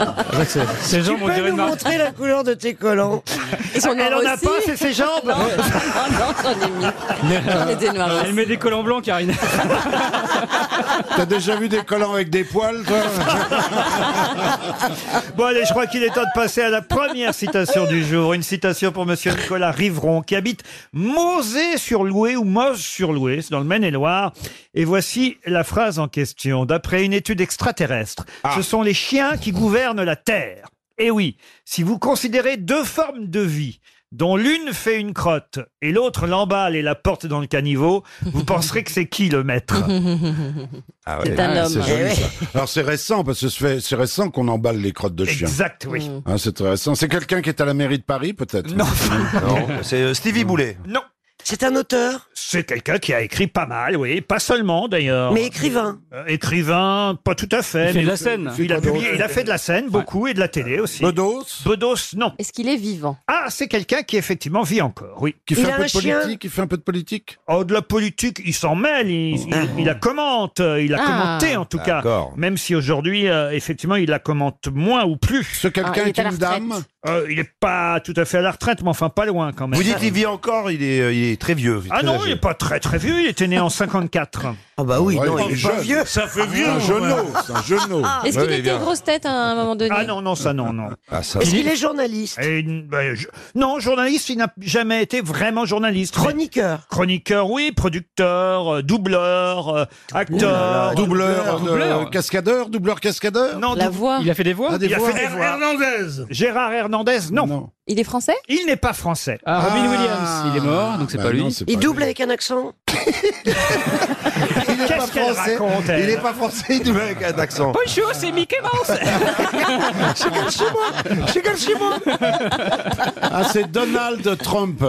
Ah,
Ces
tu
gens vont
peux
dire
nous
une marque.
montrer la couleur de tes collants
Ils sont
Elle
noirs
en a
aussi.
pas, c'est ses jambes.
Non, oh non, j'en ai mis. J'en ai des noirs
Elle met des collants blancs, Karine.
T'as déjà vu des collants avec des poils, toi
Bon, allez, je crois qu'il est temps de passer à la première citation du jour. Une citation pour monsieur Nicolas Riveron, qui habite Mosée-sur-Loué ou Moz-sur-Loué, c'est dans le Maine-et-Loire. Et voici la phrase en question. D'après une étude extraterrestre,
Ah.
ce sont les chiens qui gouvernent la Terre. Et oui, si vous considérez deux formes de vie, dont l'une fait une crotte et l'autre l'emballe et la porte dans le caniveau, vous penserez que c'est qui le maître
Ah
C'est un homme.
c'est joli,
Eh oui.
ça. Alors c'est récent, parce que ça fait- c'est récent qu'on emballe les crottes de chiens.
Exact, oui.
Hein, c'est très récent. C'est quelqu'un qui est à la mairie de Paris, peut-être
Non.
c'est Stevie Boulet.
Non. C'est un auteur C'est quelqu'un qui a écrit pas mal, oui. Pas seulement, d'ailleurs.
Mais écrivain
Euh, Écrivain, pas tout à fait.
Il fait
mais
de la
euh,
scène.
Il a,
Bedos.
publié- il a fait de la scène, beaucoup, et de la télé aussi. Bedos Bedos, non.
Est-ce qu'il est vivant
Ah, c'est quelqu'un qui effectivement vit encore, oui.
Qui fait Il un a peu un de chien politique,
qui fait un peu de politique. Oh, de la politique, il s'en mêle, il, il- il la commente, euh, il a
Ah.
commenté en tout cas.
D'accord.
Même si aujourd'hui, euh, effectivement, il la commente moins ou plus. Ce
quelqu'un Ah, il est est à la une retraite. dame
Il n'est pas tout à fait à la retraite, mais enfin pas loin quand même.
Vous dites il vit encore, il est, euh, il est très vieux.
Ah non, il n'est pas très très vieux, il était né en 54. Ah bah
oui, Ouais, non, il il est est pas jeune. vieux.
Ça fait
vieux, un
jeunot,
c'est un genou.
Ah, Est-ce qu'il était grosse tête hein, à un moment donné
Ah non, non, ça non, non.
Est-ce qu'il est journaliste
Et, ben, je- Non, journaliste, il n'a jamais été vraiment journaliste. Chroniqueur Chroniqueur, oui, producteur, euh, doubleur, euh, acteur.
Doubleur, euh, cascadeur, doubleur, cascadeur
Non, La dou- voix. il a fait des voix
Ah,
Il a fait des voix.
Hernandez
Gérard Hernandez, non.
Il est français
Il n'est pas français.
Ah, Robin Williams, il est mort, Ah, donc c'est
bah
pas lui.
non, c'est
Il double avec un accent
Il n'est pas
Qu'est-ce qu'elle
français.
raconte, elle
il n'est pas français, il double avec un accent.
Bonjour, c'est Mickey Mouse
Ah, c'est Donald Trump.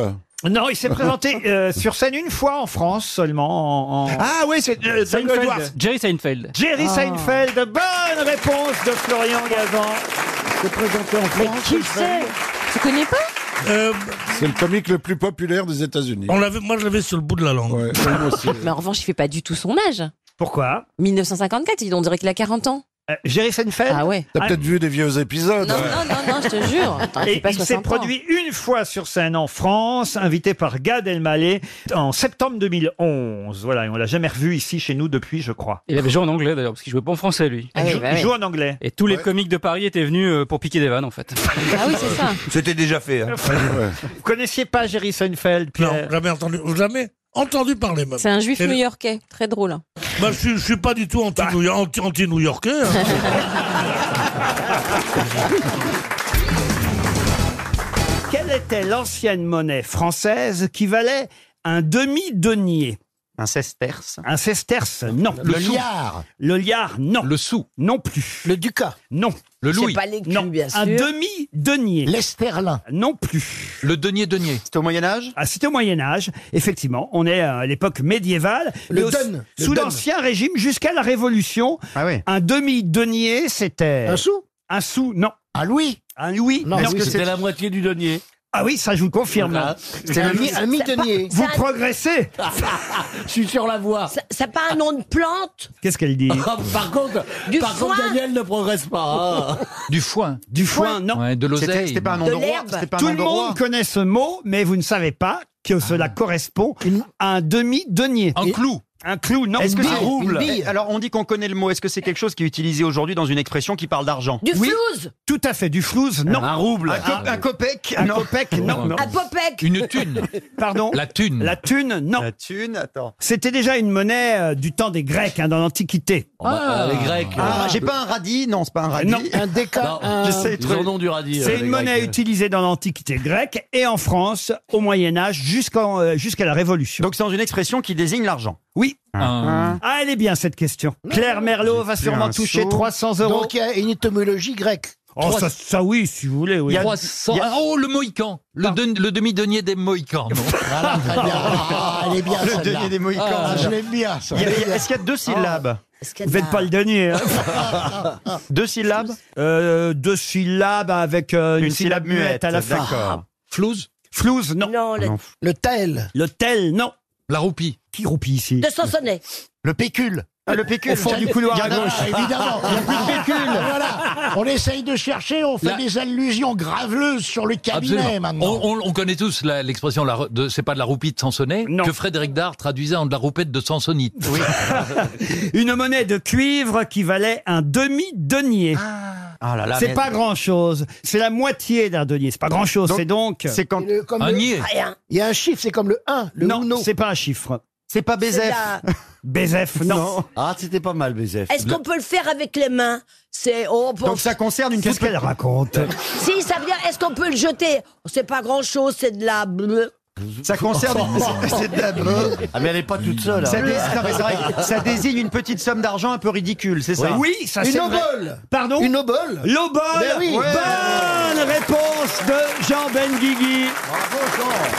Non, il s'est présenté euh, sur scène une fois en France seulement.
Ah oui, c'est euh,
Samuel
Seinfeld.
Edwards.
Jerry Seinfeld.
Jerry
Ah.
Seinfeld, bonne réponse de Florian Gazan.
C'est présenté en France.
qui c'est
Tu connais pas
Euh,
C'est le comique le plus populaire des États-Unis.
On l'avait, moi je l'avais sur le bout de la langue.
Mais en revanche, il fait pas du tout son âge.
Pourquoi
1954, il- on dirait qu'il a 40 ans.
Euh, Jerry Seinfeld
Ah ouais.
T'as peut-être vu des vieux épisodes.
Non, non, non, non, je te jure. Attends, il fait
Et
pas
il s'est
60 ans.
produit une fois sur scène en France, invité par Gad Elmaleh en septembre 2011. Voilà, et on l'a jamais revu ici chez nous depuis, je crois.
Il avait joué en anglais d'ailleurs, parce qu'il jouait pas en français lui.
Ah oui, Il joue- bah il oui. joue en anglais.
Et tous les comiques de Paris étaient venus euh, pour piquer des vannes en fait.
Ah oui, c'est ça.
C'était déjà fait. hein.
Vous connaissiez pas Jerry Seinfeld
Non, jamais entendu, jamais entendu parler même.
C'est un juif
Et Euh, le-
new-yorkais, très drôle. hein.
Bah, je, suis- je suis pas du tout anti-New- anti- anti-new-yorkais. hein.
Quelle était l'ancienne monnaie française qui valait un demi-denier Un sesterce. Un sesterce, non.
Le
sou.
liard.
Le liard, non. Le sou. Non plus. Le ducat. Non. Le
C'est louis. pas l'écu,
Non.
bien
Un
sûr.
demi-denier. L'esterlin. Non plus. Le denier-denier. C'était au Moyen-Âge Ah, c'était au Moyen-Âge, effectivement. On est euh, à l'époque médiévale.
Le
mais au-
don. Le
Sous
don.
l'Ancien Régime jusqu'à la Révolution. Un demi-denier, c'était. Un sou Un sou, non. Un louis Un louis
Non, parce que
c'est-
c'était la moitié du denier.
ah oui, ça je vous le confirme.
Voilà.
C'est
Un mi- un mi-denier.
Vous
Ça-
progressez.
Je suis sur la voie.
Ça n'a pas un nom de plante
Qu'est-ce qu'elle dit
Ah, par contre,
Du
par contre,
foin.
Daniel ne progresse pas. hein.
Du foin. Du foin, non.
de l'oseille. C'était- c'était pas un nom De de roi, l'herbe. c'était pas un Ah.
Tout
nom
le
de
monde
roi.
connaît ce mot, mais vous ne savez pas que cela correspond à un demi-denier. Un clou. Un clou, non.
Est-ce que
un
c'est
rouble
Eh, Alors on dit qu'on connaît le mot. Est-ce que c'est quelque chose qui est utilisé aujourd'hui dans une expression qui parle d'argent
Du
Oui.
flouze
Tout à fait, du flouze,
Ah.
non.
Un rouble. Un cop- un copec
Un
Non.
copec, non.
À Popec
Une thune. Pardon La thune. La thune, non. La thune, attends. C'était déjà une monnaie euh, du temps des Grecs, hein, dans l'Antiquité. bah,
Ah.
Les Grecs.
Ah,
euh,
j'ai pas un radis Non, c'est pas un radis.
Non. Un déca-
Non,
un-
j'essaie de ils ont nom du radis. euh,
C'est
les
une monnaie
Grecs.
utilisée dans l'Antiquité grecque et en France au Moyen Âge jusqu'en, euh, jusqu'à la Révolution.
Donc c'est dans une expression qui désigne l'argent.
Oui.
Ah.
Ah, elle est bien cette question. Claire Merlot va
J'ai
sûrement
un
toucher
saut.
300 euros.
Donc il y a une étymologie grecque.
Oh,
Trois-
ça, ça oui, si vous voulez. Oui.
Il y a-
Il y
Ah,
a-
Oh, le Mohican. Le, den- le demi-denier des Mohicans. non
Ah, elle est bien,
Le
celle-là.
denier des Mohicans.
Ah, je l'aime bien, ça. Oh.
Il y a- il y a- Est-ce qu'il y a deux syllabes
Vous n'êtes pas le denier. hein.
Deux syllabes
Euh, deux syllabes avec euh, une,
Une
syllabe,
syllabe
muette,
muette,
à la fin.
d'accord.
Flouze Flouze, non.
le...
tel. Le tel, non. La roupie. Qui roupie ici
De Sansonnet.
Le pécule.
Ah, le pécule.
Au fond du couloir
Il y en
à
a,
gauche.
évidemment.
Il n'y a plus de pécule. Ah, voilà. On essaye de chercher, on fait
La-
des allusions graveleuses sur le cabinet
Absolument.
maintenant.
On, on- on connaît tous la- l'expression la re- de- c'est pas de la roupie de Sansonnet que Frédéric Dard traduisait en de la roupette de Sansonnite.
Une monnaie de cuivre qui valait un demi-denier.
Ah là là,
c'est
mais-
pas grand chose. C'est la moitié d'un denier. C'est pas grand chose.
Donc,
C'est donc.
c'est quand-
Le- comme le- Il y a un chiffre, c'est comme le 1, le
Non,
uno.
c'est pas un chiffre.
C'est pas
C'est
Bézef.
la-
Bézef, non.
Ah, c'était pas mal, Bézef.
Est-ce qu'on peut le faire avec les mains C'est oh, bon.
Donc ça concerne une
Qu'est-ce qu'elle raconte
Si ça vient, est-ce qu'on peut le jeter C'est pas grand-chose, c'est de la bleu.
Ça concerne.
Oh,
c'est de la-
Ah, mais elle est pas toute seule.
Ça,
hein.
dé- non, mais c'est vrai que ça désigne une petite somme d'argent un peu ridicule, c'est ça
Oui, ça
Une
c'est vrai.
obole.
Pardon Eh
Une obole.
L'obole
Ben oui.
Bonne réponse de Jean Benguigui.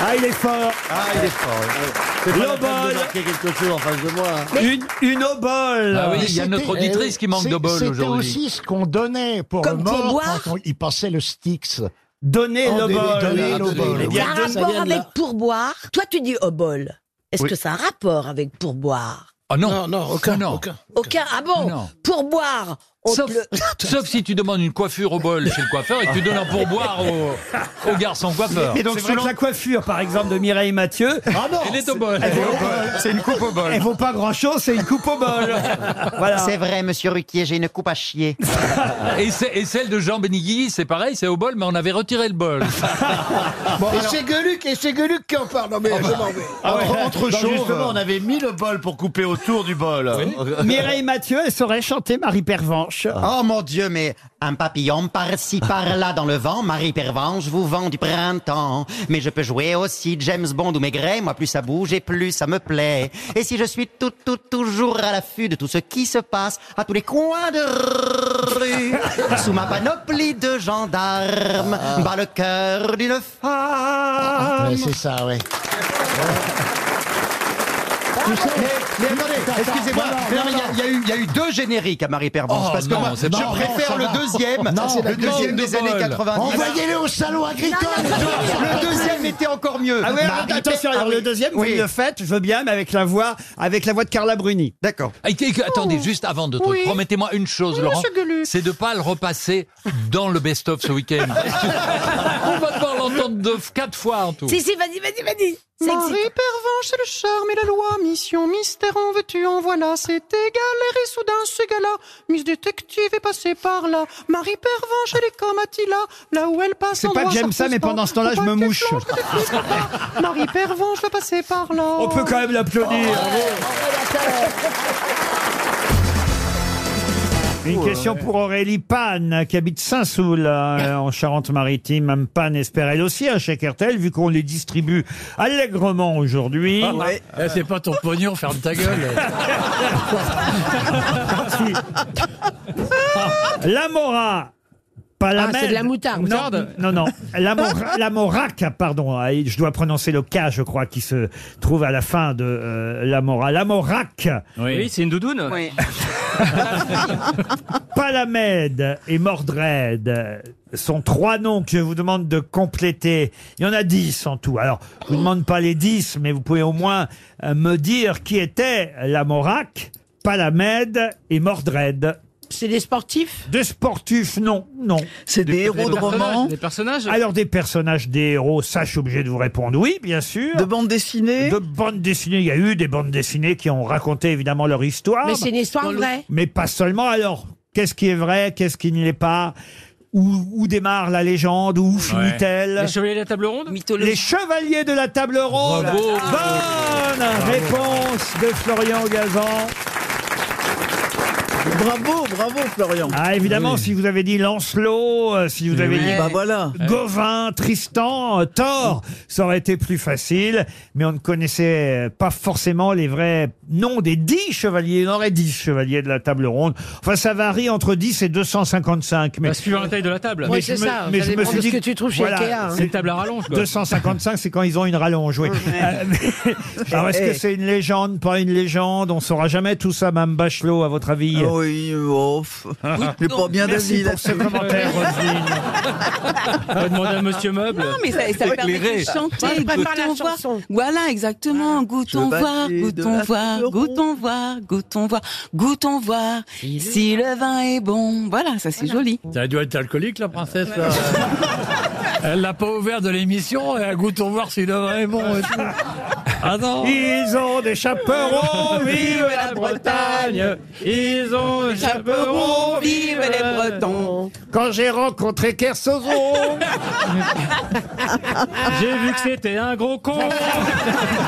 Ah, il est fort.
Ah, il est fort. C'est pas la peine de
L'obole.
marquer quelque chose en face de moi.
Une, une obole.
Ah oui, il y a
C'était-
notre
eh
auditrice
oui,
qui manque
c'est-
de bol
C'était
aujourd'hui.
aussi ce qu'on donnait pour
Comme
le
pour
mort
boire.
quand on- il passait le Styx.
Donner
Oh,
le bol.
Donner le
Absolument.
bol.
Eh bien,
Ça a
donne- ça
rapport
vient de là.
avec pourboire. Toi, tu dis au bol. Est-ce
Oui.
que ça a un rapport avec pourboire
Ah non.
non, aucun.
aucun.
Aucun. Ah bon
Non.
Pourboire. on te
Sauf,
le-
sauf si tu demandes une coiffure au bol chez le coiffeur et que tu donnes un pourboire au, au garçon coiffeur.
Et donc, c'est vrai que la coiffure, par exemple, de Mireille Mathieu,
Elle est au bol.
Elle est au
C'est une coupe au bol.
elle vaut pas grand chose, c'est une coupe au bol. voilà.
C'est vrai, monsieur Ruquier, j'ai une coupe à chier.
Et, c'est- et celle de Jean Benigui, c'est pareil, c'est au bol, mais on avait retiré le bol.
et c'est Gueluc, et c'est Gueluc qui en parle. Non, mais je m'en vais.
Entre,
bah. Ah, Non,
entre chauves.
justement,
on avait mis le bol pour couper autour du bol.
Mireille Mathieu, elle saurait chanter Marie Pervenche.
Oh mon Dieu, mais un papillon par-ci par-là dans le vent, Marie Pervenche vous vend du printemps. Mais je peux jouer aussi James Bond ou Maigret, moi plus ça bouge et plus ça me plaît. Et si je suis tout, tout, toujours à l'affût de tout ce qui se passe à tous les coins de rue, sous ma panoplie de gendarmes,
Ah.
bat le cœur d'une femme.
Ouais, c'est ça, ouais.
Mais, mais attendez, excusez-moi,
Non, non,
mais
non,
non, mais il y a-
non. Il y, a eu- il y a eu deux génériques à Marie Pervenche
Oh,
parce que
non,
moi, je
c'est pas vrai.
préfère
Non,
le
ça va.
deuxième,
Non, c'est la
le deuxième
grande
des
de
années
bol.
90.
Envoyez-le au salon agricole.
Le deuxième était encore mieux.
Ah ouais,
Marie-
attention, alors
Ah oui.
le deuxième,
Oui.
vous le faites, je veux bien, mais avec la voix, avec la voix de Carla Bruni.
D'accord. Oh.
Ah, et- et- Attendez, juste avant de truc,
Oui.
promettez-moi une chose,
Oui,
Laurent,
monsieur Gueluc.
c'est de pas le repasser dans le best-of ce week-end. On va devoir l'entendre deux, quatre fois en tout.
Si, si, vas-y, vas-y, vas-y. C'est
Marie
excitant.
Pervenche, c'est le charme et la loi. Mission, mystère, en veux-tu, en voilà. C'était galère et soudain ce gars-là. Miss Détective est passée par là. Marie Pervenche, elle est comme Attila. Là où elle passe,
C'est pas que j'aime ça, mais pendant ce temps-là, je me mouche.
mouche. Marie Pervenche va passer par là.
On peut quand même l'applaudir. Une question pour Aurélie Pan, qui habite Saint-Soul, euh,
Ah.
en Charente-Maritime. Mme Pan espère elle aussi un chèque RTL, vu qu'on les distribue allègrement aujourd'hui.
Ah,
Ah, eh, c'est pas ton pognon, ferme ta gueule.
Si. La Mora. Pas la
Ah, c'est de la moutarde.
Non,
Moutarde
non, non. La, Mora- la Morac, pardon. Ah, Je dois prononcer le K, je crois, qui se trouve à la fin de euh, la Mora. La Morac.
Oui, c'est une doudoune
Palamède et Mordred sont trois noms que je vous demande de compléter. Il y en a dix en tout. Alors, je vous demande pas les dix, mais vous pouvez au moins euh, me dire qui était la Morac, Palamède et Mordred. C'est des sportifs Des sportifs, non, non. C'est des,
héros de personnages, romans des personnages
Alors des personnages, des héros, ça je suis obligé de vous répondre oui, bien sûr. De bandes dessinées De bandes dessinées, il y a eu des bandes dessinées qui ont raconté évidemment leur histoire.
Mais c'est une histoire Dans le- vraie.
Mais pas seulement. Alors, qu'est-ce qui est vrai, qu'est-ce qui ne l'est pas où, où démarre la légende Où finit-elle
Les chevaliers de la table ronde
Les chevaliers de la table ronde.
Bravo.
Bonne réponse de Florian Gazan.
Bravo, bravo Florian.
Ah, évidemment, si vous avez dit Lancelot, euh, si vous
Eh
avez
oui.
dit
Bah voilà.
Gauvin, Tristan, euh, Thor, ça aurait été plus facile, mais on ne connaissait euh, pas forcément les vrais noms des dix chevaliers. On aurait dix chevaliers de la table ronde. Enfin, ça varie entre 10 et 255. Mais
Bah, suivant la taille de la table.
Mais je me- mais je me suis dit que- voilà,
C'est une table à rallonge. Quoi.
255, c'est quand ils ont une rallonge, oui. Euh, mais- Alors, est-ce
Eh.
que c'est une légende, pas une légende On saura jamais tout ça, Mme Bachelot, à votre avis
Oui, oh, pff, j'ai pas bien
Merci
d'avis
pour ce
là-dessus.
commentaire, Roselyne.
On va demander à Monsieur Meuble.
Non, mais ça, ça me permet de
Moi, je
chanter,
préfère la
goûtons voir. Voilà, exactement, goûtons
Je
voir,
bâtis de
goûtons
la
voir,
fleur
goûtons voir, goûtons voir, goûtons voir, si le vin est bon. Voilà, ça c'est joli.
Ça a dû être alcoolique, la princesse, là. Elle l'a pas ouvert de l'émission et elle goûte on voir si le vin est bon et tout. Ah non
Ils ont des chaperons, vive
la Bretagne Ils ont des
chaperons, vive les Bretons
Quand j'ai rencontré Kersozon
J'ai vu que c'était un gros con.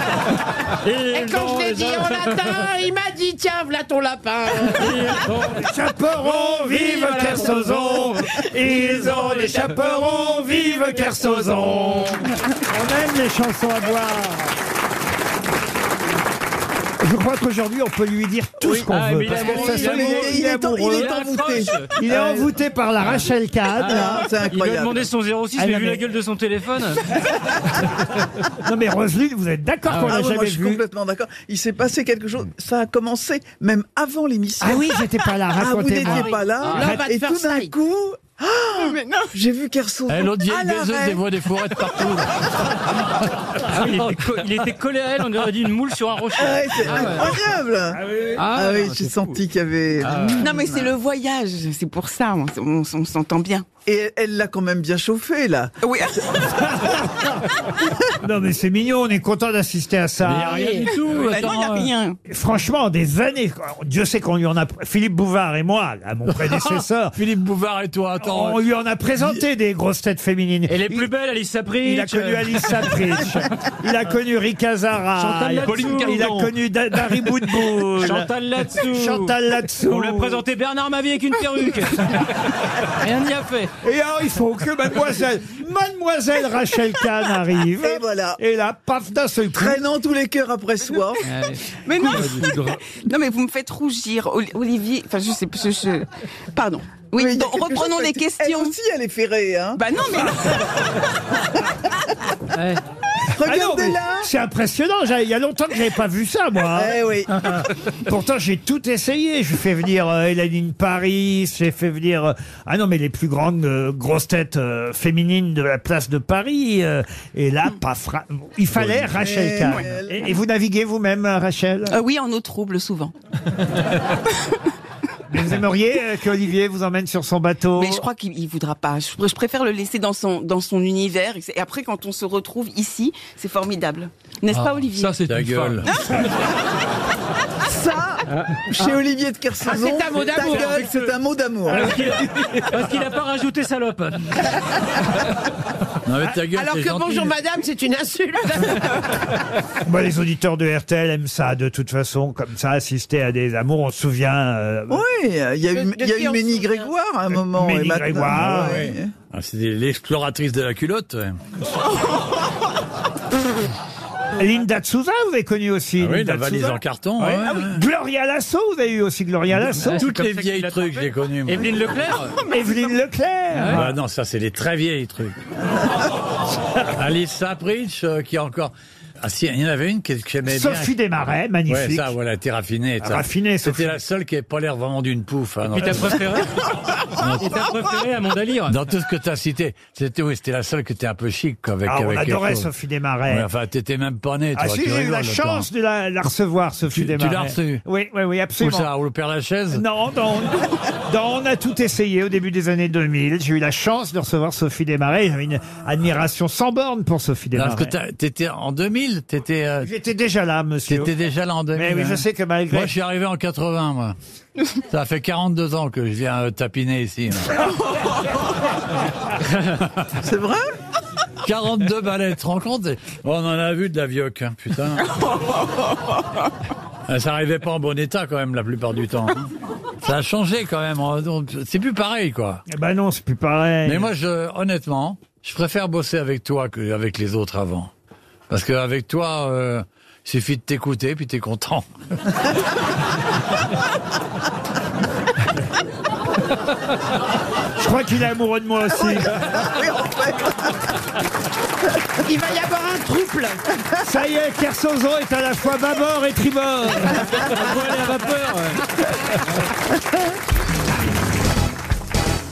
Et quand je l'ai dit en latin, il m'a dit tiens, voilà ton lapin.
Chaperons, vive Kersozon Ils ont des chaperons, vive Kersozon On aime les chansons à boire Je crois qu'aujourd'hui, on peut lui dire tout ce qu'on
Ah, mais
veut.
il
Parce
est
que
amoureux,
ça se
il est
trouve,
amoureux, il est en- il est
amoureux.
envoûté.
Il est envoûté par la Rachel Kahn.
Ah,
là.
Il lui a demandé son 06,
Ah,
mais
non,
vu la gueule de son téléphone.
Non mais Roselyne, vous êtes d'accord qu'on
Ah, ouais,
l'a
moi,
jamais
je suis
vu
complètement d'accord. Il s'est passé quelque chose. Ça a commencé même avant l'émission.
Ah oui, j'étais pas là,
Ah, vous
racontez-moi.
n'étiez pas là.
Ah, oui. Non, va te
et
faire
tout d'un coup, ah, j'ai vu Kersou.
Eh, L'autre vieille
à
baiseuse,
l'arrêt.
elle voit des forêts de partout. Ah, il, était co- il était collé à elle, on aurait dit une moule sur un rocher.
Ah ouais, c'est
Ah ouais.
incroyable. Ah oui,
Ah,
j'ai senti qu'il y avait.
Ah.
Non, mais c'est le voyage, c'est pour ça, on, on- on s'entend bien.
Et elle l'a quand même bien chauffé là.
Oui.
Non mais c'est mignon, on est content d'assister à ça.
Mais il y a rien du tout, Bah non, il y a attends, euh. rien.
Franchement, des années. quoi. Dieu sait qu'on lui en a. Philippe Bouvard et moi, à mon prédécesseur.
Philippe Bouvard et toi, attends.
On lui en a présenté des grosses têtes féminines.
Elle est plus belle, Alice Sapritch.
Il a connu Alice Sapritch. il a connu Rick Hazara.
Chantal
Il a-
Latsou.
Il a connu Da- Dari Boudboul.
Chantal Latsou.
Chantal Latsou.
On lui a présenté Bernard Mavie avec une perruque. Rien n'y a fait.
Et alors, il faut que mademoiselle, mademoiselle Rachel Kahn arrive.
Et voilà.
Et là, paf, d'un seul coup.
Traînant tous les cœurs après soi.
Mais non, non, mais vous me faites rougir, Oli- Olivier. Enfin, je sais, je, je- pardon. Oui, donc, reprenons les questions.
Elle aussi, elle est ferrée, hein.
Bah non, mais
Regardez-la.
Ah C'est impressionnant, j'ai- il y a longtemps que je n'avais pas vu ça, moi. hein.
Eh oui.
Pourtant, j'ai tout essayé. Je fais venir euh, Hélène Paris, j'ai fait venir... euh, ah non, mais les plus grandes euh, grosses têtes euh, féminines de la place de Paris. euh, et là, pas fra- Il fallait Rachel Kahn. Et, et vous naviguez vous-même, euh, Rachel
Euh, oui, en eau trouble souvent.
Mais Vous aimeriez euh, que Olivier vous emmène sur son bateau
Mais je crois qu'il il voudra pas. Je, pr- je préfère le laisser dans son dans son univers. Et après, quand on se retrouve ici, c'est formidable, n'est-ce
Ah.
pas, Olivier
Ça, c'est ta gueule.
Ça,
Ah.
chez Olivier de Kersauzon,
Ah, c'est un mot
ta
d'amour.
gueule, C'est un mot d'amour.
Parce qu'il a- parce qu'il a pas rajouté salope.
Non, mais ta gueule,
Alors
c'est
que
gentil.
bonjour madame, c'est une insulte.
Bah, les auditeurs de RTL aiment ça, de toute façon, comme ça, assister à des amours, on se souvient... euh,
Oui, il y a
de
eu, il y a
qui
eu
on
Ménie
se souvient
Grégoire
Euh,
à un moment. et
Ménie
maintenant-
Grégoire,
Ah, ouais.
Ah, c'est des- l'exploratrice de la culotte. ouais.
Ah, Linda de Souza, vous avez connu aussi.
Ah oui,
Linda
la
de
valise
Souza.
en carton,
Ouais.
ouais,
Ah oui,
ouais.
Gloria Lasso, vous avez eu aussi Gloria Lasso. Oh,
Ouais, c'est
Toutes
comme
les
ça qu'il
vieilles
l'a
trucs,
attrapé.
j'ai connu. moi.
Evelyne Leclerc
Evelyne Leclerc.
Ah non, ça, c'est les très vieilles trucs. Alice Sapritch, euh, qui est encore. Ah si, il y en avait une que que j'aimais bien.
Sophie Desmarais, magnifique. Ah,
Ouais, ça, voilà, t'es raffinée. ça.
Raffinée, Sophie.
C'était la seule qui n'avait pas l'air vraiment d'une pouffe. hein, dans,
Et t'as préféré Et t'as préféré à Mandalire
dans tout ce que t'as cité. C'était oui, c'était la seule qui était un peu chic. quoi, Avec,
Ah, on
avec quelque
adorait
chose.
Sophie Desmarais.
Ouais, enfin, t'étais même pas né.
ah
toi,
si,
tu
j'ai eu
rigoles,
la
attends.
chance de la, la recevoir, Sophie
Tu- tu
Desmarais.
l'as reçue
Oui, oui, oui,
Où
absolument.
ça, au Père Lachaise
Non, dans, dans On a tout essayé au début des années 2000. J'ai eu la chance de recevoir Sophie Desmarais. J'avais une admiration sans borne pour Sophie
Non, Parce que
Desmarais.
t'as- t'étais en 2000, t'étais euh,
J'étais déjà là, monsieur.
t'étais déjà là en 2000.
Mais Eh oui, je
hein.
sais que malgré...
Moi, je suis arrivé en 80, moi. Ça fait 42 ans que je viens euh, tapiner ici. moi.
C'est vrai
42 balais, tu te rends compte On en a vu de la vioque, hein, putain. Euh, Ça arrivait pas en bon état, quand même, la plupart du temps. hein. Ça a changé, quand même. On- on- C'est plus pareil, quoi.
Eh ben non, c'est plus pareil.
Mais moi, je, honnêtement, je préfère bosser avec toi qu'avec les autres avant. Parce qu'avec toi, euh, il suffit de t'écouter, puis t'es content.
Je crois qu'il est amoureux de moi aussi.
Il va y avoir un trouble.
Ça y est, Kersozo est à la fois bâbord et tribord.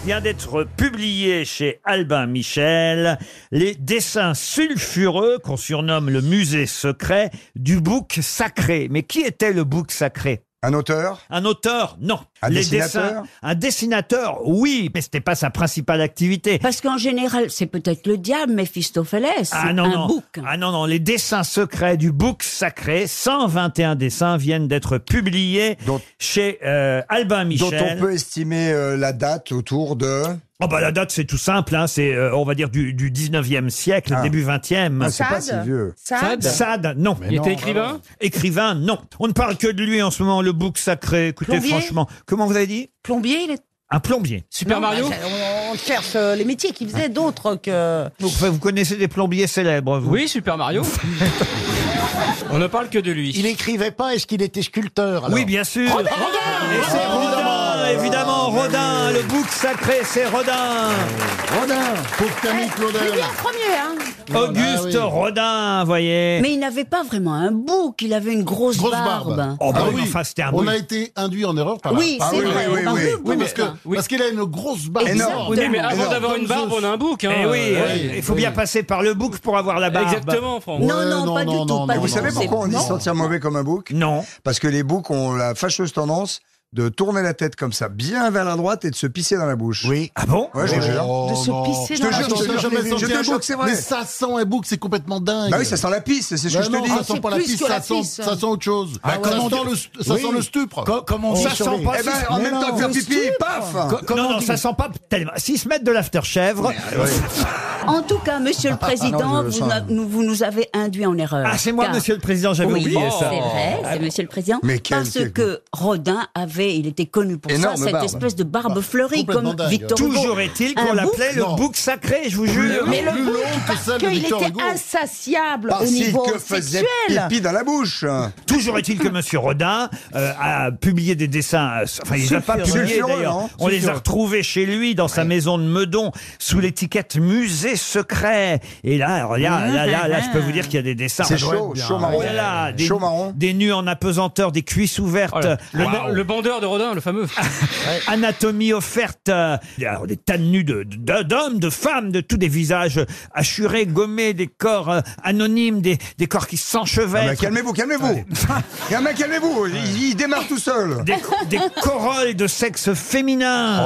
vient d'être publié chez Albin Michel les dessins sulfureux qu'on surnomme le musée secret du bouc sacré. Mais qui était le bouc sacré
Un auteur
un auteur, non.
Un
Les
dessinateur
dessins, un dessinateur, oui, mais c'était pas sa principale activité.
Parce qu'en général, c'est peut-être le diable, Méphistophélès.
Ah non,
un
non.
bouc.
Ah non, non, les dessins secrets du bouc sacré, 121 dessins viennent d'être publiés chez euh, Albin Michel.
Dont on peut estimer euh, la date autour de.
Oh bah la date c'est tout simple, hein, c'est euh, on va dire du, du 19e siècle, début 20e.
Ah, c'est pas Sade si vieux.
Sade,
Sade
Sade, non.
Mais Il était non, écrivain alors.
Écrivain, non. On ne parle que de lui en ce moment, le bouc sacré. Écoutez,
Plombier
franchement, comment vous avez dit
Plombier, il est...
Un plombier.
Non, bah, ça, On on cherche euh, les métiers qui faisaient d'autres que...
Donc, enfin, vous connaissez des plombiers célèbres, vous
Oui, Super Mario.
On ne parle que de lui.
Il écrivait pas, est-ce qu'il était sculpteur alors
Oui, bien sûr.
Rodin
Et c'est Rodin, évidemment, Rodin, le bouc sacré, c'est Rodin. Rodin, pour Camille
Eh, Lui en premier, hein.
Auguste Rodin, voyez.
Mais il n'avait pas vraiment un bouc, il avait une grosse,
Eh. Grosse barbe.
barbe.
Oh, bah
Ah
oui,
oui.
enfin, c'était un
On
bouc.
a été induit en erreur par la-
Oui,
Ah
c'est vrai,
oui,
on
oui,
peut
oui,
le
parce que
mettre.
parce qu'il a une grosse barbe.
Énorme.
Oui, mais avant d'avoir une barbe, on a un bouc. Hein.
Eh oui,
Euh,
euh, il faut bien passer par le bouc pour avoir la barbe.
Exactement, Franck.
Non, non, pas du tout, pas
Et
du
vous
tout,
savez
c'est-
pourquoi on dit
non.
se sentir mauvais comme un bouc
Non.
Parce que les boucs ont la fâcheuse tendance de tourner la tête comme ça, bien vers la droite et de se pisser dans la bouche. Oui.
Ah bon
Ouais, je te jure.
Oh,
De se
non.
pisser dans la
Je te
bouche.
jure, je te jure,
Je te
je te
jure,
jure,
c'est vrai.
Mais ça sent un bouc, c'est complètement dingue.
Bah oui, ça sent la pisse, c'est ce que
Bah
je te
non,
dis.
Ça sent pas la pisse, ça sent, ça sent autre chose. Ah
Bah,
ça,
comment
sent
on
le,
dit-
ça
oui.
sent le stupre.
Co- comment on dit
ça
sur
sent
les-
pas
Eh ben, en même temps que faire pipi, paf
non, non, ça sent pas tellement. S'ils se mettent de l'afterchèvre.
En tout cas, monsieur le président,
non, Ah, je le
vous,
sens.
n'a- nous- vous nous avez induit en erreur.
Ah, c'est moi, monsieur le président, j'avais
Oui,
oublié ça. Ah.
C'est vrai, c'est monsieur le président.
Mais quel-
parce
quel-
que Rodin avait, il était connu pour
Énorme
ça, cette
barbe. Bah,
espèce de barbe fleurie
Complètement
comme
dingue.
Victor Hugo.
Toujours est-il qu'on
Un
l'appelait le
bouc-
bouc sacré, je vous jure.
Mais le bouc,
parce
parce qu'il était insatiable
Parce
au niveau
que faisait
sexuel.
pipi dans la bouche.
Toujours est-il que Monsieur Rodin euh, a publié des dessins, euh, enfin il les a pas
Sulfureux.
publiés
Sulfureux,
d'ailleurs,
non
on les a
Sulfureux.
retrouvés chez lui dans sa maison de Meudon sous l'étiquette musée secret. Et là, alors là,
Mmh,
là, là, là, je peux vous dire qu'il y a des dessins.
C'est
Ça doit
chaud,
être bien.
chaud marron.
Oh là là, des,
Chaud
des nus en apesanteur, des cuisses ouvertes,
Voilà. Le,
Waouh.
le bandeur de Rodin, le fameux.
Anatomie offerte, euh, alors, des tas de nus de- de- d'hommes, de, femmes, de tous des visages hachurés, gommés, des corps euh, anonymes, des, des corps qui s'enchevêtrent.
Ah bah, calmez-vous, calmez-vous. Non, mais calmez-vous, il, il démarre tout seul.
Des, des corolles de sexe féminin.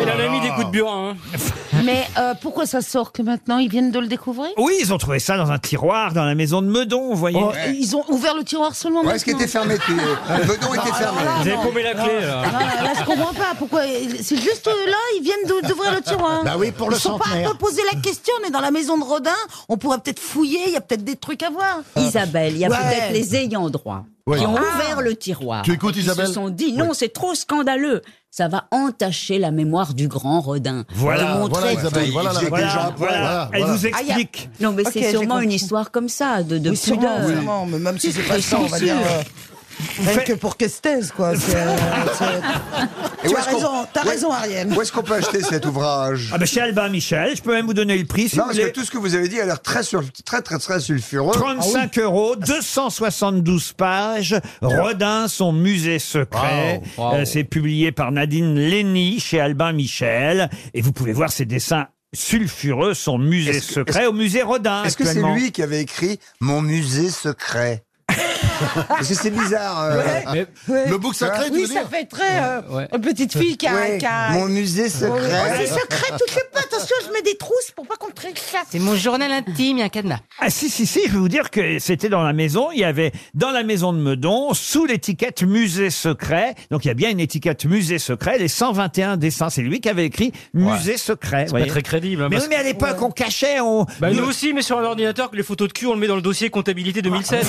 il en a mis des coups de burin. hein.
Mais euh, pourquoi ça sort que maintenant Ils viennent de le découvrir
Oui, ils ont trouvé ça dans un tiroir, dans la maison de Meudon, vous voyez.
Oh, Ils ont ouvert le tiroir seulement
Ouais,
maintenant.
ce qui était fermé, tu- le bedon était fermé.
Vous avez paumé la clé, là.
Ah, là, je comprends pas. Pourquoi C'est juste euh, là, ils viennent d'ou- d'ouvrir le tiroir.
Bah oui, pour le
Ils sont pas
centenaire.
à poser la question. On est dans la maison de Rodin. On pourrait peut-être fouiller. Il y a peut-être des trucs à voir.
Isabelle, il y a
Ah, Ouais.
peut-être les ayants droit
Ouais.
qui ont
Ah.
ouvert le tiroir.
Tu écoutes,
Ils
Isabelle
se sont dit non, c'est trop scandaleux. Ça va entacher la mémoire du grand Rodin.
Voilà,
De montrer-
voilà, Isabelle, voilà la- Voilà, voilà, elle vous
Ah, il y a-
explique.
Non, mais
Ok,
c'est
j'ai
sûrement une
compris.
histoire comme ça, de, de
Oui, sûrement,
pudeur.
sûrement, mais même si c'est pas ça, on va
C'est
dire.
sûr.
euh, Rien que pour Questez, quoi. c'est, euh, c'est-
Et
tu
où
as
est-ce qu'on-
raison, t'as
où est-
raison, Ariel.
Où est-ce qu'on peut acheter cet ouvrage
Ah ben chez Albin Michel, je peux même vous donner le prix si
Non,
vous
parce
voulez.
que tout ce que vous avez dit a l'air très, sur- Ah très, très, très sulfureux.
35 euros, 272 pages, Rodin, son musée secret.
Wow, wow.
Euh, c'est publié par Nadine Lenny chez Albin Michel. Et vous pouvez voir ses dessins sulfureux, son musée secret au musée Rodin.
Est-ce que c'est
actuellement.
lui qui avait écrit Mon musée secret Parce que c'est bizarre. euh,
Ouais.
Ouais.
Le bouc sacré,
Ah,
tu
oui,
veux
ça
dire
fait très euh,
Ouais.
petite fille qui a.
Ouais.
qui a-
Mon musée
Oh,
secret.
C'est secret, toutes les pas. Attention, je mets des trousses pour pas qu'on triche ça.
C'est mon journal intime, il y a un cadenas.
Ah si, si, si, je vais vous dire que c'était dans la maison, il y avait dans la maison de Meudon, sous l'étiquette musée secret, donc il y a bien une étiquette musée secret, les 121 dessins, c'est lui qui avait écrit musée secret.
C'est
voyez.
pas très crédible. hein,
Mais,
parce
oui, mais à
que-
l'époque, on cachait, on...
Bah, nous aussi, mais sur un ordinateur, que les photos de cul, on le met dans le dossier comptabilité 2007.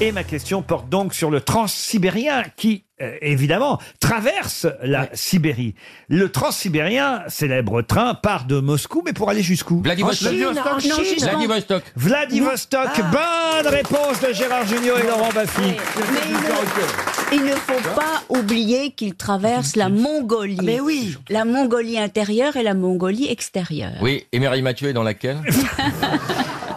Et ma question porte donc sur le transsibérien qui, euh, évidemment, traverse la Sibérie. Le transsibérien, célèbre train, part de Moscou, mais pour aller jusqu'où
Vladivostok. En Chine, Vladivostok, en Chine. Ah. Chine. Vladivostok.
Vladivostok. Bonne réponse de Gérard Junior et Laurent Baffy.
Mais il ne- il ne faut pas oublier qu'il traverse la Mongolie. Mais oui. La Mongolie intérieure et la Mongolie extérieure.
Oui, et Mireille Mathieu est dans laquelle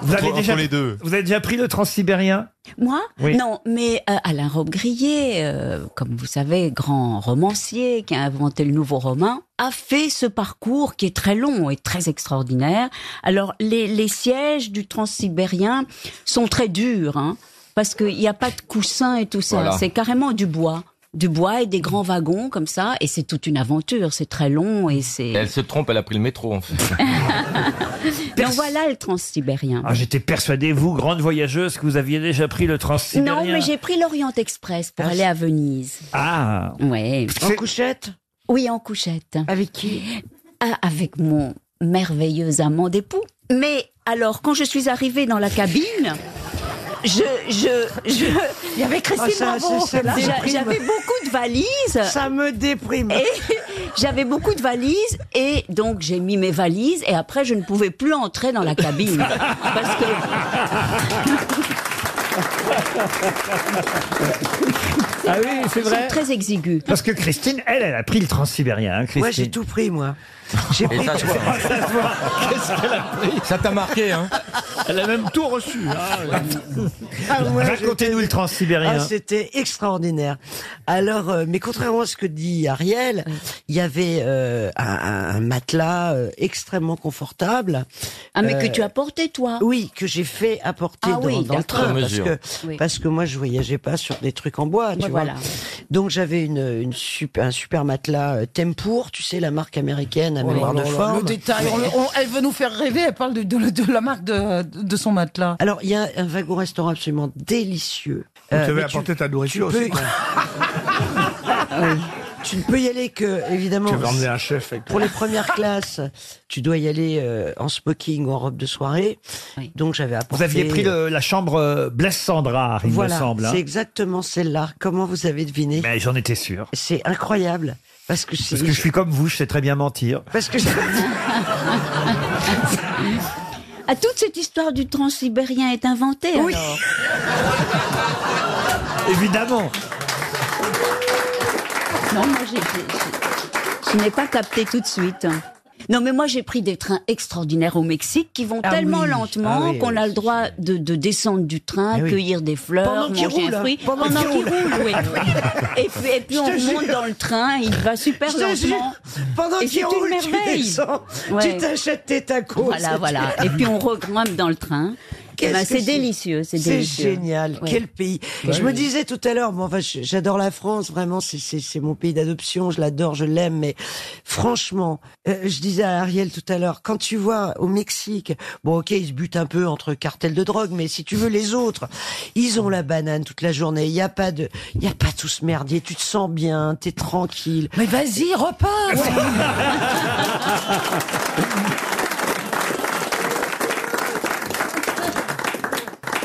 Vous avez
Entre-
déjà,
entre les deux.
Vous avez déjà pris le transsibérien
Moi
Oui.
Non, mais euh, Alain Robbe-Grillet, euh, comme vous savez, grand romancier qui a inventé le nouveau roman, a fait ce parcours qui est très long et très extraordinaire. Alors, les, les sièges du transsibérien sont très durs, hein, parce qu'il n'y a pas de coussin et tout ça.
Voilà.
C'est carrément du bois. Du bois et des grands wagons comme ça, et c'est toute une aventure. C'est très long et c'est.
Elle se trompe, elle a pris le métro en fait.
Alors voilà le transsibérien.
Ah, j'étais persuadé, vous, grande voyageuse, que vous aviez déjà pris le transsibérien.
Non, mais j'ai pris l'Orient Express pour aller à Venise.
Ah
Ouais.
C'est-
couchette Oui, en couchette. Avec qui Avec mon merveilleux amant d'époux. Mais alors, quand je suis arrivée dans la cabine. Je, je, je. Ah,
Il y avait Christine
ça-
Bravo.
ça- ça me
Déjà,
déprime. J'avais beaucoup de valises.
Ça me déprime.
Et j'avais beaucoup de valises et donc j'ai mis mes valises et après je ne pouvais plus entrer dans la cabine. Parce que
Ah oui, c'est
Ils sont
vrai.
très exigu.
Parce que Christine, elle, elle a pris le transsibérien. hein, Christine.
Ouais, j'ai tout pris, moi.
J'ai
pris- ça hein. se voit. Ça t'a marqué, hein
Elle a même tout reçu.
Ah ouais,
Racontez-nous le transsibérien.
Ah, c'était extraordinaire. Alors, euh, mais contrairement à ce que dit Ariel, il y avait euh, un, un- un matelas euh, extrêmement confortable.
Ah, mais
Euh,
que tu as porté, toi
Oui, que j'ai fait apporter
Ah
dans,
oui,
dans le
d'accord.
train
Sur
parce
mesure.
que
Oui.
parce que moi je voyageais pas sur des trucs en bois, tu
Ouais,
vois.
voilà.
Donc j'avais une, une super, un super matelas euh, Tempour, tu sais la marque américaine à
Oh là
mémoire
là
de
là,
forme.
le détail.
Mais-
On- on- elle veut nous faire rêver, elle parle de, de- de la marque de, de son matelas.
Alors, il y a un wagon-restaurant absolument délicieux.
Vous
Euh,
devez
mais
apporter ta
nourriture
tu
aussi,
peux- Ah Oui. Tu ne peux y aller que, évidemment.
Tu vas emmener un chef avec toi.
Pour les premières classes, tu dois y aller euh, en smoking ou en robe de soirée. Donc, j'avais apporté.
Vous aviez pris le- la chambre euh, Blaise Sandrard, il
Voilà,
me semble. hein.
c'est exactement celle-là. Comment vous avez deviné
Mais j'en étais sûr.
C'est incroyable. Parce que,
Parce que je suis comme vous, je sais très bien mentir.
Parce que
À Ah, toute cette histoire du transsibérien est inventée. Oui.
Évidemment.
Non, moi, j'ai- j'ai- j'ai- je n'ai pas capté tout de suite. Non, mais moi, j'ai pris des trains extraordinaires au Mexique qui vont
Ah
tellement
oui.
lentement
Ah oui,
qu'on
oui,
a le droit de, de descendre du train,
Eh oui.
cueillir des fleurs,
Pendant qu'il
manger
roule,
un
hein.
fruit.
Pendant qu'il
qu'il
roule. Ah
roule, oui. Et puis, et puis
Je
on
te
monte
jure.
dans le train, il va super
Je te jure,
lentement.
pendant
Et
qu'il
c'est une
roule, tu
merveille.
descends, tu t'achètes tes tacos.
Voilà, voilà. Et puis on regrimpe dans le train. Eh
Qu'est-ce
ben,
que
c'est délicieux, c'est délicieux.
génial.
Ouais.
Quel pays.
Ouais,
je me
ouais.
disais tout à l'heure, bon, enfin, je- j'adore la France, vraiment, c'est- c'est c'est mon pays d'adoption, je l'adore, je l'aime, mais franchement, euh, je disais à Ariel tout à l'heure, quand tu vois au Mexique, bon, ok, ils se butent un peu entre cartels de drogue, mais si tu veux, les autres, ils ont la banane toute la journée, il n'y a pas de, il y a pas tout ce merdier, tu te sens bien, t'es tranquille.
Mais vas-y, repars
Ouais.